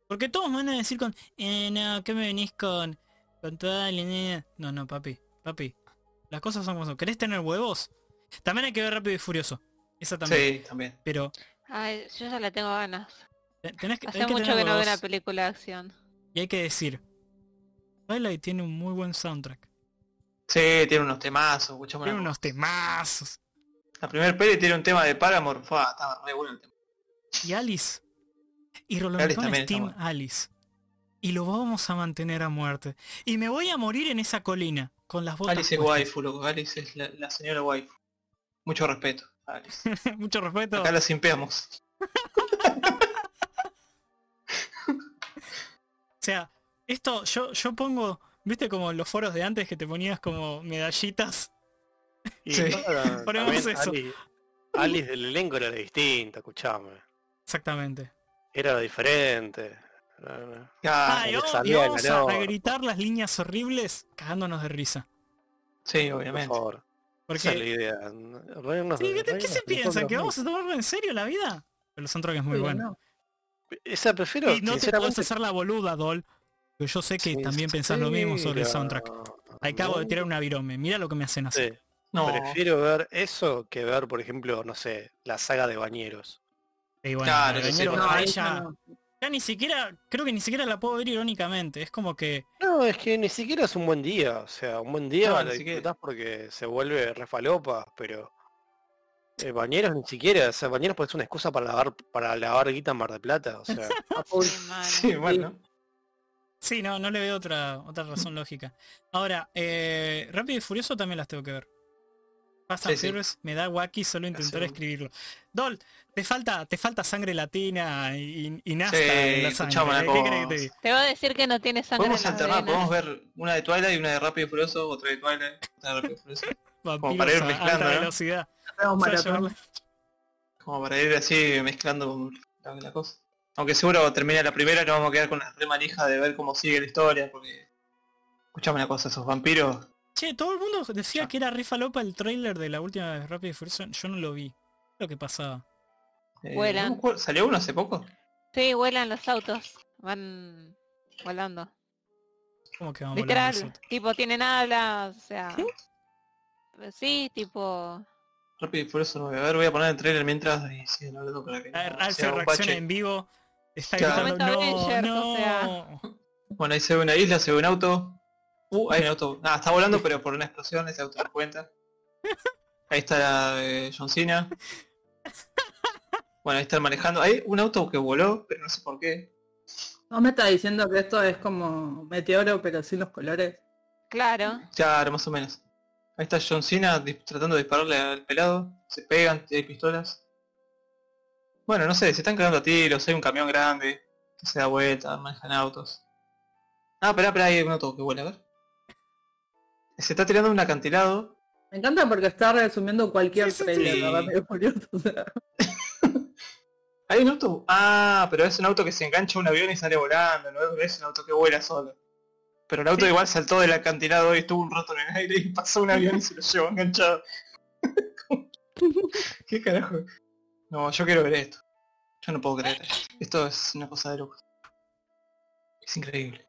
[SPEAKER 2] Porque todos me van a decir con, eh, no, ¿qué me venís con? Con toda la nena. No, no, papi, papi. Las cosas son como son. ¿Querés tener huevos? También hay que ver rápido y furioso. Esa también.
[SPEAKER 3] Sí, también.
[SPEAKER 2] Pero
[SPEAKER 1] Ay, yo ya le tengo ganas.
[SPEAKER 2] te- tenés que, hay
[SPEAKER 1] Hace
[SPEAKER 2] que
[SPEAKER 1] mucho
[SPEAKER 2] tener
[SPEAKER 1] que no veo
[SPEAKER 2] huevos.
[SPEAKER 1] una película de acción.
[SPEAKER 2] Y hay que decir, Twilight tiene un muy buen soundtrack.
[SPEAKER 3] Sí, tiene unos temazos, escuchamos
[SPEAKER 2] Tiene unos temazos.
[SPEAKER 3] La primera peli tiene un tema de Paramore, fa, estaba re bueno el tema.
[SPEAKER 2] Y Alice. Y
[SPEAKER 3] Alice
[SPEAKER 2] Rolongton
[SPEAKER 3] también
[SPEAKER 2] es
[SPEAKER 3] está
[SPEAKER 2] Team
[SPEAKER 3] bueno.
[SPEAKER 2] Alice. Y lo vamos a mantener a muerte. Y me voy a morir en esa colina. Con las botas. <laughs>
[SPEAKER 3] Alice es
[SPEAKER 2] puestas.
[SPEAKER 3] waifu, loco, Alice es la, la señora waifu. Mucho respeto, Alice.
[SPEAKER 2] Mucho respeto.
[SPEAKER 3] Acá la simpeamos.
[SPEAKER 2] O sea, esto yo, yo pongo, viste como los foros de antes que te ponías como medallitas.
[SPEAKER 5] Y
[SPEAKER 3] Sí.
[SPEAKER 5] nada,
[SPEAKER 2] <laughs> Ponemos
[SPEAKER 5] también
[SPEAKER 2] eso.
[SPEAKER 5] Ali- Alice del elenco era distinta, escuchame.
[SPEAKER 2] Exactamente.
[SPEAKER 5] Era diferente. Era una-
[SPEAKER 3] Ah,
[SPEAKER 2] Ah, y
[SPEAKER 5] le
[SPEAKER 2] vamos, y
[SPEAKER 5] salía de la
[SPEAKER 2] vamos a, a
[SPEAKER 5] nota.
[SPEAKER 2] gritar las líneas horribles cagándonos de risa.
[SPEAKER 3] sí,
[SPEAKER 5] Por
[SPEAKER 3] obviamente.
[SPEAKER 5] favor, esa es la
[SPEAKER 2] Porque,
[SPEAKER 5] idea. Reírnos
[SPEAKER 2] Sí,
[SPEAKER 5] de-
[SPEAKER 2] ¿qué, te- qué
[SPEAKER 5] reírnos
[SPEAKER 2] se
[SPEAKER 5] de
[SPEAKER 2] piensan?
[SPEAKER 5] nosotros
[SPEAKER 2] ¿Que vamos
[SPEAKER 5] mismos.
[SPEAKER 2] a tomarlo en serio la vida? Pero el soundtrack es muy bueno.
[SPEAKER 5] Esa prefiero,
[SPEAKER 2] Y no te puedes
[SPEAKER 5] sinceramente,
[SPEAKER 2] hacer la boluda, Dol. Que yo sé que también pensás lo mismo sobre el soundtrack. Acabo de tirar una virome. Mira lo que me hacen hacer.
[SPEAKER 5] Sí,
[SPEAKER 3] No,
[SPEAKER 5] Prefiero ver eso que ver, por ejemplo, no sé, la saga de bañeros.
[SPEAKER 2] Y bueno,
[SPEAKER 3] Claro,
[SPEAKER 2] la
[SPEAKER 3] sí,
[SPEAKER 2] venero
[SPEAKER 3] bueno.
[SPEAKER 2] a
[SPEAKER 4] No,
[SPEAKER 2] ella-
[SPEAKER 4] esa no.
[SPEAKER 2] ya ni siquiera, creo que ni siquiera la puedo ver irónicamente. Es como que
[SPEAKER 5] No, es que ni siquiera es un buen día. O sea, un buen día
[SPEAKER 3] No, ni
[SPEAKER 5] lo
[SPEAKER 3] siquiera.
[SPEAKER 5] disfrutás porque se vuelve refalopa, pero eh, bañeros ni siquiera. O sea, bañeros pues es una excusa para lavar, para lavar guita en Mar de Plata.
[SPEAKER 3] <laughs>
[SPEAKER 5] O sea,
[SPEAKER 1] Sí, mano.
[SPEAKER 3] sí, bueno.
[SPEAKER 2] sí, no, no le veo otra, otra
[SPEAKER 3] <laughs>
[SPEAKER 2] razón lógica. Ahora, eh, Rápido y Furioso también las tengo que ver. Fast and
[SPEAKER 3] Sí, sí.
[SPEAKER 2] Furious me da wacky solo intentar
[SPEAKER 3] Hace-
[SPEAKER 2] escribirlo. Dol, te falta, te falta sangre latina y, y nasta
[SPEAKER 3] Sí,
[SPEAKER 2] en la sangre.
[SPEAKER 3] escuchame una
[SPEAKER 2] ¿Qué querés que
[SPEAKER 3] cosa.
[SPEAKER 2] te diga?
[SPEAKER 1] Te voy a decir que no tiene sangre
[SPEAKER 3] Podemos
[SPEAKER 1] en las
[SPEAKER 3] alternar,
[SPEAKER 1] venas.
[SPEAKER 3] podemos ver una de Twilight y una de Rápido y Furioso, otra de Twilight, otra de Rápido y
[SPEAKER 1] <laughs>
[SPEAKER 3] Furioso.
[SPEAKER 2] Vampiros
[SPEAKER 3] para ir
[SPEAKER 2] a
[SPEAKER 3] mezclando,
[SPEAKER 2] alta
[SPEAKER 3] ¿no?
[SPEAKER 2] velocidad. <laughs>
[SPEAKER 4] Hacemos
[SPEAKER 2] Se va a
[SPEAKER 4] maratón.
[SPEAKER 2] llevar la-
[SPEAKER 3] Como para ir así mezclando con la, la cosa. Aunque seguro cuando termine la primera nos vamos a quedar con la re manija de ver cómo sigue la historia, porque... Escuchame una cosa, esos vampiros...
[SPEAKER 2] Che, todo el mundo decía que era re falopa el trailer de la última de Rápido y Furioso. Yo no lo vi. Lo que pasaba.
[SPEAKER 3] eh,
[SPEAKER 1] Vuelan.
[SPEAKER 3] no me acuerdo, ¿Salió uno hace poco?
[SPEAKER 1] Sí, vuelan los autos. Van volando.
[SPEAKER 2] Como que vamos volando
[SPEAKER 1] Literal.
[SPEAKER 2] nosotros.
[SPEAKER 1] Tipo, tienen alas, o sea. pues Sí, tipo.
[SPEAKER 3] Rápido y Furioso no voy a ver, voy a poner el trailer mientras y siguen hablando para que no
[SPEAKER 2] A ver, Alf
[SPEAKER 3] sea un
[SPEAKER 2] Ah, reacciona
[SPEAKER 3] bache.
[SPEAKER 2] en vivo. Está
[SPEAKER 3] Claro.
[SPEAKER 2] gritando,
[SPEAKER 1] Momento
[SPEAKER 2] no,
[SPEAKER 1] Avengers,
[SPEAKER 2] no.
[SPEAKER 1] o sea.
[SPEAKER 3] Bueno, ahí se ve una isla, se ve un auto. Uh, hay un auto. Ah, está volando, pero por una explosión ese auto no cuenta. Ahí está la de John Cena. Bueno, ahí están manejando. Hay un auto que voló, pero no sé por qué.
[SPEAKER 4] Vos me estás diciendo que esto es como meteoro pero sin los colores.
[SPEAKER 1] Claro.
[SPEAKER 3] Claro, más o menos. Ahí está John Cena dis- tratando de dispararle al pelado. Se pegan, hay pistolas. Bueno, no sé, se están cagando a tiros, hay un camión grande que se da vuelta, manejan autos. Ah, espera, espera, hay un auto que vuela, a ver. Se está tirando un acantilado.
[SPEAKER 4] Me encanta porque está resumiendo cualquier
[SPEAKER 2] Sí, sí,
[SPEAKER 4] trailer,
[SPEAKER 3] sí.
[SPEAKER 4] la <laughs> verdad, es curioso, o sea.
[SPEAKER 3] ¿Hay un auto? Ah, pero es un auto que se engancha a un avión y sale volando, no es- no es un auto que vuela solo. Pero el auto igual saltó del acantilado y estuvo un rato en el aire y pasó un avión y se lo llevó enganchado. <laughs> ¿Qué carajo? No, yo quiero ver esto. Yo no puedo creer. Esto es una cosa de loco. Es increíble.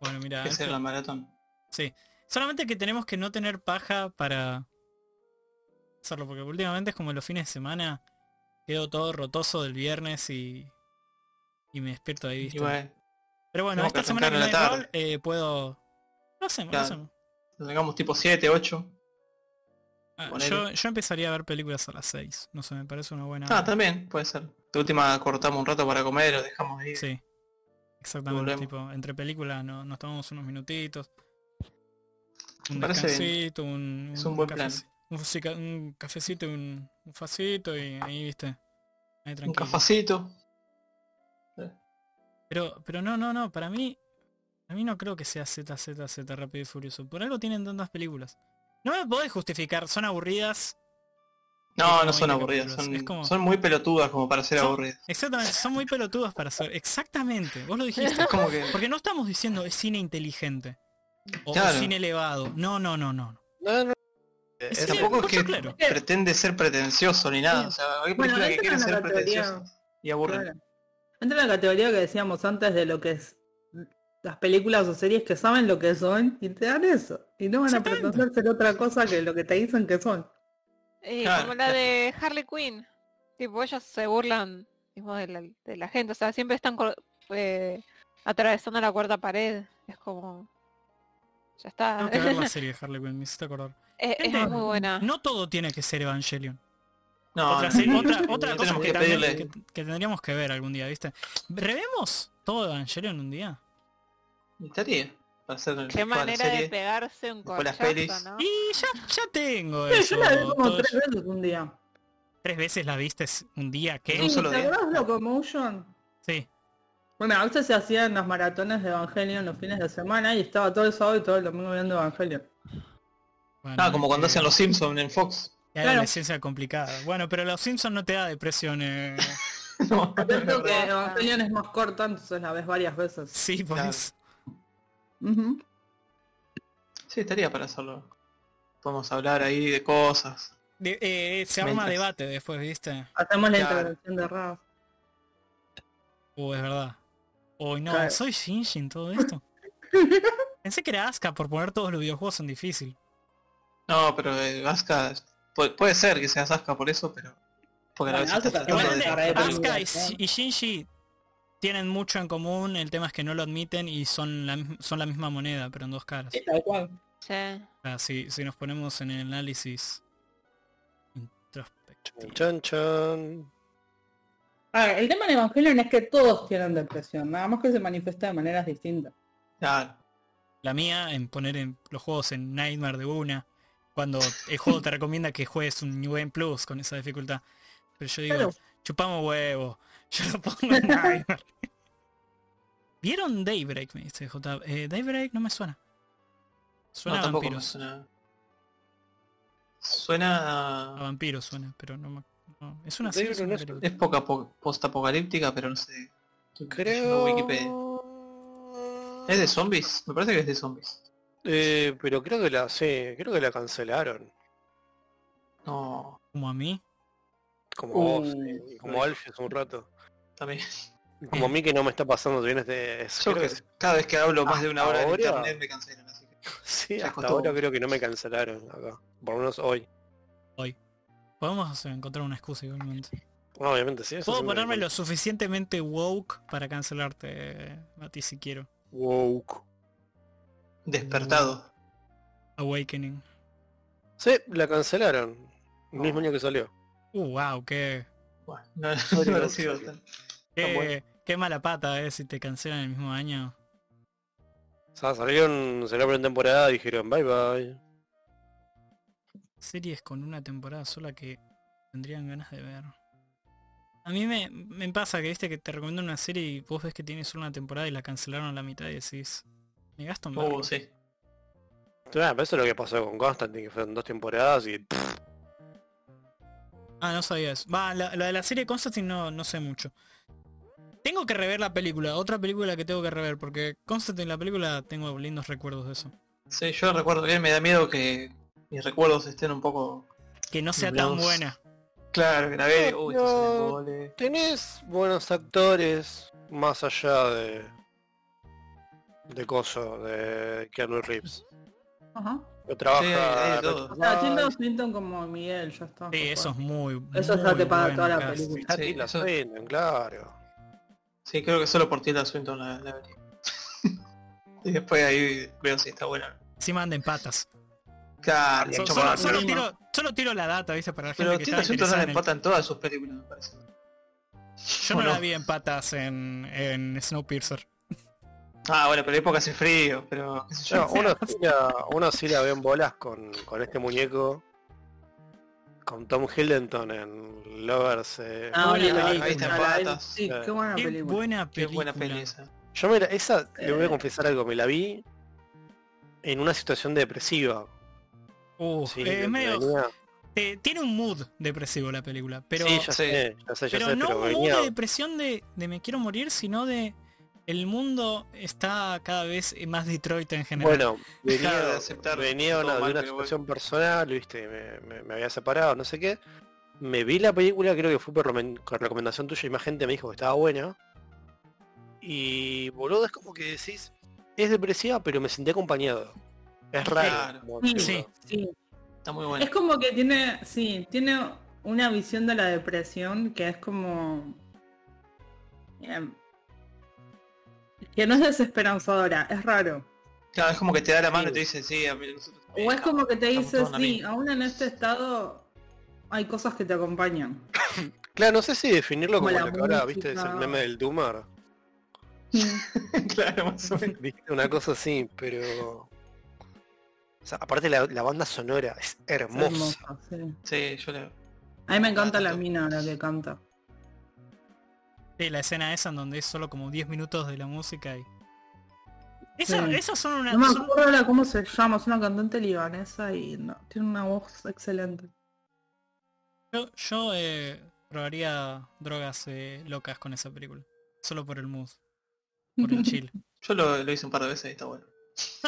[SPEAKER 2] Bueno, mira,
[SPEAKER 3] Hay que hacer
[SPEAKER 2] Alf-
[SPEAKER 3] la maratón.
[SPEAKER 2] Sí. Solamente que tenemos que no tener paja para hacerlo, porque últimamente es como los fines de semana. Quedo todo rotoso del viernes y, y me despierto ahí,
[SPEAKER 3] Y
[SPEAKER 2] ¿viste?
[SPEAKER 3] bueno,
[SPEAKER 2] Pero bueno,
[SPEAKER 3] tenemos
[SPEAKER 2] esta
[SPEAKER 3] que
[SPEAKER 2] semana que no hay
[SPEAKER 3] arrancar a la
[SPEAKER 2] rol, eh, puedo... Lo hacemos,
[SPEAKER 3] Claro.
[SPEAKER 2] lo hacemos.
[SPEAKER 3] lo tengamos tipo 7, 8.
[SPEAKER 2] Ah,
[SPEAKER 3] Ponele.
[SPEAKER 2] yo, yo empezaría a ver películas a las 6. No sé, me parece una buena...
[SPEAKER 3] Ah, también, puede ser. De última cortamos un rato para comer o dejamos ahí.
[SPEAKER 2] Sí. Exactamente,
[SPEAKER 3] Volvemos.
[SPEAKER 2] tipo, entre películas no, nos tomamos unos minutitos. Un
[SPEAKER 3] Me parece bien.
[SPEAKER 2] descansito, un,
[SPEAKER 3] Es un buen plan.
[SPEAKER 2] cafeci- Un, cica- un cafecito, y un, un facito y ahí, viste. Ahí
[SPEAKER 3] un
[SPEAKER 2] tranquilo.
[SPEAKER 3] cafacito.
[SPEAKER 2] Pero, pero no, no, no, para mí. A mí no creo que sea Z, Z, Z, Rápido y Furioso. Por algo tienen tantas películas. No me podés justificar, son aburridas.
[SPEAKER 3] No,
[SPEAKER 2] como
[SPEAKER 3] no son
[SPEAKER 2] 20
[SPEAKER 3] aburridas,
[SPEAKER 2] capítulos,
[SPEAKER 3] son,
[SPEAKER 2] es como-
[SPEAKER 3] son muy pelotudas como para ser
[SPEAKER 2] Son-
[SPEAKER 3] aburridas.
[SPEAKER 2] Exactamente, son muy pelotudas para hacer. Exactamente, vos lo dijiste.
[SPEAKER 3] Es como que...
[SPEAKER 2] Porque no estamos diciendo es cine inteligente. O, o
[SPEAKER 3] Claro.
[SPEAKER 2] cine elevado. No, no, no, no.
[SPEAKER 5] No, no. eh,
[SPEAKER 2] Es
[SPEAKER 5] es-
[SPEAKER 2] cine-
[SPEAKER 3] tampoco es
[SPEAKER 2] mucho
[SPEAKER 3] que
[SPEAKER 2] claro.
[SPEAKER 3] pretende ser pretencioso ni nada, o sea, hay
[SPEAKER 4] Bueno,
[SPEAKER 3] películas que
[SPEAKER 4] esa
[SPEAKER 3] quieren
[SPEAKER 4] es
[SPEAKER 3] ser
[SPEAKER 4] la teoría.
[SPEAKER 3] pretenciosas y aburren.
[SPEAKER 4] Claro. Entra en la categoría que decíamos antes de lo que es las películas o series que saben lo que son y te dan eso. Y no van a
[SPEAKER 2] Exactamente.
[SPEAKER 4] pretender ser otra cosa que lo que te dicen que son.
[SPEAKER 1] Eh,
[SPEAKER 3] Claro.
[SPEAKER 1] Como la de Harley Quinn. Tipo, ellas se burlan tipo, de, la, de la gente. O sea, siempre están cor- eh, atravesando la cuarta pared. Es como... Ya está.
[SPEAKER 2] Tengo
[SPEAKER 1] <laughs>
[SPEAKER 2] que ver la serie de Harley Quinn, me hiciste acordar.
[SPEAKER 1] es, es
[SPEAKER 2] Gente,
[SPEAKER 1] muy
[SPEAKER 4] Ah.
[SPEAKER 1] buena.
[SPEAKER 2] No todo tiene que ser Evangelion.
[SPEAKER 3] Ah, No,
[SPEAKER 2] otra
[SPEAKER 3] no,
[SPEAKER 2] serie-
[SPEAKER 3] no, <laughs>
[SPEAKER 2] otra,
[SPEAKER 3] no
[SPEAKER 2] otra cosa
[SPEAKER 3] tenemos
[SPEAKER 2] que,
[SPEAKER 3] que
[SPEAKER 2] también-
[SPEAKER 3] pedirle.
[SPEAKER 2] que- que tendríamos que ver algún día, ¿viste? ¿Revemos todo Evangelion un día?
[SPEAKER 3] Me gustaría. Para hacer con
[SPEAKER 1] Qué
[SPEAKER 3] toda la
[SPEAKER 1] manera de
[SPEAKER 3] serie.
[SPEAKER 1] pegarse un
[SPEAKER 3] Después las pelis.
[SPEAKER 1] corchazo, ¿no?
[SPEAKER 2] Y ya, ya
[SPEAKER 4] <laughs>
[SPEAKER 2] tengo
[SPEAKER 4] Pero
[SPEAKER 2] eso.
[SPEAKER 4] yo la vi como
[SPEAKER 2] todo-
[SPEAKER 4] tres veces un día.
[SPEAKER 2] tres veces la viste un día,
[SPEAKER 4] Sí,
[SPEAKER 2] ¿qué?
[SPEAKER 3] un solo
[SPEAKER 4] ¿Te
[SPEAKER 3] día.
[SPEAKER 4] acuerdas Locomotion?
[SPEAKER 2] Sí.
[SPEAKER 4] Bueno, a veces se hacían las maratones de Evangelion los fines de semana y estaba todo el sábado y todo el domingo viendo Evangelion.
[SPEAKER 2] Bueno,
[SPEAKER 3] Ah, como cuando
[SPEAKER 2] eh,
[SPEAKER 3] hacen los Simpsons en Fox. <laughs>
[SPEAKER 2] ya
[SPEAKER 4] claro.
[SPEAKER 2] La ciencia complicada. Bueno, pero los Simpsons no te da depresión. eh.
[SPEAKER 3] No,
[SPEAKER 4] Creo que
[SPEAKER 1] verdad.
[SPEAKER 4] Evangelion es más corta, entonces la ves varias
[SPEAKER 2] <laughs>
[SPEAKER 4] veces.
[SPEAKER 2] Sí, pues.
[SPEAKER 3] Claro.
[SPEAKER 4] Ujú.
[SPEAKER 3] Sí, estaría para hacerlo. Podemos hablar ahí de cosas.
[SPEAKER 2] De- eh, se arma
[SPEAKER 3] Mientras-
[SPEAKER 2] debate después, ¿viste?
[SPEAKER 4] Hacemos la
[SPEAKER 3] Claro.
[SPEAKER 4] intervención de Raf.
[SPEAKER 2] Uh, es verdad. Uy, no,
[SPEAKER 4] Claro.
[SPEAKER 2] soy Shinji en todo esto. Pensé que era Asuka por poner todos los videojuegos son difícil.
[SPEAKER 3] No, pero eh, Asuka- pu- puede ser que sea Asuka por eso, pero... Porque
[SPEAKER 4] Bueno,
[SPEAKER 3] la vez
[SPEAKER 4] Asuka
[SPEAKER 3] está
[SPEAKER 4] también
[SPEAKER 3] tratando Ah, de-
[SPEAKER 4] para
[SPEAKER 2] Igualmente,
[SPEAKER 4] determinar,
[SPEAKER 2] Asuka y,
[SPEAKER 4] ¿no?
[SPEAKER 2] y Shinji tienen mucho en común, el tema es que no lo admiten y son la, mis- son la misma moneda, pero en dos caras.
[SPEAKER 4] Sí, tal cual.
[SPEAKER 1] Sí.
[SPEAKER 2] O sea, si, si nos ponemos en el análisis introspectivo.
[SPEAKER 5] Chan, chan.
[SPEAKER 4] A ver, el tema de Evangelion es que todos tienen depresión, nada más que se manifiesta de maneras distintas.
[SPEAKER 3] Claro.
[SPEAKER 2] La mía en poner en los juegos en Nightmare de una, cuando el juego te recomienda que juegues un New Game Plus con esa dificultad. Pero yo digo,
[SPEAKER 4] Claro.
[SPEAKER 2] chupamos huevo, <laughs> yo lo pongo en Nightmare. ¿Vieron Daybreak? Me dice J. Eh, Daybreak no me suena. Suena a
[SPEAKER 3] no, tampoco me
[SPEAKER 2] vampiros.
[SPEAKER 3] suena. Suena...
[SPEAKER 2] A
[SPEAKER 3] a-
[SPEAKER 2] vampiros suena, pero no me... no. ¿Es una serie?
[SPEAKER 5] Daybreak
[SPEAKER 2] o es una
[SPEAKER 5] no es-
[SPEAKER 2] película?
[SPEAKER 3] Es poca po- post-apocalíptica, pero no sé. Estoy leyendo
[SPEAKER 5] Creo...
[SPEAKER 3] Wikipedia. ¿Es de zombies? Me parece que es de zombies.
[SPEAKER 5] Eh, pero creo que la, sí, creo que la cancelaron.
[SPEAKER 3] No,
[SPEAKER 2] Como a mí.
[SPEAKER 5] Como
[SPEAKER 4] Uh,
[SPEAKER 5] vos, sí, y como Alfius un rato.
[SPEAKER 3] también. <laughs>
[SPEAKER 5] Como a mí que no me está pasando bien este... es-
[SPEAKER 3] Yo
[SPEAKER 5] creo
[SPEAKER 3] que cada vez que hablo más de una hora en
[SPEAKER 5] Ahora-
[SPEAKER 3] internet me cancelan, así que...
[SPEAKER 5] Sí,
[SPEAKER 3] Ya
[SPEAKER 5] hasta
[SPEAKER 3] costó.
[SPEAKER 5] ahora creo que no me cancelaron acá. Por lo menos hoy.
[SPEAKER 2] Podemos encontrar una excusa igualmente.
[SPEAKER 5] No, Ah, obviamente sí. eso
[SPEAKER 2] Puedo
[SPEAKER 5] siempre
[SPEAKER 2] ponerme
[SPEAKER 5] me-
[SPEAKER 2] lo suficientemente woke para cancelarte, eh, Mati, si quiero.
[SPEAKER 5] Woke.
[SPEAKER 3] Despertado.
[SPEAKER 2] Awakening.
[SPEAKER 5] Sí, la cancelaron. El
[SPEAKER 3] Oh.
[SPEAKER 5] mismo año que salió.
[SPEAKER 2] Uh, wow, qué,
[SPEAKER 3] Bueno, no, <laughs> no
[SPEAKER 5] Mm. Podría
[SPEAKER 3] habrá
[SPEAKER 5] haber
[SPEAKER 3] sido
[SPEAKER 5] sido.
[SPEAKER 3] tan-
[SPEAKER 2] qué,
[SPEAKER 5] bueno.
[SPEAKER 2] qué mala pata, eh, si te cancelan el mismo año.
[SPEAKER 5] O sea, salieron, salieron por temporada y dijeron bye bye.
[SPEAKER 2] Series con una temporada sola que tendrían ganas de ver. A mí me, me pasa que viste que te recomiendo una serie y vos ves que tiene solo una temporada y la cancelaron a la mitad y decís, me gasto en verlo".
[SPEAKER 3] Oh, sí.
[SPEAKER 5] Ah, pero eso es lo que pasó con Constantine, que fueron dos temporadas y pff,
[SPEAKER 2] Ah, no sabía eso. Va, la, la de la serie Constantine no, no sé mucho. Tengo que rever la película, otra película que tengo que rever, porque Constantine, la película, tengo lindos recuerdos de eso.
[SPEAKER 3] Sí, yo recuerdo bien, me da miedo que mis recuerdos estén un poco...
[SPEAKER 2] Que no sea tan
[SPEAKER 3] Nublados.
[SPEAKER 2] buena.
[SPEAKER 3] Claro, grabé, uy, esto es un
[SPEAKER 5] No.
[SPEAKER 3] embole.
[SPEAKER 5] tenés buenos actores más allá de de coso, de Keanu Reeves.
[SPEAKER 4] Ajá.
[SPEAKER 5] Que
[SPEAKER 3] Sí, hay
[SPEAKER 5] trabaja
[SPEAKER 3] de todo.
[SPEAKER 4] O
[SPEAKER 2] Ah,
[SPEAKER 4] sea, Tilda Swinton como Miguel, ya está.
[SPEAKER 2] Sí, eso es muy...
[SPEAKER 4] Eso ya
[SPEAKER 2] muy
[SPEAKER 4] te paga
[SPEAKER 2] bueno,
[SPEAKER 4] toda la
[SPEAKER 2] cast.
[SPEAKER 4] película.
[SPEAKER 5] Ah,
[SPEAKER 3] Sí,
[SPEAKER 5] Tilda
[SPEAKER 3] eso-
[SPEAKER 5] Swinton, claro.
[SPEAKER 3] Sí, creo que solo por Tilda Swinton la, la vería. <laughs> y después ahí veo si está buena.
[SPEAKER 2] Si manden patas.
[SPEAKER 3] Claro,
[SPEAKER 2] So-
[SPEAKER 3] mucho
[SPEAKER 2] solo,
[SPEAKER 3] más.
[SPEAKER 2] solo tiro, solo tiro la data, ¿viste? Para la gente
[SPEAKER 3] Pero
[SPEAKER 2] que
[SPEAKER 3] Tilda
[SPEAKER 2] está
[SPEAKER 3] Swinton no
[SPEAKER 2] interesada
[SPEAKER 3] la
[SPEAKER 2] en el-
[SPEAKER 3] empata en todas sus películas, me parece.
[SPEAKER 2] Yo no
[SPEAKER 3] ¿o no?
[SPEAKER 2] la vi en patas en, en Snowpiercer.
[SPEAKER 3] Ah, bueno, pero época sin frío, pero qué sé
[SPEAKER 5] <laughs>
[SPEAKER 3] yo.
[SPEAKER 5] No, uno, sí la, uno sí la ve en bolas con, con este muñeco. Con Tom Hiddleston en Lovers. eh,
[SPEAKER 4] Ah,
[SPEAKER 2] Buena
[SPEAKER 4] Oliver,
[SPEAKER 2] película.
[SPEAKER 4] ahí está,
[SPEAKER 3] Ahí
[SPEAKER 4] la-
[SPEAKER 3] patas.
[SPEAKER 4] Sí, qué
[SPEAKER 5] Sí.
[SPEAKER 4] buena
[SPEAKER 2] Qué
[SPEAKER 4] película.
[SPEAKER 2] buena
[SPEAKER 3] Qué
[SPEAKER 2] película.
[SPEAKER 3] buena peli esa.
[SPEAKER 5] Yo mira, esa, le voy
[SPEAKER 4] Eh.
[SPEAKER 5] a confesar algo, me la vi en una situación depresiva.
[SPEAKER 2] Uh,
[SPEAKER 5] Sí,
[SPEAKER 2] eh,
[SPEAKER 5] que
[SPEAKER 2] es medio-
[SPEAKER 5] venía-
[SPEAKER 2] eh, tiene un mood depresivo la película, pero,
[SPEAKER 5] sí,
[SPEAKER 3] sí.
[SPEAKER 5] ya sé, ya sé, ya
[SPEAKER 2] pero
[SPEAKER 5] sé,
[SPEAKER 2] no
[SPEAKER 5] pero
[SPEAKER 2] un
[SPEAKER 5] venía.
[SPEAKER 2] mood de depresión de, de me quiero morir, sino de el mundo está cada vez más Detroit en general.
[SPEAKER 5] Bueno, <laughs> venía,
[SPEAKER 3] Claro, de aceptar
[SPEAKER 5] venía
[SPEAKER 3] todo
[SPEAKER 5] una- de
[SPEAKER 3] mal,
[SPEAKER 5] una
[SPEAKER 3] pero bueno.
[SPEAKER 5] situación personal, viste, me, me- me había separado, no sé qué. Me vi la película, creo que fue por, remen- por recomendación tuya y más gente me dijo que estaba buena. y boludo, es como que decís, es depresiva, pero me sentí acompañado. Es raro.
[SPEAKER 3] Claro.
[SPEAKER 5] como
[SPEAKER 4] Sí.
[SPEAKER 5] que-
[SPEAKER 2] Sí.
[SPEAKER 4] Sí.
[SPEAKER 3] Está muy bueno.
[SPEAKER 4] Es como que tiene, sí, tiene una visión de la depresión que es como... em, que no es desesperanzadora, es raro.
[SPEAKER 3] Claro, es como que te da la mano y te dice, sí, a mí nosotros
[SPEAKER 4] O es como que te
[SPEAKER 3] Estamos
[SPEAKER 4] dice,
[SPEAKER 3] todos en la
[SPEAKER 4] sí,
[SPEAKER 3] misma".
[SPEAKER 4] aún en este estado hay cosas que te acompañan.
[SPEAKER 5] Claro, no sé si definirlo
[SPEAKER 4] Como
[SPEAKER 5] como,
[SPEAKER 4] la
[SPEAKER 5] lo que ahora,
[SPEAKER 4] música.
[SPEAKER 5] viste, es el meme
[SPEAKER 4] <laughs>
[SPEAKER 5] del Dumar.
[SPEAKER 3] <laughs> claro, más o menos.
[SPEAKER 5] Viste, una cosa así, pero... O sea, aparte la, la banda sonora es
[SPEAKER 4] Es
[SPEAKER 5] hermosa.
[SPEAKER 4] hermoso, sí.
[SPEAKER 3] Sí, yo le...
[SPEAKER 4] A mí me encanta la mina ahora que canta.
[SPEAKER 2] Sí, la escena esa en donde es solo como 10 minutos de la música y...
[SPEAKER 4] Sí.
[SPEAKER 2] Eso, Esas son una...
[SPEAKER 4] No me
[SPEAKER 2] son-
[SPEAKER 4] acuerdo ahora cómo se llama, es una cantante libanesa y no, tiene una voz excelente.
[SPEAKER 2] Yo, yo, eh, probaría drogas eh, locas con esa película. Solo por el mood. Por el
[SPEAKER 3] <laughs>
[SPEAKER 2] chill.
[SPEAKER 3] Yo lo, lo hice un par de veces y está bueno.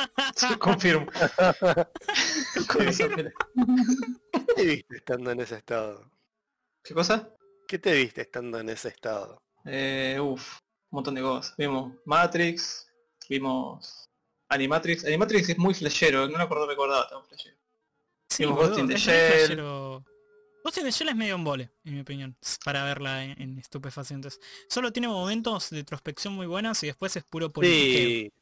[SPEAKER 3] <laughs> Yo confirmo. Con <laughs> esa pela.
[SPEAKER 5] ¿Qué te <laughs> viste estando en ese estado?
[SPEAKER 3] ¿Qué cosa?
[SPEAKER 5] ¿Qué te viste estando en ese estado?
[SPEAKER 3] Eh, uf, un montón de cosas. Vimos Matrix, vimos Animatrix. Animatrix es muy flashero, no lo acuerdo recordaba tan flashero.
[SPEAKER 2] Sí,
[SPEAKER 3] Ghost
[SPEAKER 2] boludo,
[SPEAKER 3] in the
[SPEAKER 2] es re
[SPEAKER 3] Shell.
[SPEAKER 2] flashero. Ghost in the Shell es medio embole, en mi opinión, para verla en, en estupefacientes. Solo tiene momentos de introspección muy buenas y después es puro politiqueo.
[SPEAKER 5] Sí,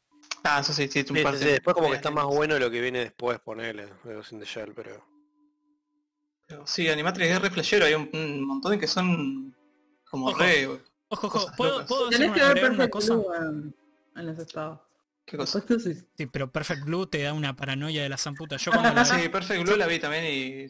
[SPEAKER 3] Ah, eso sí, sí, un
[SPEAKER 5] sí,
[SPEAKER 3] par
[SPEAKER 5] sí,
[SPEAKER 3] de...
[SPEAKER 5] sí, después como que está más bueno lo que viene después, ponele, de Ghost in the Shell, pero...
[SPEAKER 3] Sí, Animatrix es re flashero, hay un, un montón de que son como
[SPEAKER 2] Ojo.
[SPEAKER 3] re...
[SPEAKER 2] Ojo, ojo,
[SPEAKER 3] Cosas
[SPEAKER 2] ¿puedo,
[SPEAKER 3] locas.
[SPEAKER 2] puedo hacer
[SPEAKER 4] Tenés que
[SPEAKER 2] una,
[SPEAKER 4] ver
[SPEAKER 2] agregar una
[SPEAKER 4] Perfect
[SPEAKER 2] cosa?
[SPEAKER 4] Blue en, en los estados.
[SPEAKER 3] ¿Qué cosa?
[SPEAKER 4] Esto sí.
[SPEAKER 2] Sí, pero Perfect Blue te da una paranoia de la zamputa. Yo cuando
[SPEAKER 3] <laughs>
[SPEAKER 2] la vi,
[SPEAKER 3] Sí, Perfect Blue la vi también y...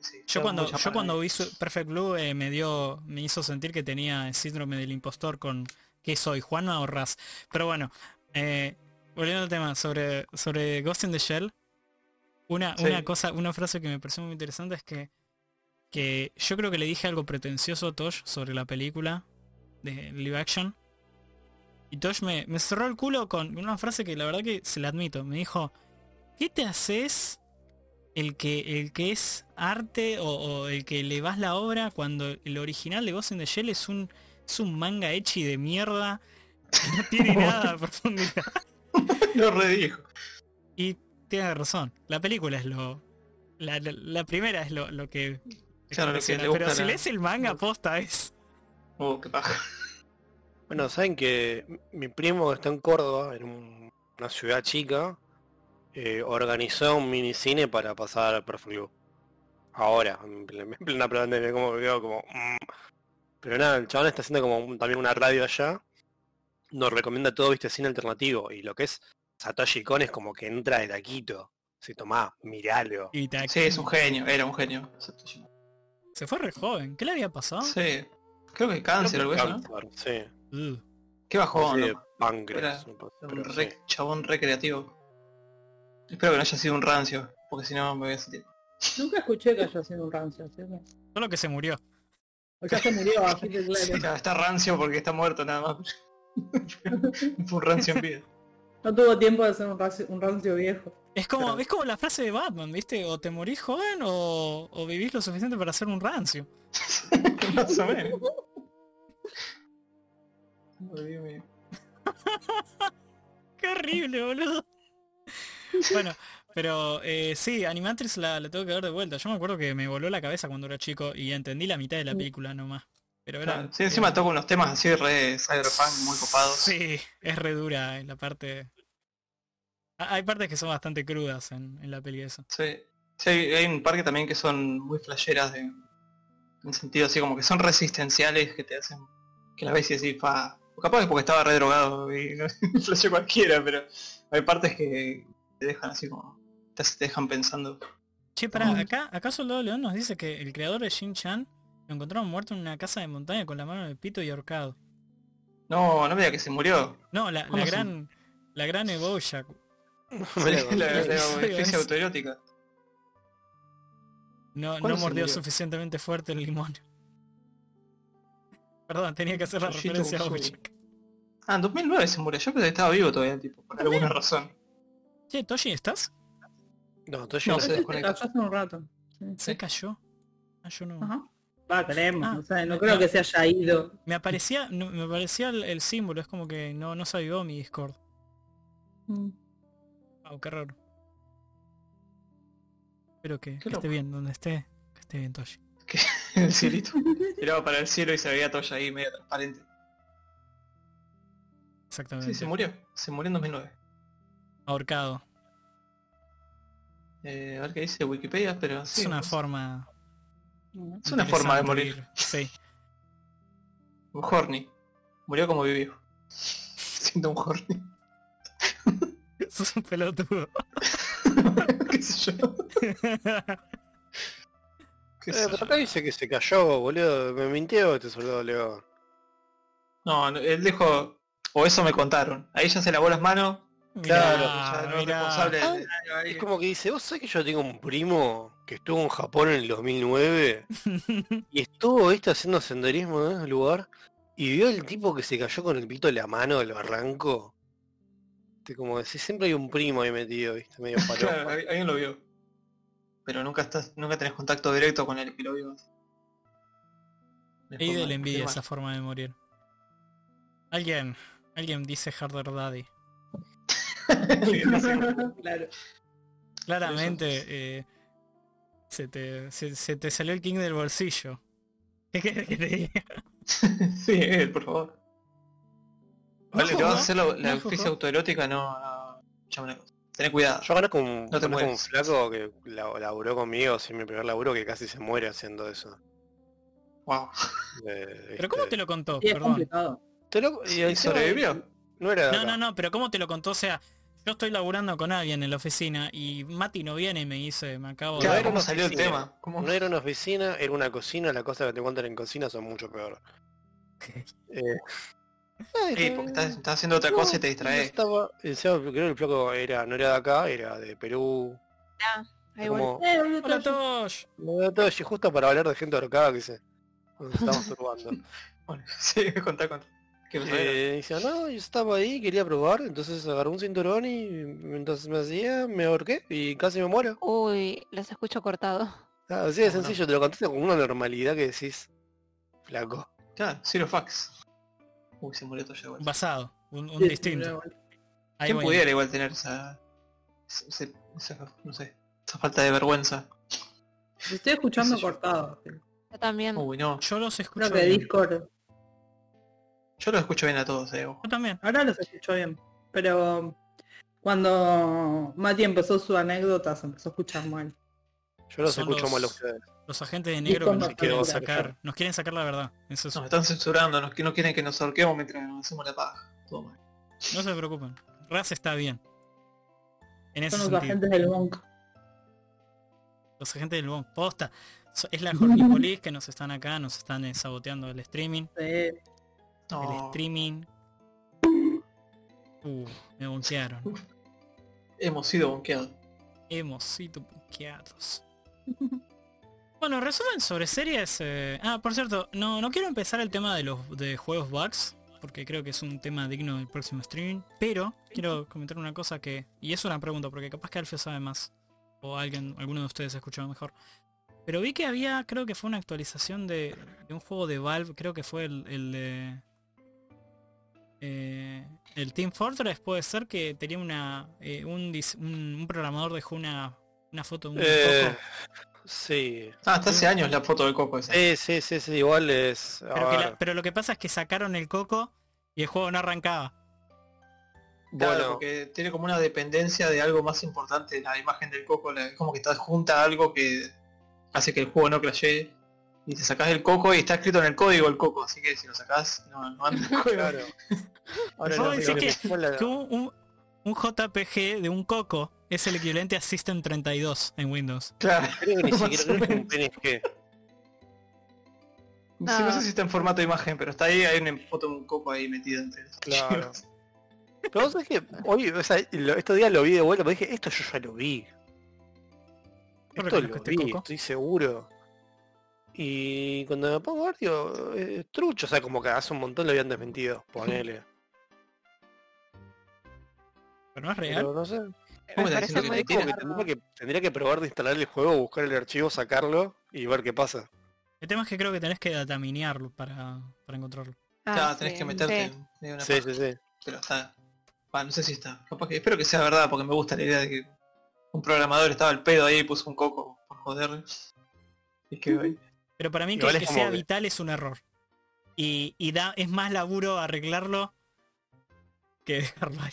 [SPEAKER 3] sí,
[SPEAKER 2] yo
[SPEAKER 3] está
[SPEAKER 2] cuando,
[SPEAKER 3] mucha
[SPEAKER 2] yo cuando
[SPEAKER 3] paranoia.
[SPEAKER 2] vi su- Perfect Blue eh, me dio, me hizo sentir que tenía el síndrome del impostor con ¿qué soy? ¿Juana o Raz? Pero bueno, eh, volviendo al tema sobre, sobre Ghost in the Shell, una,
[SPEAKER 3] Sí.
[SPEAKER 2] una cosa, una frase que me pareció muy interesante es que, que yo creo que le dije algo pretencioso a Tosh sobre la película de live action. Y Tosh me, me cerró el culo con una frase que la verdad que se la admito. Me dijo, ¿qué te haces el que, el que es arte o, o el que le vas la obra cuando el original de Ghost in the Shell es un, es un manga echi de mierda que no tiene nada de profundidad?
[SPEAKER 3] <laughs> Lo redijo.
[SPEAKER 2] Y tiene razón, la película es lo... La, la- la primera es lo, lo que...
[SPEAKER 3] Claro, lo que le
[SPEAKER 2] pero
[SPEAKER 3] gusta
[SPEAKER 2] si
[SPEAKER 3] la-
[SPEAKER 2] lees el manga posta es...
[SPEAKER 3] Uh, qué paja.
[SPEAKER 5] Bueno, saben que m- mi primo está en Córdoba, en un- una ciudad chica, eh, organizó un minicine para pasar al Perfect Blue. Ahora, en ple- en plena pandemia, como veo, como... mm. Pero nada, el chabón está haciendo como un- también una radio allá. Nos recomienda todo, viste, cine alternativo. Y lo que es Satoshi Kon es como que entra de taquito. Si tomá, miralo.
[SPEAKER 2] Y tac.
[SPEAKER 3] Sí, es un genio, era un genio.
[SPEAKER 2] Se fue re joven, ¿qué le había pasado?
[SPEAKER 3] Sí. Creo que cáncer o algo eso, ¿no?
[SPEAKER 5] Cáncer, Sí,
[SPEAKER 2] Uh.
[SPEAKER 3] Qué bajón,
[SPEAKER 5] así de
[SPEAKER 3] ¿no?
[SPEAKER 5] páncreas.
[SPEAKER 3] Era
[SPEAKER 5] pero
[SPEAKER 3] un
[SPEAKER 5] sí.
[SPEAKER 3] re- chabón recreativo. Espero que no haya sido un rancio, porque si no me voy a sentir.
[SPEAKER 4] Nunca escuché que haya sido un rancio, así que...
[SPEAKER 2] Solo que se murió.
[SPEAKER 4] O sea, se murió, así que
[SPEAKER 3] Sí,
[SPEAKER 4] claro.
[SPEAKER 3] claro, está rancio porque está muerto nada más. <laughs> Fue un rancio en <laughs> vida.
[SPEAKER 4] No tuvo tiempo de ser un rancio, un rancio viejo.
[SPEAKER 2] Es como,
[SPEAKER 3] Pero-
[SPEAKER 2] es como la frase de Batman, ¿viste? O te morís joven o, o vivís lo suficiente para ser un rancio.
[SPEAKER 3] Más o menos. Ay, Dios mío.
[SPEAKER 2] ¡Qué horrible, boludo! Bueno, pero eh, sí, Animatrix la, la tengo que ver de vuelta. Yo me acuerdo que me voló la cabeza cuando era chico y entendí la mitad de la película nomás. Pero era...
[SPEAKER 3] Sí, encima toca unos temas así re cyberpunk muy copados.
[SPEAKER 2] eh, Sí, es re dura en la parte... Ha- Hay partes que son bastante crudas en, en la peli esa.
[SPEAKER 3] Sí. Sí, hay, hay un par que también que son muy flasheras de, en sentido así como que son resistenciales que te hacen que la ves y decís, pa, o capaz es porque estaba re drogado y <laughs> no flasheó cualquiera, pero hay partes que te dejan así como, te, te dejan pensando.
[SPEAKER 2] Che, pará,
[SPEAKER 3] Ujú.
[SPEAKER 2] acá, acá Soldado León nos dice que el creador de Shin Chan lo encontraron muerto en una casa de montaña con la mano en el pito y ahorcado.
[SPEAKER 3] No, no me diga que se
[SPEAKER 2] <laughs>
[SPEAKER 3] murió.
[SPEAKER 2] No, la, la
[SPEAKER 3] ¿Cómo se-
[SPEAKER 2] gran... La gran Ebojack.
[SPEAKER 3] <laughs> Sí,
[SPEAKER 5] <laughs>
[SPEAKER 3] la, la- la
[SPEAKER 2] Sí, es-
[SPEAKER 3] especie autoerótica.
[SPEAKER 2] No,
[SPEAKER 3] ¿Cuándo
[SPEAKER 2] no
[SPEAKER 3] se
[SPEAKER 2] mordió
[SPEAKER 3] murió?
[SPEAKER 2] suficientemente fuerte el limón. Perdón, tenía que hacer la
[SPEAKER 3] Yoshito
[SPEAKER 2] referencia a
[SPEAKER 3] Usui.
[SPEAKER 2] Bojack.
[SPEAKER 3] Ah, en 2009 se murió, yo pensé que estaba vivo todavía el tipo, por
[SPEAKER 2] <laughs>
[SPEAKER 3] alguna razón.
[SPEAKER 2] Che, Toshi, ¿estás?
[SPEAKER 5] No,
[SPEAKER 3] <laughs>
[SPEAKER 5] entonces
[SPEAKER 3] No
[SPEAKER 5] yo
[SPEAKER 3] sé.
[SPEAKER 4] Este
[SPEAKER 3] desconecta.
[SPEAKER 4] cayó hace un rato.
[SPEAKER 2] Se cayó. Ah, yo no.
[SPEAKER 4] Ajá. Va, creemos,
[SPEAKER 2] Ah,
[SPEAKER 4] o sea, no
[SPEAKER 2] no.
[SPEAKER 4] creo que se haya ido.
[SPEAKER 2] Me aparecía, no- me aparecía el, el símbolo, es como que no, no se avivó mi Discord.
[SPEAKER 4] Mm.
[SPEAKER 2] Wow, qué raro. Espero que, que esté
[SPEAKER 3] loco.
[SPEAKER 2] bien, donde esté, que esté bien Toshi.
[SPEAKER 3] el cielito. Tiraba para el cielo y se veía Toya ahí medio transparente.
[SPEAKER 2] Exactamente.
[SPEAKER 3] Sí, se murió. Se murió en 2009.
[SPEAKER 2] Ahorcado.
[SPEAKER 3] Eh, a ver qué dice Wikipedia, pero sí,
[SPEAKER 2] es una
[SPEAKER 3] pues,
[SPEAKER 2] forma.
[SPEAKER 3] es una forma de
[SPEAKER 2] interesante
[SPEAKER 3] morir.
[SPEAKER 2] Sí. <laughs>
[SPEAKER 3] Un horny. Murió como <laughs> vivió. Siendo un horny. <laughs>
[SPEAKER 2] Sos un pelotudo. <laughs>
[SPEAKER 3] qué sé yo. Qué sé
[SPEAKER 5] Eh, pero
[SPEAKER 3] yo.
[SPEAKER 5] acá dice que se cayó, boludo. Me mintió este soldado León.
[SPEAKER 3] No, no, él dijo, o eso me contaron. Ahí ya se lavó las manos. Claro, ya no es
[SPEAKER 2] mirá.
[SPEAKER 3] responsable. de-
[SPEAKER 5] Ah,
[SPEAKER 3] de- ahí.
[SPEAKER 5] Es como que dice, ¿vos sabés que yo tengo un primo que estuvo en Japón en el 2009?
[SPEAKER 2] <laughs>
[SPEAKER 5] Y estuvo este haciendo senderismo en ese lugar y vio el tipo que se cayó con el pito en la mano del barranco. Este, como decís, siempre hay un primo ahí metido, ¿viste?
[SPEAKER 3] <laughs>
[SPEAKER 5] Medio
[SPEAKER 3] Claro,
[SPEAKER 5] palo.
[SPEAKER 3] ahí- alguien lo vio. Pero nunca estás, nunca tenés contacto directo con el que lo vio.
[SPEAKER 2] Y de la envidia
[SPEAKER 3] Qué
[SPEAKER 2] esa forma de morir. Alguien, alguien dice Harder Daddy.
[SPEAKER 3] <laughs> mal.
[SPEAKER 5] <laughs>
[SPEAKER 4] claro.
[SPEAKER 2] Claramente eh, se, te, se, se te salió el king del bolsillo. ¿Qué
[SPEAKER 4] <laughs>
[SPEAKER 2] querés que te diga?
[SPEAKER 3] <laughs> sí, él, por favor.
[SPEAKER 2] No
[SPEAKER 3] Vale, te vas a
[SPEAKER 2] juzgo,
[SPEAKER 3] hacer la, la
[SPEAKER 2] no juzgo.
[SPEAKER 3] justicia autoerótica, no, no. escuchame una cosa. Tené cuidado.
[SPEAKER 5] Yo conozco un,
[SPEAKER 3] No te
[SPEAKER 5] conozco un
[SPEAKER 3] mueres.
[SPEAKER 5] flaco que la- laburó conmigo, sin mi primer laburo, que casi se muere haciendo eso.
[SPEAKER 3] Wow.
[SPEAKER 5] Eh,
[SPEAKER 2] ¿Pero cómo
[SPEAKER 5] este,
[SPEAKER 2] te lo contó?
[SPEAKER 4] Sí, es
[SPEAKER 2] Perdón.
[SPEAKER 4] complicado.
[SPEAKER 5] te lo- y
[SPEAKER 3] ¿Y
[SPEAKER 5] el tema
[SPEAKER 3] sobrevivió?
[SPEAKER 5] No era. de
[SPEAKER 2] No,
[SPEAKER 5] acá.
[SPEAKER 2] no, no, pero ¿cómo te lo contó? O sea, yo estoy laburando con alguien en la oficina y Mati no viene y me dice, me acabo
[SPEAKER 5] Claro,
[SPEAKER 2] de...
[SPEAKER 3] Claro,
[SPEAKER 5] era
[SPEAKER 3] ¿cómo
[SPEAKER 5] una
[SPEAKER 3] salió el
[SPEAKER 5] oficina.
[SPEAKER 3] tema? ¿Cómo?
[SPEAKER 5] No era una oficina, era una cocina, las cosas que te cuentan en cocina son mucho peor. Eh, ay,
[SPEAKER 3] Ah, Sí,
[SPEAKER 5] no,
[SPEAKER 3] porque estás, estás haciendo otra
[SPEAKER 5] eh, no,
[SPEAKER 3] cosa y te
[SPEAKER 5] no
[SPEAKER 3] distraes.
[SPEAKER 5] estaba- encima, creo que el flaco era, no era de acá, era de Perú.
[SPEAKER 1] Ahí
[SPEAKER 5] Como-
[SPEAKER 1] volví.
[SPEAKER 4] Eh, boludo,
[SPEAKER 2] Hola
[SPEAKER 4] yo-
[SPEAKER 2] Tosh.
[SPEAKER 5] No era todo, y justo para hablar de gente ahorcada que se nos <laughs> estamos turbando.
[SPEAKER 3] Bueno, <laughs> sí, contá, contá. ¿Qué pasó?
[SPEAKER 5] Eh, dice, no, yo estaba ahí, quería probar, entonces agarré un cinturón y mientras me hacía, me ahorqué y casi me muero.
[SPEAKER 1] Uy, los escucho cortado.
[SPEAKER 5] Ah, Así de
[SPEAKER 3] ¿Cómo no?
[SPEAKER 5] sencillo, te lo contaste con una normalidad que decís, flaco.
[SPEAKER 3] Claro, Zero Fax. Uy, se murió Toya igual.
[SPEAKER 2] Basado, un, un
[SPEAKER 4] Sí,
[SPEAKER 2] distinto. Ahí
[SPEAKER 3] ¿Quién
[SPEAKER 2] voy.
[SPEAKER 3] pudiera igual tener esa, ese- esa- no sé, esa falta de vergüenza?
[SPEAKER 4] Lo estoy escuchando
[SPEAKER 3] Sí, sí.
[SPEAKER 4] cortado.
[SPEAKER 1] Yo también.
[SPEAKER 3] Uy, no.
[SPEAKER 2] Yo los escucho.
[SPEAKER 4] Creo que
[SPEAKER 2] bien.
[SPEAKER 4] Discord.
[SPEAKER 3] Yo lo escucho bien a todos, eh. ojo.
[SPEAKER 2] Yo también.
[SPEAKER 4] Ahora los escucho bien. Pero cuando Mati empezó su anécdota, se empezó a escuchar mal.
[SPEAKER 5] Yo los
[SPEAKER 2] Son
[SPEAKER 5] escucho
[SPEAKER 2] los-
[SPEAKER 5] mal a ustedes.
[SPEAKER 2] Los agentes de negro que
[SPEAKER 4] Discord
[SPEAKER 2] nos
[SPEAKER 4] no
[SPEAKER 2] quieren
[SPEAKER 5] quiero
[SPEAKER 2] sacar.
[SPEAKER 5] escuchar.
[SPEAKER 2] Nos quieren sacar la verdad. Eso es-
[SPEAKER 3] Nos están censurando, nos, no quieren que nos ahorquemos mientras nos hacemos la paja. Todo mal.
[SPEAKER 2] No se preocupen. Raz está bien. En ese
[SPEAKER 4] Son los
[SPEAKER 2] sentido.
[SPEAKER 4] agentes del Bonk.
[SPEAKER 2] Los agentes del Bon. Posta. So- Es la
[SPEAKER 4] <laughs>
[SPEAKER 2] Jornipolis que nos están acá, nos están eh, saboteando el streaming.
[SPEAKER 4] Sí.
[SPEAKER 2] El
[SPEAKER 4] Oh.
[SPEAKER 3] No,
[SPEAKER 2] streaming. Uh, me bonquearon.
[SPEAKER 3] hemos sido bonqueados.
[SPEAKER 2] Hemos sido buqueados. Bueno, resumen sobre series. eh, Ah, por cierto, no, no quiero empezar el tema de los de juegos bugs, porque creo que es un tema digno del próximo streaming, pero quiero comentar una cosa que, y es una pregunta, porque capaz que Alfio sabe más, o alguien, alguno de ustedes escuchó mejor. Pero vi que había, creo que fue una actualización de, de un juego de Valve, creo que fue el, el de... eh, el Team Fortress puede ser que tenía una eh, un, dis- un, un programador dejó una, una foto de un
[SPEAKER 5] Eh,
[SPEAKER 2] coco.
[SPEAKER 5] sí.
[SPEAKER 3] Ah, hasta hace años la foto del coco esa.
[SPEAKER 5] sí, sí, sí, sí, igual es... a
[SPEAKER 2] Pero, que la-
[SPEAKER 5] ver,
[SPEAKER 2] pero lo que pasa es que sacaron el coco y el juego no arrancaba.
[SPEAKER 3] Claro,
[SPEAKER 5] bueno,
[SPEAKER 3] porque tiene como una dependencia de algo más importante, la imagen del coco, la- es como que está junta a algo que hace que el juego no crashee. Y te sacás el coco y está escrito en el código el coco, así que si lo sacás, no,
[SPEAKER 5] <laughs>
[SPEAKER 3] no anda el juego.
[SPEAKER 5] claro. Ahora
[SPEAKER 2] Yo
[SPEAKER 5] lo
[SPEAKER 2] pensé
[SPEAKER 5] único
[SPEAKER 2] que-
[SPEAKER 5] me mola-
[SPEAKER 2] Que un, un- un JPG de un coco es el equivalente a System 32 en Windows.
[SPEAKER 3] Claro.
[SPEAKER 5] Creo que ni
[SPEAKER 3] más
[SPEAKER 5] siquiera
[SPEAKER 3] o
[SPEAKER 5] creo que es un
[SPEAKER 3] menos. Sí,
[SPEAKER 5] PNG.
[SPEAKER 3] no
[SPEAKER 1] Ah.
[SPEAKER 3] sé si está en formato de imagen, pero está ahí, hay una foto de un coco ahí metido entre los
[SPEAKER 5] Claro.
[SPEAKER 3] chivos.
[SPEAKER 5] Pero vos sabés que hoy, o sea, lo- estos días lo vi de vuelta, pero dije, esto yo ya lo vi.
[SPEAKER 2] Yo
[SPEAKER 5] Esto
[SPEAKER 2] reconozco
[SPEAKER 5] lo
[SPEAKER 2] este
[SPEAKER 5] vi,
[SPEAKER 2] coco.
[SPEAKER 5] estoy seguro. Y cuando me pongo a ver, digo, eh, trucho, o sea, como que hace un montón lo habían desmentido, ponele.
[SPEAKER 2] Pero no es real.
[SPEAKER 5] Pero no sé.
[SPEAKER 3] ¿Cómo estás
[SPEAKER 1] Me parece
[SPEAKER 3] diciendo que
[SPEAKER 1] muy
[SPEAKER 3] te tiene?
[SPEAKER 5] Como que tendría, que tendría que probar de instalar el juego, buscar el archivo, sacarlo y ver qué pasa.
[SPEAKER 2] El tema es que creo que tenés que dataminearlo para, para encontrarlo.
[SPEAKER 1] Ah,
[SPEAKER 3] Claro, tenés
[SPEAKER 1] sí,
[SPEAKER 3] que meterte
[SPEAKER 1] sí.
[SPEAKER 3] en medio de una
[SPEAKER 5] Sí,
[SPEAKER 3] paja,
[SPEAKER 5] sí, sí.
[SPEAKER 3] pero está. Bah, no sé si está. Capaz que- espero que sea verdad, porque me gusta la idea de que un programador estaba al pedo ahí y puso un coco por joder. Y quedó
[SPEAKER 1] <laughs>
[SPEAKER 3] ahí.
[SPEAKER 2] Pero para mí que,
[SPEAKER 5] Igual
[SPEAKER 2] que
[SPEAKER 5] es como
[SPEAKER 2] sea
[SPEAKER 5] que-
[SPEAKER 2] vital es un error. Y, y da, es más laburo arreglarlo que dejarlo ahí.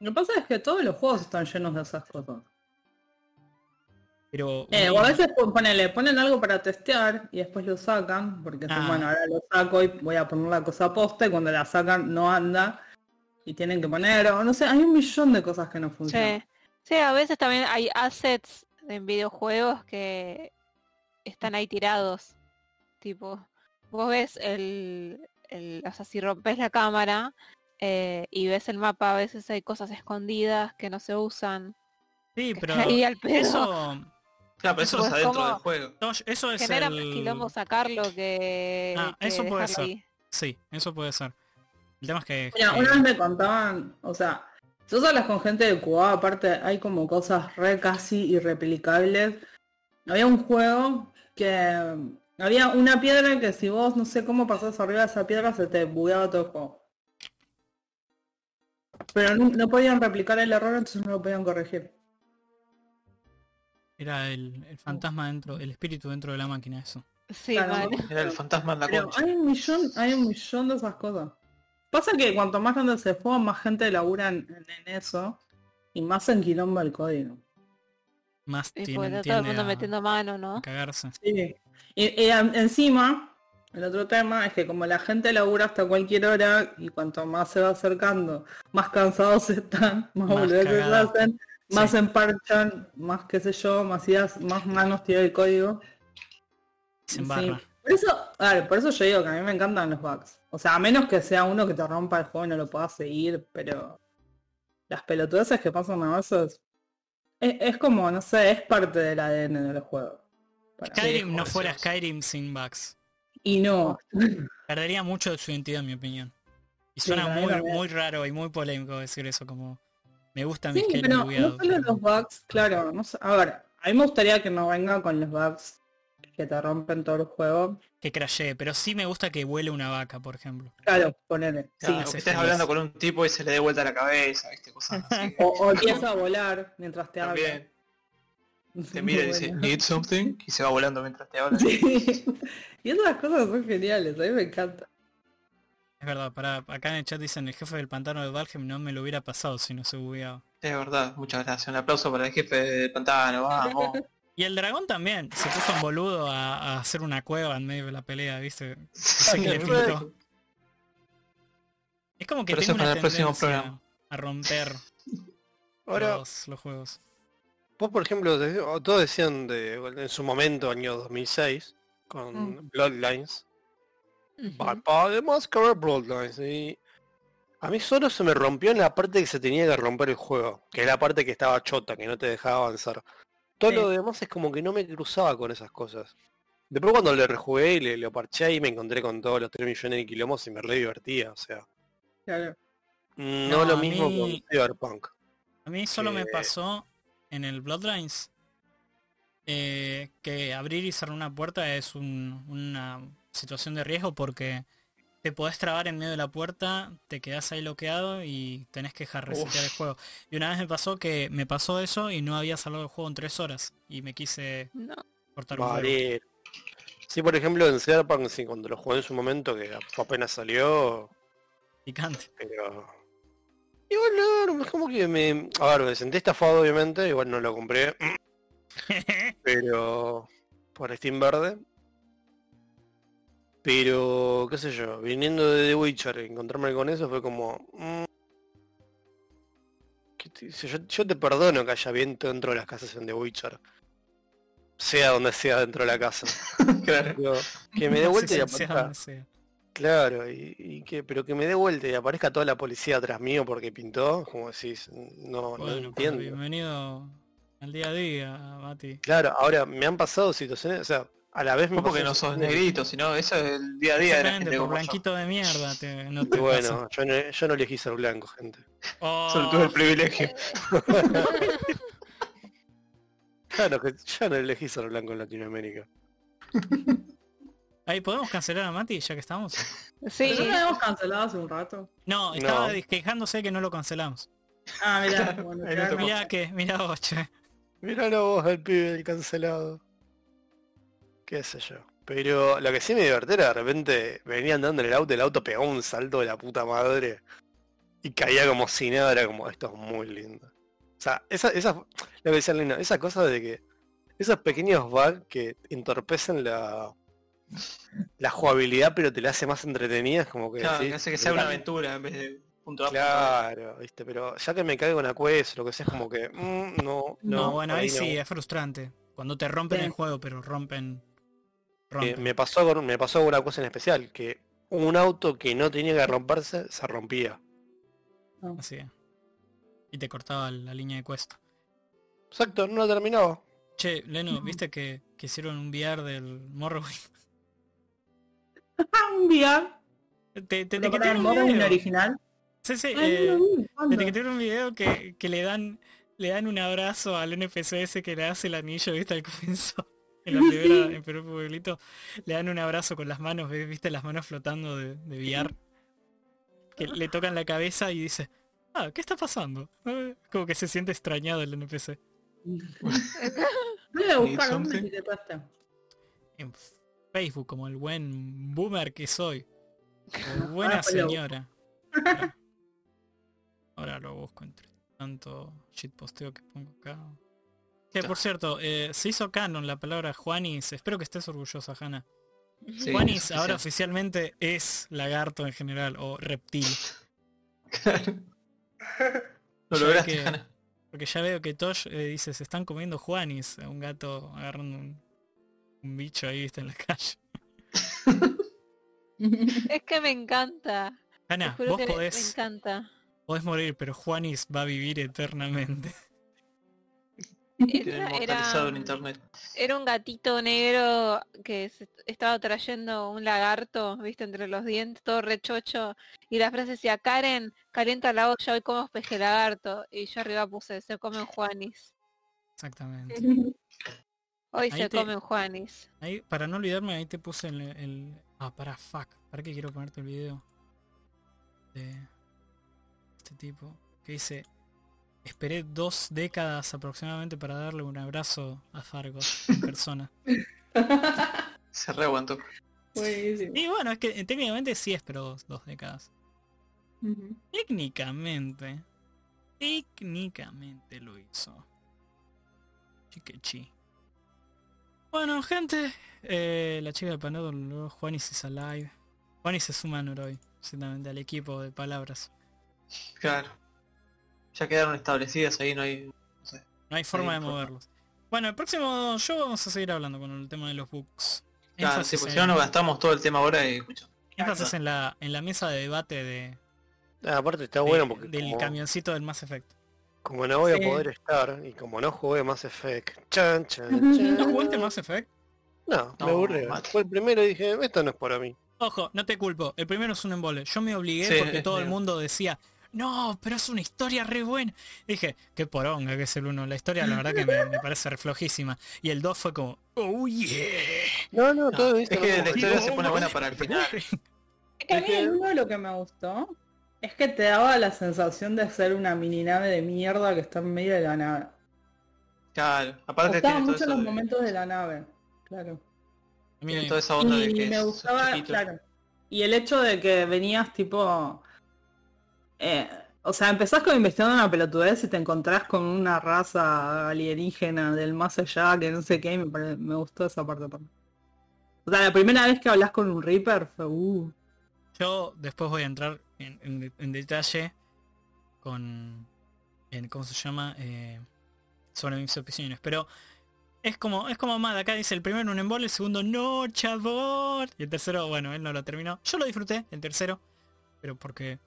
[SPEAKER 4] Lo que pasa es que todos los juegos están llenos de esas cosas.
[SPEAKER 2] Pero
[SPEAKER 4] Eh,
[SPEAKER 2] uy,
[SPEAKER 4] o a veces pon- ponele, ponen algo para testear y después lo sacan, porque dicen,
[SPEAKER 2] Ah.
[SPEAKER 4] bueno, ahora lo saco y voy a poner la cosa posta y cuando la sacan no anda y tienen que poner, o no sé, hay un millón de cosas que no funcionan.
[SPEAKER 1] Sí. Sí, a veces también hay assets en videojuegos que están ahí tirados. Tipo, vos ves el, el- o sea, si rompes la cámara eh, y ves el mapa, a veces hay cosas escondidas que no se usan.
[SPEAKER 2] sí,
[SPEAKER 1] que
[SPEAKER 2] pero
[SPEAKER 1] están ahí al pedo. <laughs>
[SPEAKER 2] eso,
[SPEAKER 3] Claro, pero eso
[SPEAKER 1] Pues,
[SPEAKER 3] es adentro
[SPEAKER 1] ¿cómo?
[SPEAKER 3] del juego.
[SPEAKER 2] no, eso es
[SPEAKER 1] Genera más
[SPEAKER 2] el-
[SPEAKER 1] quilombo sacarlo que,
[SPEAKER 2] Ah,
[SPEAKER 1] que
[SPEAKER 2] eso puede
[SPEAKER 1] dejarlo
[SPEAKER 2] ser.
[SPEAKER 1] ahí.
[SPEAKER 2] Sí, eso puede ser. El tema es que...
[SPEAKER 4] Mira,
[SPEAKER 2] eh,
[SPEAKER 4] una vez me contaban, o sea, si vos hablas con gente de Cuba, aparte hay como cosas re casi irreplicables. Había un juego que um, había una piedra que si vos no sé cómo pasás arriba de esa piedra se te bugueaba todo el juego. Pero no, no podían replicar el error, entonces no lo podían corregir.
[SPEAKER 2] Era el,
[SPEAKER 4] Uh.
[SPEAKER 2] el fantasma dentro, el espíritu dentro de la máquina, eso.
[SPEAKER 1] Sí,
[SPEAKER 4] Claro,
[SPEAKER 1] <laughs> mal.
[SPEAKER 3] Era el fantasma en la
[SPEAKER 4] Pero
[SPEAKER 3] concha.
[SPEAKER 4] hay un millón, hay un millón de esas cosas. Pasa que cuanto más grande se juega, más gente labura en, en eso y más en quilombo el código.
[SPEAKER 2] Más
[SPEAKER 1] Y
[SPEAKER 2] tiene-
[SPEAKER 1] pues está todo el
[SPEAKER 2] tiende
[SPEAKER 1] mundo
[SPEAKER 2] a-
[SPEAKER 1] metiendo mano, ¿no?
[SPEAKER 2] a
[SPEAKER 1] <laughs>
[SPEAKER 2] cagarse.
[SPEAKER 4] Sí. Y, y a- encima, el otro tema es que como la gente labura hasta cualquier hora y cuanto más se va acercando, más cansados <laughs> están,
[SPEAKER 2] Más
[SPEAKER 4] más, boludeces
[SPEAKER 2] cagada.
[SPEAKER 4] hacen, más
[SPEAKER 2] Sí.
[SPEAKER 4] se emparchan, más qué sé yo, más ideas, más manos tiene el código.
[SPEAKER 2] Se
[SPEAKER 4] Sí.
[SPEAKER 2] embarra.
[SPEAKER 4] Por eso, a ver, por eso yo digo que a mí me encantan los bugs. O sea, a menos que sea uno que te rompa el juego y no lo puedas seguir, pero las pelotudeces que pasan a veces es, es como, no sé, es parte del ADN de los juegos. Para mí.
[SPEAKER 2] Skyrim no
[SPEAKER 3] joder,
[SPEAKER 2] fuera
[SPEAKER 3] sí.
[SPEAKER 2] Skyrim sin bugs.
[SPEAKER 4] Y no,
[SPEAKER 2] Perdería mucho de su identidad, en mi opinión. Y
[SPEAKER 4] Sí,
[SPEAKER 2] suena
[SPEAKER 4] la
[SPEAKER 2] muy,
[SPEAKER 4] verdad que-
[SPEAKER 2] muy raro y muy polémico decir eso como... Me gusta mi
[SPEAKER 4] Sí,
[SPEAKER 2] Skyrim
[SPEAKER 4] pero
[SPEAKER 2] bugueado,
[SPEAKER 4] no solo
[SPEAKER 2] pero-
[SPEAKER 4] los bugs, claro. No sé- a ver, a mí me gustaría que no venga con los bugs que te rompen todo el juego.
[SPEAKER 2] que crashee, pero sí me gusta que vuele una vaca, por ejemplo.
[SPEAKER 4] Claro, ponele. Sí. Oh,
[SPEAKER 3] Claro,
[SPEAKER 2] sí,
[SPEAKER 3] que
[SPEAKER 2] sí,
[SPEAKER 3] estés
[SPEAKER 2] sí.
[SPEAKER 3] hablando con un tipo y se le dé vuelta la cabeza, viste, cosas
[SPEAKER 4] <laughs>
[SPEAKER 3] así.
[SPEAKER 4] O, o empieza a volar mientras te habla.
[SPEAKER 3] También te mira
[SPEAKER 4] <laughs>
[SPEAKER 3] y dice, need something, y se va volando mientras te habla.
[SPEAKER 4] Sí. <laughs> Y esas cosas son geniales, a mí me encanta.
[SPEAKER 2] Es verdad, para acá en el chat dicen el jefe del pantano de Valheim no me lo hubiera pasado si no se bugueaba.
[SPEAKER 3] Es verdad, muchas gracias. Un aplauso para el jefe del pantano, vamos. <laughs>
[SPEAKER 2] Y el dragón también, se puso un boludo a, a hacer una cueva en medio de la pelea, ¿viste?
[SPEAKER 3] Sí,
[SPEAKER 2] que le pintó. Es como que
[SPEAKER 3] Pero eso
[SPEAKER 2] tengo
[SPEAKER 3] es
[SPEAKER 2] una
[SPEAKER 3] para el próximo
[SPEAKER 2] tendencia
[SPEAKER 3] programa.
[SPEAKER 2] a romper
[SPEAKER 5] <laughs> Ahora,
[SPEAKER 2] los, los juegos.
[SPEAKER 5] vos por ejemplo, de- o todos decían de, en su momento, año 2006, con
[SPEAKER 1] Mm.
[SPEAKER 5] Bloodlines, pa-
[SPEAKER 1] Ujú.
[SPEAKER 5] pa- además cover Bloodlines, y a mí solo se me rompió en la parte que se tenía que romper el juego, que es la parte que estaba chota, que no te dejaba avanzar. Todo
[SPEAKER 4] Sí.
[SPEAKER 5] lo demás es como que no me cruzaba con esas cosas. Después cuando le rejugué y le, lo parché y me encontré con todos los 3 millones de kilomos y me re divertía, o sea.
[SPEAKER 4] Claro.
[SPEAKER 5] No,
[SPEAKER 2] No,
[SPEAKER 5] lo
[SPEAKER 2] a
[SPEAKER 5] mismo
[SPEAKER 2] mí-
[SPEAKER 5] con Cyberpunk.
[SPEAKER 2] A mí solo me
[SPEAKER 5] que-
[SPEAKER 2] pasó en el Bloodlines eh, que abrir y cerrar una puerta es un- una situación de riesgo porque te podés trabar en medio de la puerta, te quedás ahí bloqueado y tenés que dejar resetear el juego. Y una vez me pasó que me pasó eso y no había salvado el juego en tres horas y me quise
[SPEAKER 1] No.
[SPEAKER 2] cortar un juego.
[SPEAKER 5] Vale. Sí, por ejemplo, en Cyberpunk, sí, cuando lo jugué en su momento, que apenas salió,
[SPEAKER 2] Picante.
[SPEAKER 5] pero... Igual no, no, es como que me... A ver, me sentí estafado, obviamente, igual no lo compré, pero... Por Steam Verde. Pero, qué sé yo, viniendo de The Witcher, encontrarme con eso fue como... mm, ¿qué te dice? yo, yo te perdono que haya viento dentro de las casas en The Witcher. Sea donde sea dentro de la casa.
[SPEAKER 3] <laughs> Claro.
[SPEAKER 5] Digo, que
[SPEAKER 2] <laughs>
[SPEAKER 5] me dé
[SPEAKER 2] Sí,
[SPEAKER 5] vuelta y
[SPEAKER 2] sí, sea
[SPEAKER 5] aparezca.
[SPEAKER 2] donde sea.
[SPEAKER 5] Claro, y, y que, pero que me dé vuelta y aparezca toda la policía atrás mío porque pintó, como decís, no,
[SPEAKER 2] Bueno,
[SPEAKER 5] no
[SPEAKER 2] pero
[SPEAKER 5] entiendo.
[SPEAKER 2] bienvenido al día a día, Mati.
[SPEAKER 5] Claro, ahora me han pasado situaciones, o sea, a la vez me
[SPEAKER 3] No porque
[SPEAKER 5] pasó
[SPEAKER 3] no sos
[SPEAKER 5] situaciones-
[SPEAKER 3] negrito, sino eso es el día a día de la
[SPEAKER 2] Exactamente,
[SPEAKER 3] gente
[SPEAKER 2] por
[SPEAKER 3] como yo.
[SPEAKER 2] blanquito de mierda te- no te
[SPEAKER 5] Y Bueno, yo no, yo no elegí ser blanco,
[SPEAKER 3] <laughs>
[SPEAKER 5] gente.
[SPEAKER 2] pasa.
[SPEAKER 3] Solo
[SPEAKER 2] Oh.
[SPEAKER 3] tuve el
[SPEAKER 2] <laughs>
[SPEAKER 3] privilegio.
[SPEAKER 5] Claro que yo no elegí ser blanco en Latinoamérica.
[SPEAKER 2] Oh, Ahí podemos cancelar a Mati ya que estamos.
[SPEAKER 1] Sí,
[SPEAKER 7] ¿Pero no lo habíamos cancelado hace un rato?
[SPEAKER 2] No, estaba
[SPEAKER 5] No.
[SPEAKER 2] quejándose que no lo cancelamos.
[SPEAKER 7] Ah,
[SPEAKER 4] <laughs>
[SPEAKER 7] mirá. Bueno,
[SPEAKER 3] Ahí no
[SPEAKER 7] claro.
[SPEAKER 3] tocó.
[SPEAKER 2] Mirá que, mirá vos, che.
[SPEAKER 5] Míralo vos el pibe del cancelado. Qué sé yo. Pero lo que sí me divertía era de repente venía andando en el auto, el auto pegó un salto de la puta madre. Y caía como si nada, era como, esto es muy lindo. O sea, esa, esa, lo que decía Lina, esa cosa de que esos pequeños bugs que entorpecen la la jugabilidad pero te la hace más entretenida es como que
[SPEAKER 3] Claro,
[SPEAKER 5] decís,
[SPEAKER 3] que hace que sea una
[SPEAKER 5] "Mirá,
[SPEAKER 3] aventura en vez de punto A. punto B.
[SPEAKER 5] Claro, viste, pero ya que me caigo en la quest, lo que sea es como que mm, no,
[SPEAKER 2] No,
[SPEAKER 5] no,
[SPEAKER 2] bueno,
[SPEAKER 5] por
[SPEAKER 2] ahí
[SPEAKER 5] no.
[SPEAKER 2] sí, es frustrante. Cuando te rompen
[SPEAKER 7] Sí.
[SPEAKER 2] el juego, pero rompen.
[SPEAKER 5] Eh,
[SPEAKER 2] rompen.
[SPEAKER 5] me pasó con, me pasó con una cosa en especial, que un auto que no tenía que romperse se rompía.
[SPEAKER 2] Así es. Y te cortaba la línea de quest.
[SPEAKER 5] Exacto, no lo terminaba.
[SPEAKER 2] Che, Leno, ¿viste que, que hicieron un VR del Morrowind?
[SPEAKER 7] Ah, un día.
[SPEAKER 2] <laughs> Te, te
[SPEAKER 7] Pero para el
[SPEAKER 2] etiquetaron un
[SPEAKER 7] modo
[SPEAKER 2] video.
[SPEAKER 7] original.
[SPEAKER 2] Sí, sí,
[SPEAKER 7] Ay, no
[SPEAKER 2] eh,
[SPEAKER 7] lo vi,
[SPEAKER 2] te
[SPEAKER 7] ¿cuándo?
[SPEAKER 2] etiquetaron un video que, que le dan le dan un abrazo al NPC ese que le hace el anillo, ¿viste? Al comienzo. <laughs> En la
[SPEAKER 7] Sí,
[SPEAKER 2] primera,
[SPEAKER 7] sí.
[SPEAKER 2] en primer pueblito, le dan un abrazo con las manos, ¿ves? ¿viste? Las manos flotando de, de VR. Que le tocan la cabeza y dice, ah, ¿qué está pasando? <laughs> Eh, Como que se siente extrañado el NPC.
[SPEAKER 7] Voy a buscar dónde
[SPEAKER 3] Sí, something.
[SPEAKER 7] etiquetaste.
[SPEAKER 2] en Facebook como el buen boomer que soy.
[SPEAKER 7] <laughs>
[SPEAKER 2] Como
[SPEAKER 7] Ah,
[SPEAKER 2] buena
[SPEAKER 7] pues lo busco. <laughs>
[SPEAKER 2] señora. Ahora- Ahora lo busco entre tanto shitposteo que pongo acá. Que por cierto, eh, se hizo canon la palabra Juanis. Espero que estés orgullosa, Hanna.
[SPEAKER 3] <laughs> Sí,
[SPEAKER 2] Juanis
[SPEAKER 3] es
[SPEAKER 2] ahora
[SPEAKER 3] oficial.
[SPEAKER 2] oficialmente es lagarto en general o reptil.
[SPEAKER 3] <laughs> Lo
[SPEAKER 2] Ya
[SPEAKER 3] lograste,
[SPEAKER 2] que-
[SPEAKER 3] Hanna.
[SPEAKER 2] Porque ya veo que Tosh eh, dice, se están comiendo Juanis, un gato agarrando un, un bicho ahí, viste, en la calle.
[SPEAKER 1] es que me encanta. Te
[SPEAKER 2] Hanna,
[SPEAKER 1] juro
[SPEAKER 2] vos
[SPEAKER 1] que me- Me
[SPEAKER 2] podés
[SPEAKER 1] encanta.
[SPEAKER 2] Podés morir, pero Juanis va a vivir eternamente. <laughs>
[SPEAKER 3] Quedó
[SPEAKER 1] Era,
[SPEAKER 3] inmortalizado en
[SPEAKER 1] era-
[SPEAKER 3] internet.
[SPEAKER 1] era un gatito negro que se est- estaba trayendo un lagarto, viste, entre los dientes, todo rechocho. Y la frase decía, Karen, calienta la olla, hoy como peje lagarto. Y yo arriba puse, se comen Juanis.
[SPEAKER 2] Exactamente.
[SPEAKER 1] Hoy
[SPEAKER 2] Ahí
[SPEAKER 1] se
[SPEAKER 2] te-
[SPEAKER 1] comen Juanis.
[SPEAKER 2] Ahí, para no olvidarme, ahí te puse el... el- Ah, para, fuck. ¿Para qué quiero ponerte el video? De este tipo. Que dice... Esperé dos décadas aproximadamente para darle un abrazo a Fargos en persona.
[SPEAKER 3] Se reaguantó.
[SPEAKER 7] Buenísimo.
[SPEAKER 2] Y bueno, es que eh, técnicamente sí esperó dos, dos décadas. Técnicamente. Técnicamente lo hizo. Chiquechi. Bueno, gente. eh, la chica del panado, lo- Juanis is alive. Juanis es humano hoy. Exactamente, al equipo de palabras.
[SPEAKER 3] Claro. Ya quedaron establecidas ahí, no hay...
[SPEAKER 2] No hay forma
[SPEAKER 3] hay
[SPEAKER 2] de
[SPEAKER 3] forma.
[SPEAKER 2] moverlos. Bueno, el próximo show vamos a seguir hablando con el tema de los books.
[SPEAKER 3] Claro, sí,
[SPEAKER 2] énfasis
[SPEAKER 3] porque si no
[SPEAKER 2] en,
[SPEAKER 3] nos gastamos todo el tema ahora y escucha.
[SPEAKER 2] énfasis en la, en la mesa de debate de,
[SPEAKER 5] Ah, aparte está
[SPEAKER 2] de-
[SPEAKER 5] bueno porque
[SPEAKER 2] del
[SPEAKER 5] como,
[SPEAKER 2] camioncito del Mass Effect.
[SPEAKER 5] como no voy a
[SPEAKER 7] Sí.
[SPEAKER 5] poder estar y como no jugué Mass Effect,
[SPEAKER 3] <laughs>
[SPEAKER 5] chan, chan, chan.
[SPEAKER 2] ¿No jugaste Mass Effect?
[SPEAKER 5] No,
[SPEAKER 3] No,
[SPEAKER 5] me aburrió.
[SPEAKER 3] mate.
[SPEAKER 5] Fue el primero y dije, esto no es para mí.
[SPEAKER 2] Ojo, no te culpo. El primero es un embole. Yo me obligué
[SPEAKER 3] Sí,
[SPEAKER 2] porque
[SPEAKER 3] es
[SPEAKER 2] todo el
[SPEAKER 3] medio-
[SPEAKER 2] mundo decía, no, pero es una historia re buena. Dije, qué poronga que es el uno. La historia la verdad que me, me parece re flojísima. Y el 2 fue como, oh yeah.
[SPEAKER 5] No, no, todo
[SPEAKER 3] No,
[SPEAKER 5] me
[SPEAKER 3] Ah, es
[SPEAKER 5] hizo
[SPEAKER 3] que
[SPEAKER 5] como-
[SPEAKER 3] la historia se
[SPEAKER 2] no,
[SPEAKER 3] pone
[SPEAKER 2] no,
[SPEAKER 3] buena para
[SPEAKER 2] <laughs>
[SPEAKER 3] el final.
[SPEAKER 7] Es que a mí el uno lo que me gustó es que te daba la sensación de ser una mini nave de mierda que está en medio de la nave.
[SPEAKER 3] Claro. Aparte tiene
[SPEAKER 7] Gustaban
[SPEAKER 3] todo
[SPEAKER 7] mucho
[SPEAKER 3] eso
[SPEAKER 7] los
[SPEAKER 3] de-
[SPEAKER 7] momentos de la nave, claro.
[SPEAKER 3] tiene
[SPEAKER 2] Mira,
[SPEAKER 3] toda esa onda de
[SPEAKER 7] y
[SPEAKER 3] que
[SPEAKER 7] me
[SPEAKER 3] sos
[SPEAKER 7] gustaba,
[SPEAKER 3] chiquito.
[SPEAKER 7] claro. Y el hecho de que venías tipo... eh, o sea, empezás como investigando una pelotudez y te encontrás con una raza alienígena del más allá, que no sé qué, y me, pare- me gustó esa parte también. O sea, la primera vez que hablas con un Reaper fue... Uh, <laughs>
[SPEAKER 2] Yo después voy a entrar en, en- en detalle con, en, ¿cómo se llama? Eh, sobre mis opiniones. Pero es como, es como Mad, acá dice el primero un embole, el segundo no, chabón. Y el tercero, bueno, él no lo terminó. Yo lo disfruté, el tercero, pero porque,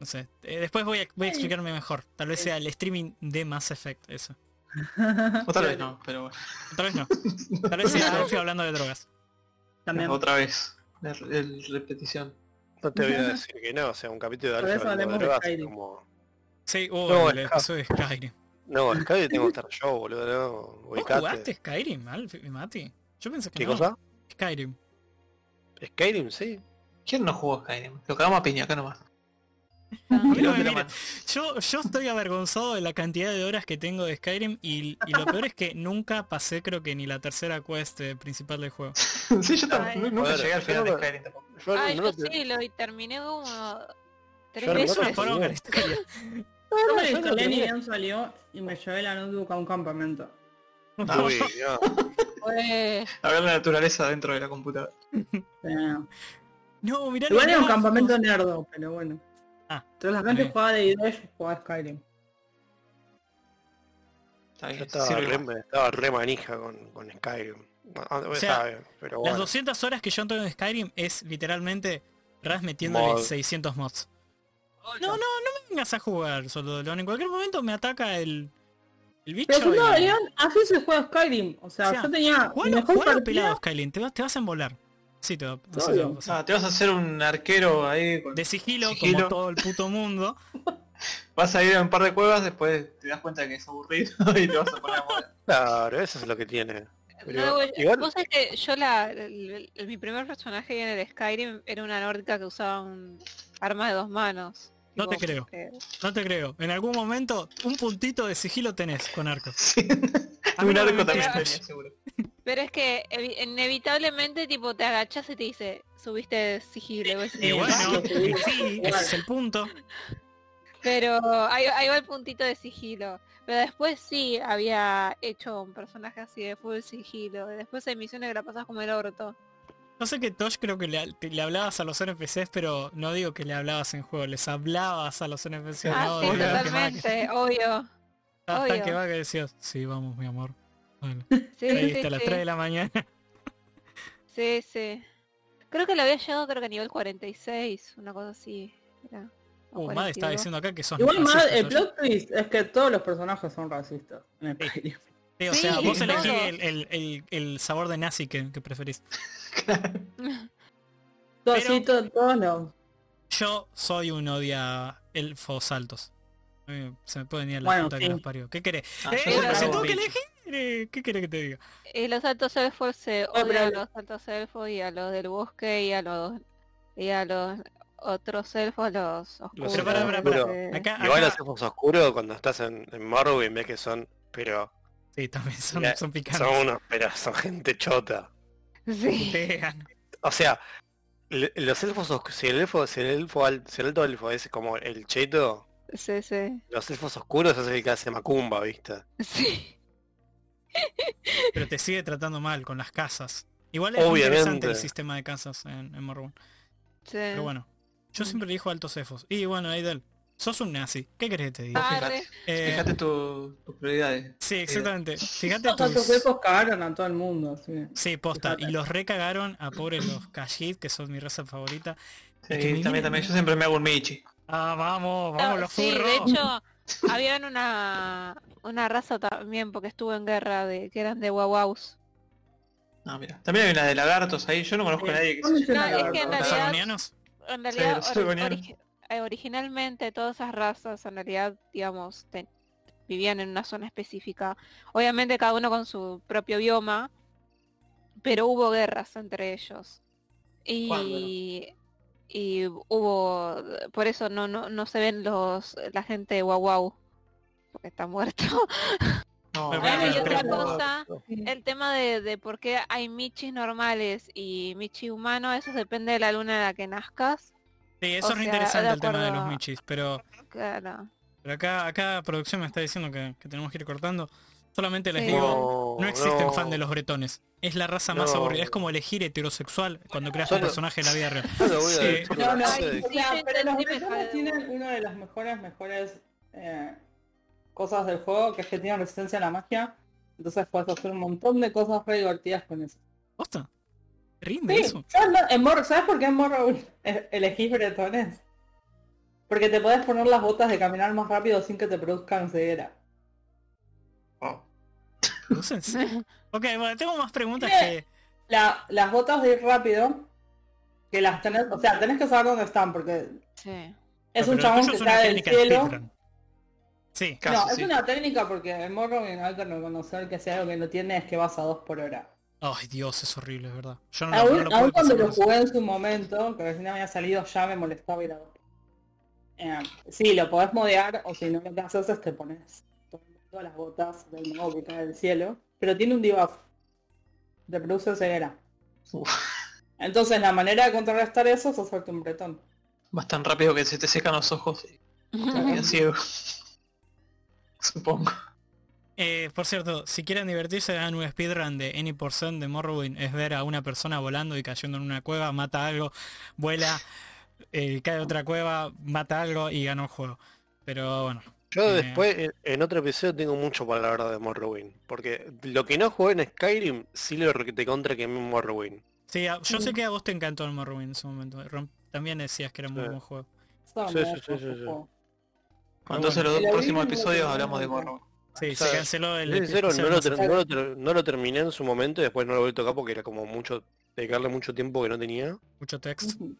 [SPEAKER 2] no sé. Eh, después voy a, voy a explicarme mejor. Tal vez sea el streaming de Mass Effect, eso.
[SPEAKER 3] O tal vez no, pero bueno.
[SPEAKER 2] Tal vez no. Tal vez sea Alfio hablando de drogas.
[SPEAKER 7] también.
[SPEAKER 3] Otra vez. La re- el- repetición.
[SPEAKER 5] No
[SPEAKER 3] <laughs>
[SPEAKER 5] te voy a decir que no, o sea, un capítulo de
[SPEAKER 7] Por
[SPEAKER 5] Alfa
[SPEAKER 7] eso
[SPEAKER 5] hablando de
[SPEAKER 7] hablemos de
[SPEAKER 5] drogas,
[SPEAKER 7] Skyrim.
[SPEAKER 5] como...
[SPEAKER 2] Sí, oh,
[SPEAKER 5] No,
[SPEAKER 2] el
[SPEAKER 5] es-
[SPEAKER 2] episodio de Skyrim.
[SPEAKER 5] No, el Skyrim tengo que estar yo, boludo, no,
[SPEAKER 2] ¿Vos
[SPEAKER 5] ubicate.
[SPEAKER 2] jugaste Skyrim, Alfio- Mati? Yo pensé que
[SPEAKER 5] ¿Qué
[SPEAKER 2] no.
[SPEAKER 5] cosa?
[SPEAKER 2] Skyrim.
[SPEAKER 5] Skyrim, sí.
[SPEAKER 3] ¿Quién no jugó a Skyrim? Lo cagamos a piña acá nomás.
[SPEAKER 2] A mí no me
[SPEAKER 3] Pero
[SPEAKER 2] mira. Yo, yo estoy avergonzado de la cantidad de horas que tengo de Skyrim y, y lo peor es que nunca pasé creo que ni la tercera quest eh, principal del juego.
[SPEAKER 3] sí, yo tampoco,
[SPEAKER 1] Ay.
[SPEAKER 3] nu- nunca
[SPEAKER 5] Joder,
[SPEAKER 3] llegué al
[SPEAKER 5] yo
[SPEAKER 3] final
[SPEAKER 5] no
[SPEAKER 3] de
[SPEAKER 5] lo-
[SPEAKER 3] Skyrim tampoco.
[SPEAKER 5] Yo
[SPEAKER 1] Ay,
[SPEAKER 5] no
[SPEAKER 1] yo
[SPEAKER 5] lo te-
[SPEAKER 1] sí, lo y terminé como tres
[SPEAKER 5] Claro,
[SPEAKER 2] Eso me
[SPEAKER 5] no te-
[SPEAKER 1] veces.
[SPEAKER 2] pararon con la historia.
[SPEAKER 4] Yo
[SPEAKER 5] yo
[SPEAKER 4] me
[SPEAKER 5] no
[SPEAKER 4] instalé ni
[SPEAKER 5] tenía-
[SPEAKER 4] bien salió y me llevé la notebook a un campamento.
[SPEAKER 5] Uy, no.
[SPEAKER 1] Fue-
[SPEAKER 3] A ver la naturaleza dentro de la computadora.
[SPEAKER 4] Pero-
[SPEAKER 2] No, mirá los
[SPEAKER 4] Igual era un
[SPEAKER 2] gráficos.
[SPEAKER 4] campamento nerdo, pero bueno.
[SPEAKER 2] Ah,
[SPEAKER 4] Entonces la
[SPEAKER 2] está
[SPEAKER 4] gente
[SPEAKER 2] bien.
[SPEAKER 4] jugaba de idea y yo jugaba a Skyrim.
[SPEAKER 3] Está
[SPEAKER 5] Yo
[SPEAKER 3] bien,
[SPEAKER 5] estaba,
[SPEAKER 3] sirve
[SPEAKER 5] re,
[SPEAKER 3] más.
[SPEAKER 5] estaba re manija con, con Skyrim. Bueno,
[SPEAKER 2] sea,
[SPEAKER 5] estaba bien, pero bueno.
[SPEAKER 2] Las 200 horas que yo entro en Skyrim es literalmente Ras metiéndole
[SPEAKER 5] Mod.
[SPEAKER 2] 600 mods. No, no, no me vengas a jugar, solo León. En cualquier momento me ataca el, el bicho.
[SPEAKER 4] Pero si no, ah,
[SPEAKER 2] y-
[SPEAKER 4] León, así se juega Skyrim. O sea,
[SPEAKER 2] O sea,
[SPEAKER 4] yo tenía mi
[SPEAKER 2] Jugalo,
[SPEAKER 4] mejor
[SPEAKER 2] jugalo
[SPEAKER 4] partida-
[SPEAKER 2] pelado, Skyrim. Te, vas- te vas a embolar. Sí, te va, sí, te va a
[SPEAKER 4] Obvio.
[SPEAKER 2] pasar.
[SPEAKER 3] Ah, te vas a hacer un arquero ahí. con-
[SPEAKER 2] De sigilo,
[SPEAKER 3] Sigilo.
[SPEAKER 2] como todo el puto mundo.
[SPEAKER 3] Vas a ir a un par de cuevas, después te das cuenta que es aburrido <laughs> y te vas a poner a morir.
[SPEAKER 5] <laughs> Claro, eso es lo que tiene. Pero
[SPEAKER 1] No, güey,
[SPEAKER 5] igual-
[SPEAKER 1] vos sabés que yo la, el- el- mi primer personaje en el Skyrim era una nórdica que usaba un arma de dos manos.
[SPEAKER 2] No te
[SPEAKER 1] Tipo,
[SPEAKER 2] creo.
[SPEAKER 1] eh,
[SPEAKER 2] No te creo. En algún momento, un puntito de sigilo tenés con arcos.
[SPEAKER 3] Sí.
[SPEAKER 2] A mí
[SPEAKER 3] Un
[SPEAKER 2] no me
[SPEAKER 3] arco también
[SPEAKER 2] mentía.
[SPEAKER 3] tenía, seguro.
[SPEAKER 1] Pero es que evi- inevitablemente tipo te agachas y te dice, subiste sigilo. y vos decís,
[SPEAKER 2] Y bueno, y sí, ese es el punto.
[SPEAKER 1] Pero ahí, ahí va el puntito de sigilo. Pero después sí había hecho un personaje así de full sigilo. y Después hay misiones que la pasas como el orto.
[SPEAKER 2] No sé que Tosh creo que le, te- le hablabas a los NPCs, pero no digo que le hablabas en juego, les hablabas a los NPCs.
[SPEAKER 1] ah,
[SPEAKER 2] no, de
[SPEAKER 1] sí,
[SPEAKER 2] la quemada que-
[SPEAKER 1] totalmente, obvio.
[SPEAKER 2] Hasta que
[SPEAKER 1] obvio.
[SPEAKER 2] va que decías, sí, vamos, mi amor. Bueno,
[SPEAKER 1] Sí,
[SPEAKER 2] ahí
[SPEAKER 1] sí,
[SPEAKER 2] está a las
[SPEAKER 1] sí.
[SPEAKER 2] 3 de la mañana.
[SPEAKER 1] Sí, sí. Creo que lo había llegado creo que a nivel 46, una cosa así. Era, o
[SPEAKER 2] Uh, Mad está
[SPEAKER 1] 42.
[SPEAKER 2] diciendo acá que sos
[SPEAKER 4] Igual más,
[SPEAKER 2] racista,
[SPEAKER 4] el
[SPEAKER 2] Tosh.
[SPEAKER 4] plot twist es que todos los personajes son racistas en
[SPEAKER 2] Sí.
[SPEAKER 4] Skyrim.
[SPEAKER 2] Sí, o
[SPEAKER 1] Sí,
[SPEAKER 2] sea, vos
[SPEAKER 1] todos.
[SPEAKER 2] elegís el, el- el- el sabor de nazi que, que preferís.
[SPEAKER 4] Todos,
[SPEAKER 2] Pero-
[SPEAKER 4] sí, to- todos los.
[SPEAKER 2] Yo soy un odia elfos altos. A mí Se me pueden ir a la
[SPEAKER 4] Bueno,
[SPEAKER 2] puta que
[SPEAKER 4] sí.
[SPEAKER 2] los parió. ¿Qué querés?
[SPEAKER 3] Ah,
[SPEAKER 2] Eh,
[SPEAKER 3] yo
[SPEAKER 1] bueno,
[SPEAKER 3] soy
[SPEAKER 2] si
[SPEAKER 3] un
[SPEAKER 2] tengo que
[SPEAKER 3] bicho.
[SPEAKER 2] elegir, eh, ¿qué querés que te diga?
[SPEAKER 1] <laughs> Y los altos elfos se
[SPEAKER 4] pero-
[SPEAKER 1] odian a los altos elfos y a los del bosque y a los y a los otros elfos los oscuros.
[SPEAKER 2] Pero pará, pará,
[SPEAKER 5] pará.
[SPEAKER 1] eh,
[SPEAKER 2] Acá,
[SPEAKER 5] Igual
[SPEAKER 2] acá-
[SPEAKER 5] los ojos oscuros cuando estás en, en Morrowind ves que son, pero
[SPEAKER 2] Sí, también son,
[SPEAKER 5] Mira,
[SPEAKER 2] son picantes.
[SPEAKER 5] son unos, pero son gente chota.
[SPEAKER 2] <laughs>
[SPEAKER 1] Sí.
[SPEAKER 2] Putean.
[SPEAKER 5] O sea, le- los elfos osc- si el elfo, si el elfo al- si el alto elfo es como el cheto,
[SPEAKER 1] Sí, sí. <laughs>
[SPEAKER 5] los elfos oscuros es el que hace macumba, viste.
[SPEAKER 1] Sí.
[SPEAKER 2] Pero te sigue tratando mal con las casas. Igual es
[SPEAKER 5] Obviamente.
[SPEAKER 2] interesante el sistema de casas en, en Morrowind.
[SPEAKER 1] sí.
[SPEAKER 2] Pero bueno, yo siempre elijo altos elfos. Y bueno, Aidel, sos un nazi. ¿Qué querés que te diga?
[SPEAKER 1] Ah,
[SPEAKER 3] fíjate.
[SPEAKER 1] re.
[SPEAKER 2] Eh,
[SPEAKER 3] Fíjate tu- tus prioridades.
[SPEAKER 2] sí, exactamente. Fíjate
[SPEAKER 4] Todos
[SPEAKER 2] tus...
[SPEAKER 4] estos elfos cagaron a todo el mundo. sí.
[SPEAKER 2] Sí, posta. Y
[SPEAKER 4] Fíjate.
[SPEAKER 2] los recagaron a pobres los Khajiit, que son mi raza favorita.
[SPEAKER 3] Sí,
[SPEAKER 2] Es que me viene-
[SPEAKER 3] también, también. Yo siempre me hago un Michi.
[SPEAKER 2] Ah, vamos, vamos
[SPEAKER 1] Ah,
[SPEAKER 2] los
[SPEAKER 1] sí,
[SPEAKER 2] furros.
[SPEAKER 1] de hecho habían una una raza también porque estuvo en guerra de que eran de Wawaus.
[SPEAKER 3] Ah, mira. También hay una de lagartos ahí. Yo no conozco a nadie que
[SPEAKER 4] ¿Dónde
[SPEAKER 3] se
[SPEAKER 4] se
[SPEAKER 3] llame
[SPEAKER 1] No, es que en
[SPEAKER 3] lagarto.
[SPEAKER 2] ¿Los
[SPEAKER 1] realidad-
[SPEAKER 2] argonianos?
[SPEAKER 1] En realidad,
[SPEAKER 3] los
[SPEAKER 1] ori-
[SPEAKER 3] Silvanianos.
[SPEAKER 1] origi- eh, originalmente todas esas razas, en realidad, digamos, te- vivían en una zona específica. Obviamente cada uno con su propio bioma, pero hubo guerras entre ellos.
[SPEAKER 3] ¿Cuándo?
[SPEAKER 1] Y, y hubo, por eso no, no, no se ven los la gente de Guau porque está muerto.
[SPEAKER 2] <laughs>
[SPEAKER 3] No,
[SPEAKER 2] Pero
[SPEAKER 1] Ah, <laughs>
[SPEAKER 2] bueno,
[SPEAKER 1] y
[SPEAKER 2] pero-
[SPEAKER 1] otra
[SPEAKER 2] pero-
[SPEAKER 1] cosa, el tema de, de por qué hay michis normales y michi humano, eso depende de la luna en la que nazcas.
[SPEAKER 2] Sí, eso
[SPEAKER 1] o
[SPEAKER 2] es re
[SPEAKER 1] sea,
[SPEAKER 2] interesante
[SPEAKER 1] de
[SPEAKER 2] el tema de
[SPEAKER 1] acuerdo
[SPEAKER 2] los
[SPEAKER 1] a-
[SPEAKER 2] michis, pero,
[SPEAKER 1] Claro.
[SPEAKER 2] pero acá, acá producción me está diciendo que, que tenemos que ir cortando. Solamente les
[SPEAKER 1] Sí.
[SPEAKER 2] digo,
[SPEAKER 5] No,
[SPEAKER 2] no existen fan de los bretones. Es la raza más
[SPEAKER 5] No.
[SPEAKER 2] aburrida. Es como elegir heterosexual cuando creas un
[SPEAKER 5] Solo-
[SPEAKER 2] personaje en la vida real.
[SPEAKER 5] Yo lo voy a
[SPEAKER 2] Sí.
[SPEAKER 5] decir,
[SPEAKER 4] No, no,
[SPEAKER 5] no sé.
[SPEAKER 4] o sea,
[SPEAKER 1] sí,
[SPEAKER 4] pero los
[SPEAKER 1] sí, me
[SPEAKER 4] bretones
[SPEAKER 1] jode.
[SPEAKER 4] tienen una de las mejores, mejores eh, cosas del juego, que es que tienen resistencia a la magia. Entonces puedes hacer un montón de cosas re divertidas con eso.
[SPEAKER 2] ¿Posta? ¿Rinde
[SPEAKER 4] Sí,
[SPEAKER 2] eso?
[SPEAKER 4] yo no- en Morro- <laughs> ¿sabes por qué en Morrowind e- elegís bretones? Porque te podés poner las botas de caminar más rápido sin que te produzcan ceguera.
[SPEAKER 2] Ah. ¿Producen? ok, bueno, tengo más preguntas
[SPEAKER 4] Sí.
[SPEAKER 2] que...
[SPEAKER 4] La- las botas de ir rápido, que las tenés, o sea, tenés que saber dónde están, porque
[SPEAKER 1] Sí.
[SPEAKER 4] es
[SPEAKER 2] Ah, Pero
[SPEAKER 4] un
[SPEAKER 2] lo
[SPEAKER 4] chabón
[SPEAKER 2] tuyo
[SPEAKER 4] que
[SPEAKER 2] es una
[SPEAKER 4] cae del
[SPEAKER 2] técnica de
[SPEAKER 4] cielo.
[SPEAKER 2] speedrun. Sí,
[SPEAKER 3] Casi,
[SPEAKER 4] no, es
[SPEAKER 3] sí.
[SPEAKER 4] una técnica porque en Morrowind hay que reconocer que si algo que no tiene es que vas a dos por hora.
[SPEAKER 2] Ay, Dios, es horrible, es verdad. Yo no, lo- no
[SPEAKER 8] Aún,
[SPEAKER 2] lo
[SPEAKER 8] aún
[SPEAKER 2] pude
[SPEAKER 8] cuando
[SPEAKER 2] pasar
[SPEAKER 8] lo
[SPEAKER 2] más.
[SPEAKER 8] jugué en su momento, que recién había salido ya me molestaba ir a ver. Eh, sí, lo podés modear o si no lo que haces es te pones todas las botas del mago que cae del cielo, pero tiene un debuff. Te produce ceguera.
[SPEAKER 3] Uf.
[SPEAKER 8] Entonces la manera de contrarrestar eso es hacerte un bretón.
[SPEAKER 3] Vas tan rápido que se te secan los ojos y te
[SPEAKER 1] <laughs>
[SPEAKER 3] quedas ciego. <laughs> Supongo.
[SPEAKER 2] Eh, por cierto, si quieren divertirse, hagan un speedrun de Any Percent de Morrowind. Es ver a una persona volando y cayendo en una cueva, mata algo, vuela, eh, cae a otra cueva, mata algo y ganó el juego. Pero bueno,
[SPEAKER 5] Yo
[SPEAKER 2] Eh.
[SPEAKER 5] después, en- en otro episodio, tengo mucho para hablar de Morrowind. Porque lo que no jugué en Skyrim, sí lo te contra que en Morrowind.
[SPEAKER 2] sí, a- yo sé que a vos te encantó el Morrowind en su momento. Rom- También decías que era muy
[SPEAKER 5] Sí.
[SPEAKER 2] buen juego.
[SPEAKER 8] Eso
[SPEAKER 5] Sí,
[SPEAKER 8] me
[SPEAKER 5] sí,
[SPEAKER 8] dejó
[SPEAKER 5] sí, sí, sí.
[SPEAKER 8] como-
[SPEAKER 3] Entonces los
[SPEAKER 8] El
[SPEAKER 3] dos próximos
[SPEAKER 8] algoritmo que
[SPEAKER 3] episodios
[SPEAKER 8] tenemos
[SPEAKER 3] hablamos de
[SPEAKER 8] acá.
[SPEAKER 3] Morrowind.
[SPEAKER 2] Sí,
[SPEAKER 5] O sea,
[SPEAKER 2] se canceló el este
[SPEAKER 5] Soy sincero,
[SPEAKER 2] episodio
[SPEAKER 5] no lo,
[SPEAKER 2] más-
[SPEAKER 5] ter- no lo ter- no lo terminé en su momento y después no lo volví a tocar porque era como mucho, dedicarle mucho tiempo que no tenía.
[SPEAKER 2] mucho texto.
[SPEAKER 8] Ujú.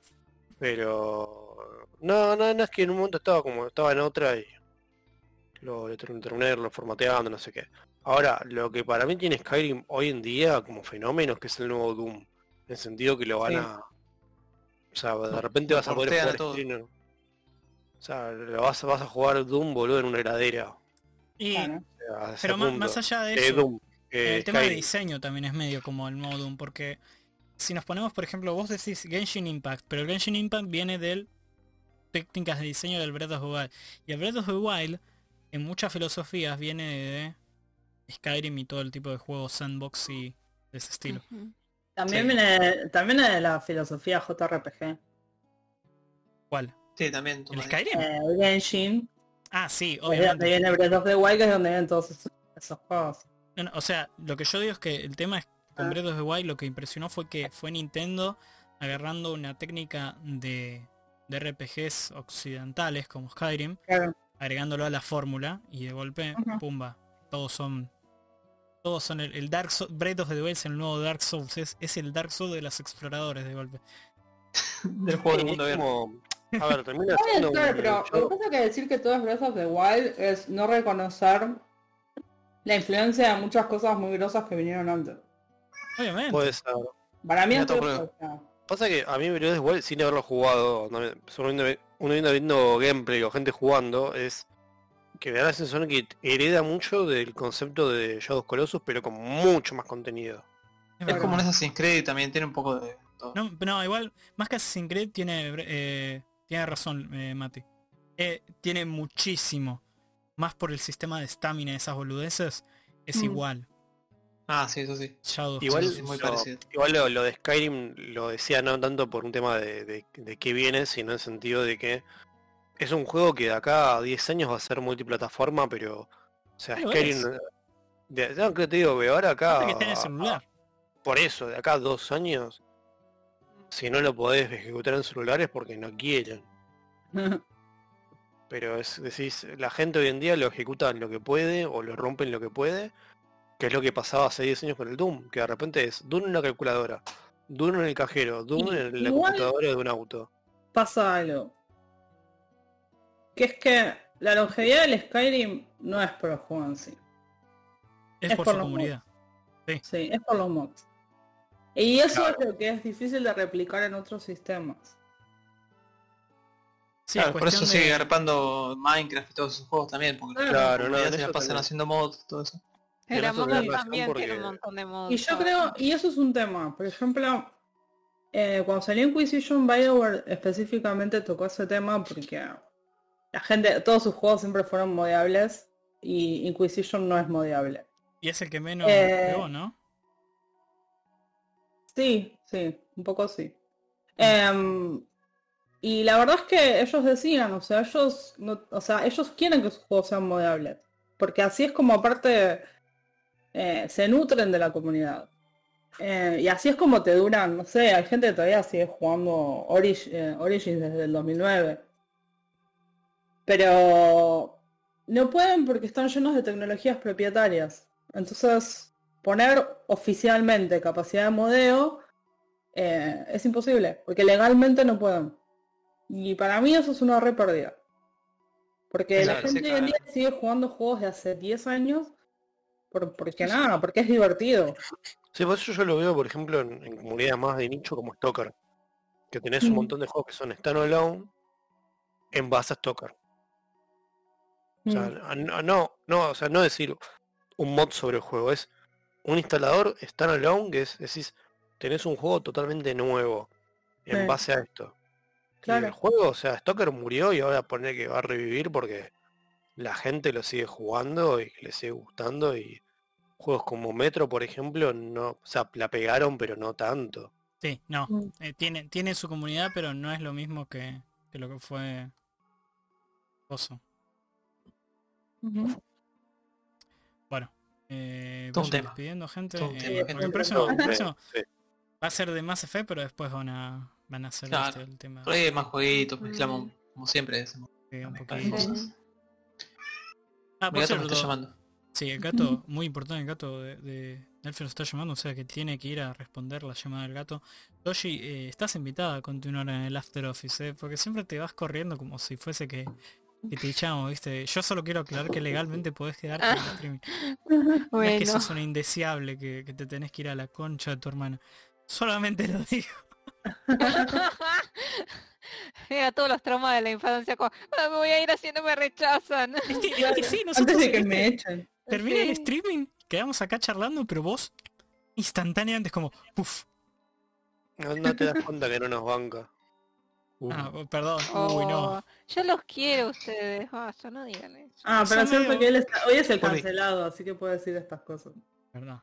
[SPEAKER 5] Pero no, no, no es que en un momento estaba como, estaba en otra y lo, lo ter- terminé lo formateando, no sé qué. Ahora, lo que para mí tiene Skyrim hoy en día como fenómeno es que es el nuevo Doom. En el sentido que lo van
[SPEAKER 8] Sí.
[SPEAKER 5] a. O sea, de repente
[SPEAKER 3] lo
[SPEAKER 5] vas a poder
[SPEAKER 3] portean a
[SPEAKER 5] jugar
[SPEAKER 3] todo.
[SPEAKER 5] streamer. O sea, lo vas, a- vas a jugar Doom, boludo, en una heladera. O
[SPEAKER 2] Y,
[SPEAKER 8] Claro.
[SPEAKER 5] sea, a ese
[SPEAKER 2] pero más,
[SPEAKER 5] punto.
[SPEAKER 2] más allá de
[SPEAKER 5] Eh,
[SPEAKER 2] eso,
[SPEAKER 5] Doom, eh,
[SPEAKER 2] el tema de
[SPEAKER 5] Skyrim.
[SPEAKER 2] diseño también es medio como el modum, porque si nos ponemos, por ejemplo, vos decís Genshin Impact, pero el Genshin Impact viene del técnicas de diseño del Breath of the Wild. Y el Breath of the Wild, en muchas filosofías, viene de Skyrim y todo el tipo de juegos sandbox y de ese estilo.
[SPEAKER 1] Ujú.
[SPEAKER 4] También
[SPEAKER 2] Sí.
[SPEAKER 4] viene, también es de la filosofía JRPG.
[SPEAKER 2] ¿Cuál?
[SPEAKER 3] Sí, también.
[SPEAKER 2] ¿El
[SPEAKER 3] toma ahí.
[SPEAKER 2] Skyrim?
[SPEAKER 4] Eh, Genshin,
[SPEAKER 2] Ah, sí,
[SPEAKER 4] que es donde
[SPEAKER 2] obviamente.
[SPEAKER 4] viene Breath of the Wild, que es donde vienen todos esos, esos juegos.
[SPEAKER 2] No, no, o sea, lo que yo digo es que el tema es con Breath of the Wild lo que impresionó fue que fue Nintendo agarrando una técnica de, de RPGs occidentales como Skyrim,
[SPEAKER 4] Claro.
[SPEAKER 2] agregándolo a la fórmula y de golpe,
[SPEAKER 4] Ujú.
[SPEAKER 2] pumba, todos son todos son el, el Dark Souls, Breath of the Wild es el nuevo Dark Souls, es, es el Dark Souls de los exploradores de golpe.
[SPEAKER 3] Del juego del
[SPEAKER 5] Sí,
[SPEAKER 3] mundo
[SPEAKER 5] es
[SPEAKER 3] abierto.
[SPEAKER 5] como- A ver, termina
[SPEAKER 4] Puede
[SPEAKER 5] siendo
[SPEAKER 4] ser,
[SPEAKER 5] un
[SPEAKER 4] pero
[SPEAKER 5] show.
[SPEAKER 4] lo que pasa es que decir que todo es Breath of the Wild es no reconocer la influencia de muchas cosas muy grosas que vinieron antes.
[SPEAKER 2] Obviamente.
[SPEAKER 3] Pues,
[SPEAKER 5] Puede ser.
[SPEAKER 4] Para mí
[SPEAKER 3] Me
[SPEAKER 4] es
[SPEAKER 3] tomo
[SPEAKER 4] groso,
[SPEAKER 3] prueba.
[SPEAKER 4] o sea,
[SPEAKER 5] Pasa que a mí me es igual sin haberlo jugado, no me- solo viendo- uno viendo, viendo gameplay o gente jugando, es que me da la sensación que hereda mucho del concepto de Shadow of Colossus, pero con mucho más contenido.
[SPEAKER 3] Es
[SPEAKER 2] verdad.
[SPEAKER 3] como un Assassin's Creed también, tiene un poco de todo.
[SPEAKER 2] No, no, igual, más que Assassin's Creed tiene, eh, tiene razón, eh, Mati. Eh, tiene muchísimo. Más por el sistema de estamina de esas boludeces, es
[SPEAKER 4] Mm.
[SPEAKER 2] igual.
[SPEAKER 3] Ah, sí, eso sí.
[SPEAKER 2] Shadow of
[SPEAKER 5] Igual,
[SPEAKER 2] Colossus.
[SPEAKER 3] es muy
[SPEAKER 5] lo,
[SPEAKER 3] parecido.
[SPEAKER 5] igual lo, lo de Skyrim lo decía no tanto por un tema de, de, de qué viene, sino en el sentido de que es un juego que de acá a 10 años va a ser multiplataforma, pero... O sea,
[SPEAKER 2] Sí, lo
[SPEAKER 5] Skyrim...
[SPEAKER 2] es.
[SPEAKER 5] de- no, que te digo, que ahora acá...
[SPEAKER 2] Aparte que
[SPEAKER 3] Ah.
[SPEAKER 2] está en el celular.
[SPEAKER 5] Por eso, de acá a dos años, si no lo podés ejecutar en celulares porque no quieren.
[SPEAKER 4] <laughs>
[SPEAKER 5] Pero es, decís, la gente hoy en día lo ejecuta en lo que puede o lo rompen lo que puede, que es lo que pasaba hace 10 años con el Doom, que de repente es Doom en una calculadora, Doom en el cajero, Doom
[SPEAKER 4] Y-
[SPEAKER 5] en la
[SPEAKER 4] igual-
[SPEAKER 5] computadora de un auto.
[SPEAKER 4] pasa algo. Que es que la longevidad del Skyrim no es por el juego en sí.
[SPEAKER 2] Es,
[SPEAKER 4] es
[SPEAKER 2] por,
[SPEAKER 4] por
[SPEAKER 2] su
[SPEAKER 4] los
[SPEAKER 2] comunidad.
[SPEAKER 4] Sí, es por los mods. Y eso
[SPEAKER 5] Claro.
[SPEAKER 4] es lo que es difícil de replicar en otros sistemas.
[SPEAKER 2] Sí,
[SPEAKER 3] Claro,
[SPEAKER 2] es
[SPEAKER 3] por eso
[SPEAKER 2] cuestión
[SPEAKER 3] sigue
[SPEAKER 2] de-
[SPEAKER 5] garpando
[SPEAKER 3] garpando Minecraft y todos esos juegos también, porque
[SPEAKER 4] Claro,
[SPEAKER 5] claro, no,
[SPEAKER 3] ya
[SPEAKER 5] en
[SPEAKER 3] se la
[SPEAKER 5] eso
[SPEAKER 3] pasan
[SPEAKER 5] también.
[SPEAKER 3] haciendo mods, todo
[SPEAKER 2] Ah.
[SPEAKER 3] eso.
[SPEAKER 1] El
[SPEAKER 5] Tenés
[SPEAKER 1] Among
[SPEAKER 5] toda
[SPEAKER 1] Us
[SPEAKER 5] la razón
[SPEAKER 1] también tiene un
[SPEAKER 5] porque-
[SPEAKER 1] montón de modos.
[SPEAKER 4] Y yo creo, y eso es un tema. Por ejemplo, eh, cuando salió Inquisition, Bioware específicamente tocó ese tema porque la gente, todos sus juegos siempre fueron modeables y Inquisition no es modeable.
[SPEAKER 2] Y es el que menos
[SPEAKER 4] Eh,
[SPEAKER 2] pegó, ¿no?
[SPEAKER 4] Sí, sí, un poco sí. Em, y la verdad es que ellos decían, o sea, ellos no, o sea, ellos quieren que sus juegos sean modeables, porque así es como aparte eh, se nutren de la comunidad. Eh, y así es como te duran, no sé, hay gente que todavía sigue jugando Origi- eh, Origins desde el 2009. Pero no pueden porque están llenos de tecnologías propietarias. Entonces, poner oficialmente capacidad de modeo eh, es imposible, porque legalmente no pueden. Y para mí eso es una re pérdida. Porque la
[SPEAKER 3] Claro, sí,
[SPEAKER 4] gente hoy en día sigue jugando juegos de hace 10 años por- porque nada, porque es divertido.
[SPEAKER 5] Sí, por eso yo lo veo, por ejemplo, en, en comunidades más de nicho como Stalker. Que tenés un
[SPEAKER 7] Mm.
[SPEAKER 5] montón de juegos que son standalone en base a Stalker. O sea,
[SPEAKER 7] Mm.
[SPEAKER 5] a- no, no, no, o sea, no decir un mod sobre el juego, es un instalador standalone que es, decís, tenés un juego totalmente nuevo en
[SPEAKER 7] Sí.
[SPEAKER 5] base a esto. Y
[SPEAKER 7] Claro.
[SPEAKER 5] el juego, o sea, Stalker murió y ahora pone que va a revivir porque la gente lo sigue jugando y le sigue gustando y juegos como Metro, por ejemplo, no, o sea, la pegaron pero no tanto.
[SPEAKER 2] Sí, no.
[SPEAKER 7] Mm.
[SPEAKER 2] Eh, tiene, tiene su comunidad, pero no es lo mismo que, que lo que fue Oso.
[SPEAKER 7] Ujú.
[SPEAKER 2] Bueno. Eh,
[SPEAKER 3] Todo un
[SPEAKER 2] vayan
[SPEAKER 3] tema.
[SPEAKER 2] despidiendo, gente.
[SPEAKER 3] Todo un
[SPEAKER 2] eh,
[SPEAKER 3] tema, gente.
[SPEAKER 2] porque el próximo, el
[SPEAKER 5] No,
[SPEAKER 2] próximo
[SPEAKER 5] sí.
[SPEAKER 2] va a ser de Mass Effect, pero después van a, van a hacer
[SPEAKER 3] Claro.
[SPEAKER 2] este, el tema.
[SPEAKER 3] Por ahí hay más jueguitos,
[SPEAKER 2] Mm.
[SPEAKER 3] mezclamos como siempre, hacemos
[SPEAKER 2] eh, un
[SPEAKER 3] mezclar
[SPEAKER 1] <laughs>
[SPEAKER 2] poquito.
[SPEAKER 1] poquito.
[SPEAKER 3] cosas.
[SPEAKER 2] Ah, por
[SPEAKER 3] Mi gato me está
[SPEAKER 2] cierto,
[SPEAKER 3] llamando.
[SPEAKER 2] Sí, el gato, muy importante el gato de, de Delphi nos está llamando, o sea que tiene que ir a responder la llamada del gato. Toshi, eh, estás invitada a continuar en el After Office, eh, porque siempre te vas corriendo como si fuese que, que te echamos, ¿viste? Yo solo quiero aclarar que legalmente podés quedarte en el streaming. No es que
[SPEAKER 1] Bueno,
[SPEAKER 2] sos una indeseable, que, que te tenés que ir a la concha de tu hermana. Solamente lo digo.
[SPEAKER 1] <laughs> era todos los traumas de la infancia. como, "Ah, me voy a ir así, no me
[SPEAKER 2] <laughs>
[SPEAKER 1] rechazan.
[SPEAKER 2] Es que, es que sí,
[SPEAKER 7] Antes
[SPEAKER 2] nosotros
[SPEAKER 7] de que este
[SPEAKER 2] ¿viste?
[SPEAKER 7] me echen.
[SPEAKER 2] termina el
[SPEAKER 1] Sí.
[SPEAKER 2] streaming, quedamos acá charlando, pero vos instantáneamente es como, puff.
[SPEAKER 5] No, no te das
[SPEAKER 7] <laughs>
[SPEAKER 5] cuenta que no nos banca.
[SPEAKER 2] Ah, oh, perdón. Uy,
[SPEAKER 1] Oh,
[SPEAKER 2] no.
[SPEAKER 1] yo los quiero a ustedes. Ah, yo no digan eso.
[SPEAKER 7] Ah, pero
[SPEAKER 2] Son
[SPEAKER 7] cierto
[SPEAKER 2] medio-
[SPEAKER 7] que él está, hoy es el
[SPEAKER 5] Por mí.
[SPEAKER 7] cancelado, así que puede decir estas cosas.
[SPEAKER 2] Verdad.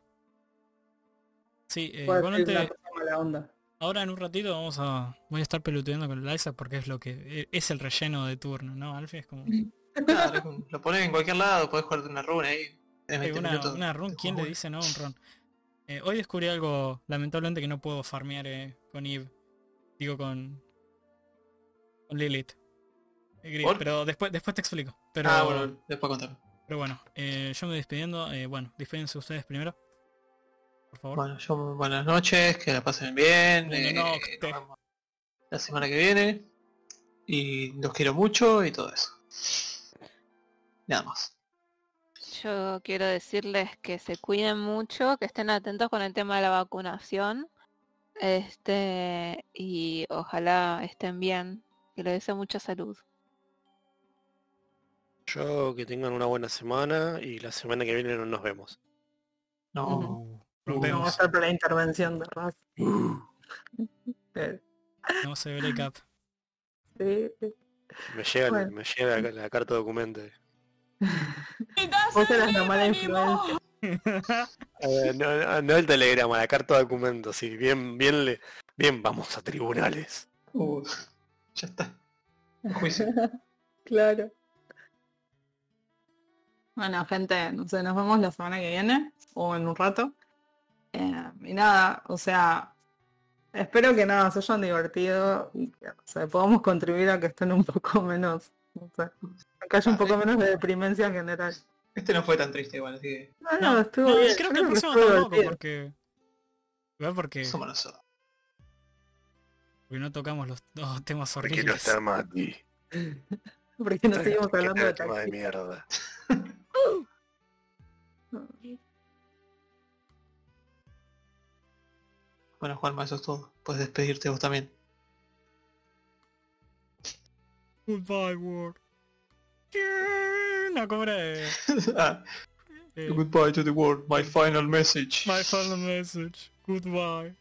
[SPEAKER 2] Sí, eh,
[SPEAKER 7] Puede decir
[SPEAKER 2] igualmente,
[SPEAKER 7] una cosa mala onda.
[SPEAKER 2] ahora en un ratito vamos a. Voy a estar peloteando con Liza porque es lo que. e, Es el relleno de turno, ¿no? Alfie es como. <laughs>
[SPEAKER 3] Claro, es un- lo ponés en cualquier lado, podés jugar una runa ahí. tenés
[SPEAKER 2] "Ey,
[SPEAKER 3] 20
[SPEAKER 2] una,
[SPEAKER 3] minutos
[SPEAKER 2] una run,
[SPEAKER 3] de
[SPEAKER 2] ¿quién le
[SPEAKER 3] juego".
[SPEAKER 2] dice no a un run? Eh, hoy descubrí algo, lamentablemente, que no puedo farmear eh, con Eve. Digo con. Con Lilith. Eh, Gris,
[SPEAKER 3] ¿Por?
[SPEAKER 2] Pero después, después te explico. Pero,
[SPEAKER 3] Ah, bueno, después contame.
[SPEAKER 2] pero bueno, eh, yo me despidiendo. eh, bueno, despídense ustedes primero. Por favor.
[SPEAKER 3] Bueno, yo buenas noches, que la pasen bien.
[SPEAKER 2] Buenas
[SPEAKER 3] eh,
[SPEAKER 2] noches.
[SPEAKER 3] nos vemos la semana que viene. Y los quiero mucho y todo eso. Nada más.
[SPEAKER 1] Yo quiero decirles que se cuiden mucho, que estén atentos con el tema de la vacunación. Este, y ojalá estén bien. Que les deseo mucha salud.
[SPEAKER 5] Yo que tengan una buena semana y la semana que viene no nos vemos.
[SPEAKER 3] No.
[SPEAKER 2] Rompemos.
[SPEAKER 7] Vamos a estar por la intervención de Raz. Eh,
[SPEAKER 2] No se ve el cap.
[SPEAKER 7] sí.
[SPEAKER 5] Me llega, el-
[SPEAKER 7] Bueno.
[SPEAKER 5] me llega la, la
[SPEAKER 7] <laughs>
[SPEAKER 5] carta documento.
[SPEAKER 7] Vos eras la mala influencia.
[SPEAKER 5] Eh, no, no- no el telegrama, la carta documento, sí. Bien, bien, le, bien, vamos a tribunales.
[SPEAKER 3] Uh, <laughs> ya está. Juicio.
[SPEAKER 7] Claro. Bueno, gente, no sé, nos vemos la semana que viene o en un rato. Eh, y nada, o sea, espero que nada, se hayan divertido y que o sea, podamos contribuir a que estén un poco menos, no sé, a que haya un poco menos de deprimencia en general.
[SPEAKER 3] Este no fue tan triste igual, así que
[SPEAKER 7] No, no,
[SPEAKER 2] No,
[SPEAKER 7] estuvo
[SPEAKER 2] No,
[SPEAKER 7] bien.
[SPEAKER 2] creo
[SPEAKER 7] yo
[SPEAKER 2] que el próximo
[SPEAKER 7] estuvo
[SPEAKER 2] tampoco,
[SPEAKER 7] divertido.
[SPEAKER 2] porque. Igual porque,
[SPEAKER 3] somos nosotros.
[SPEAKER 2] porque no tocamos los dos temas
[SPEAKER 5] Porque
[SPEAKER 2] horribles.
[SPEAKER 5] no está Mati.
[SPEAKER 7] Porque nos seguimos
[SPEAKER 5] Porque
[SPEAKER 7] hablando de
[SPEAKER 5] está el tema de
[SPEAKER 7] taxi.
[SPEAKER 5] mierda.
[SPEAKER 3] Bueno, Juanma, eso es todo. Puedes despedirte vos también.
[SPEAKER 2] <laughs>
[SPEAKER 3] <laughs>
[SPEAKER 2] Goodbye, world. Una cobra de.
[SPEAKER 3] Ah,
[SPEAKER 2] de-
[SPEAKER 3] Goodbye to the world, my final message.
[SPEAKER 2] eh, my final message. Goodbye.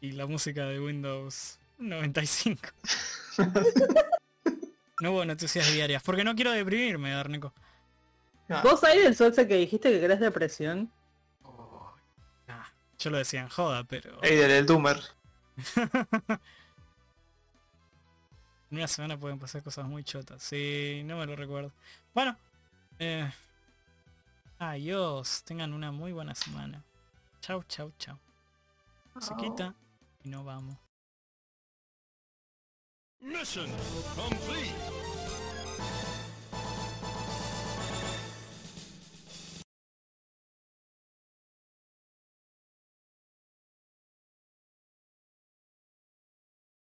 [SPEAKER 2] Y la música de Windows 95. No hubo noticias diarias. Porque no quiero deprimirme, Darneco.
[SPEAKER 3] Ah,
[SPEAKER 7] ¿Vos ahí del solce que dijiste que querés depresión?
[SPEAKER 2] Nah, Ah, yo lo decía en joda, pero.
[SPEAKER 3] Eider, el Doomer.
[SPEAKER 2] En una semana pueden pasar cosas muy chotas. Sí, no me lo recuerdo. Bueno. Eh... Adiós. Tengan una muy buena semana. Chau, chau, chau. Se quita y no vamos.
[SPEAKER 6] Mission complete.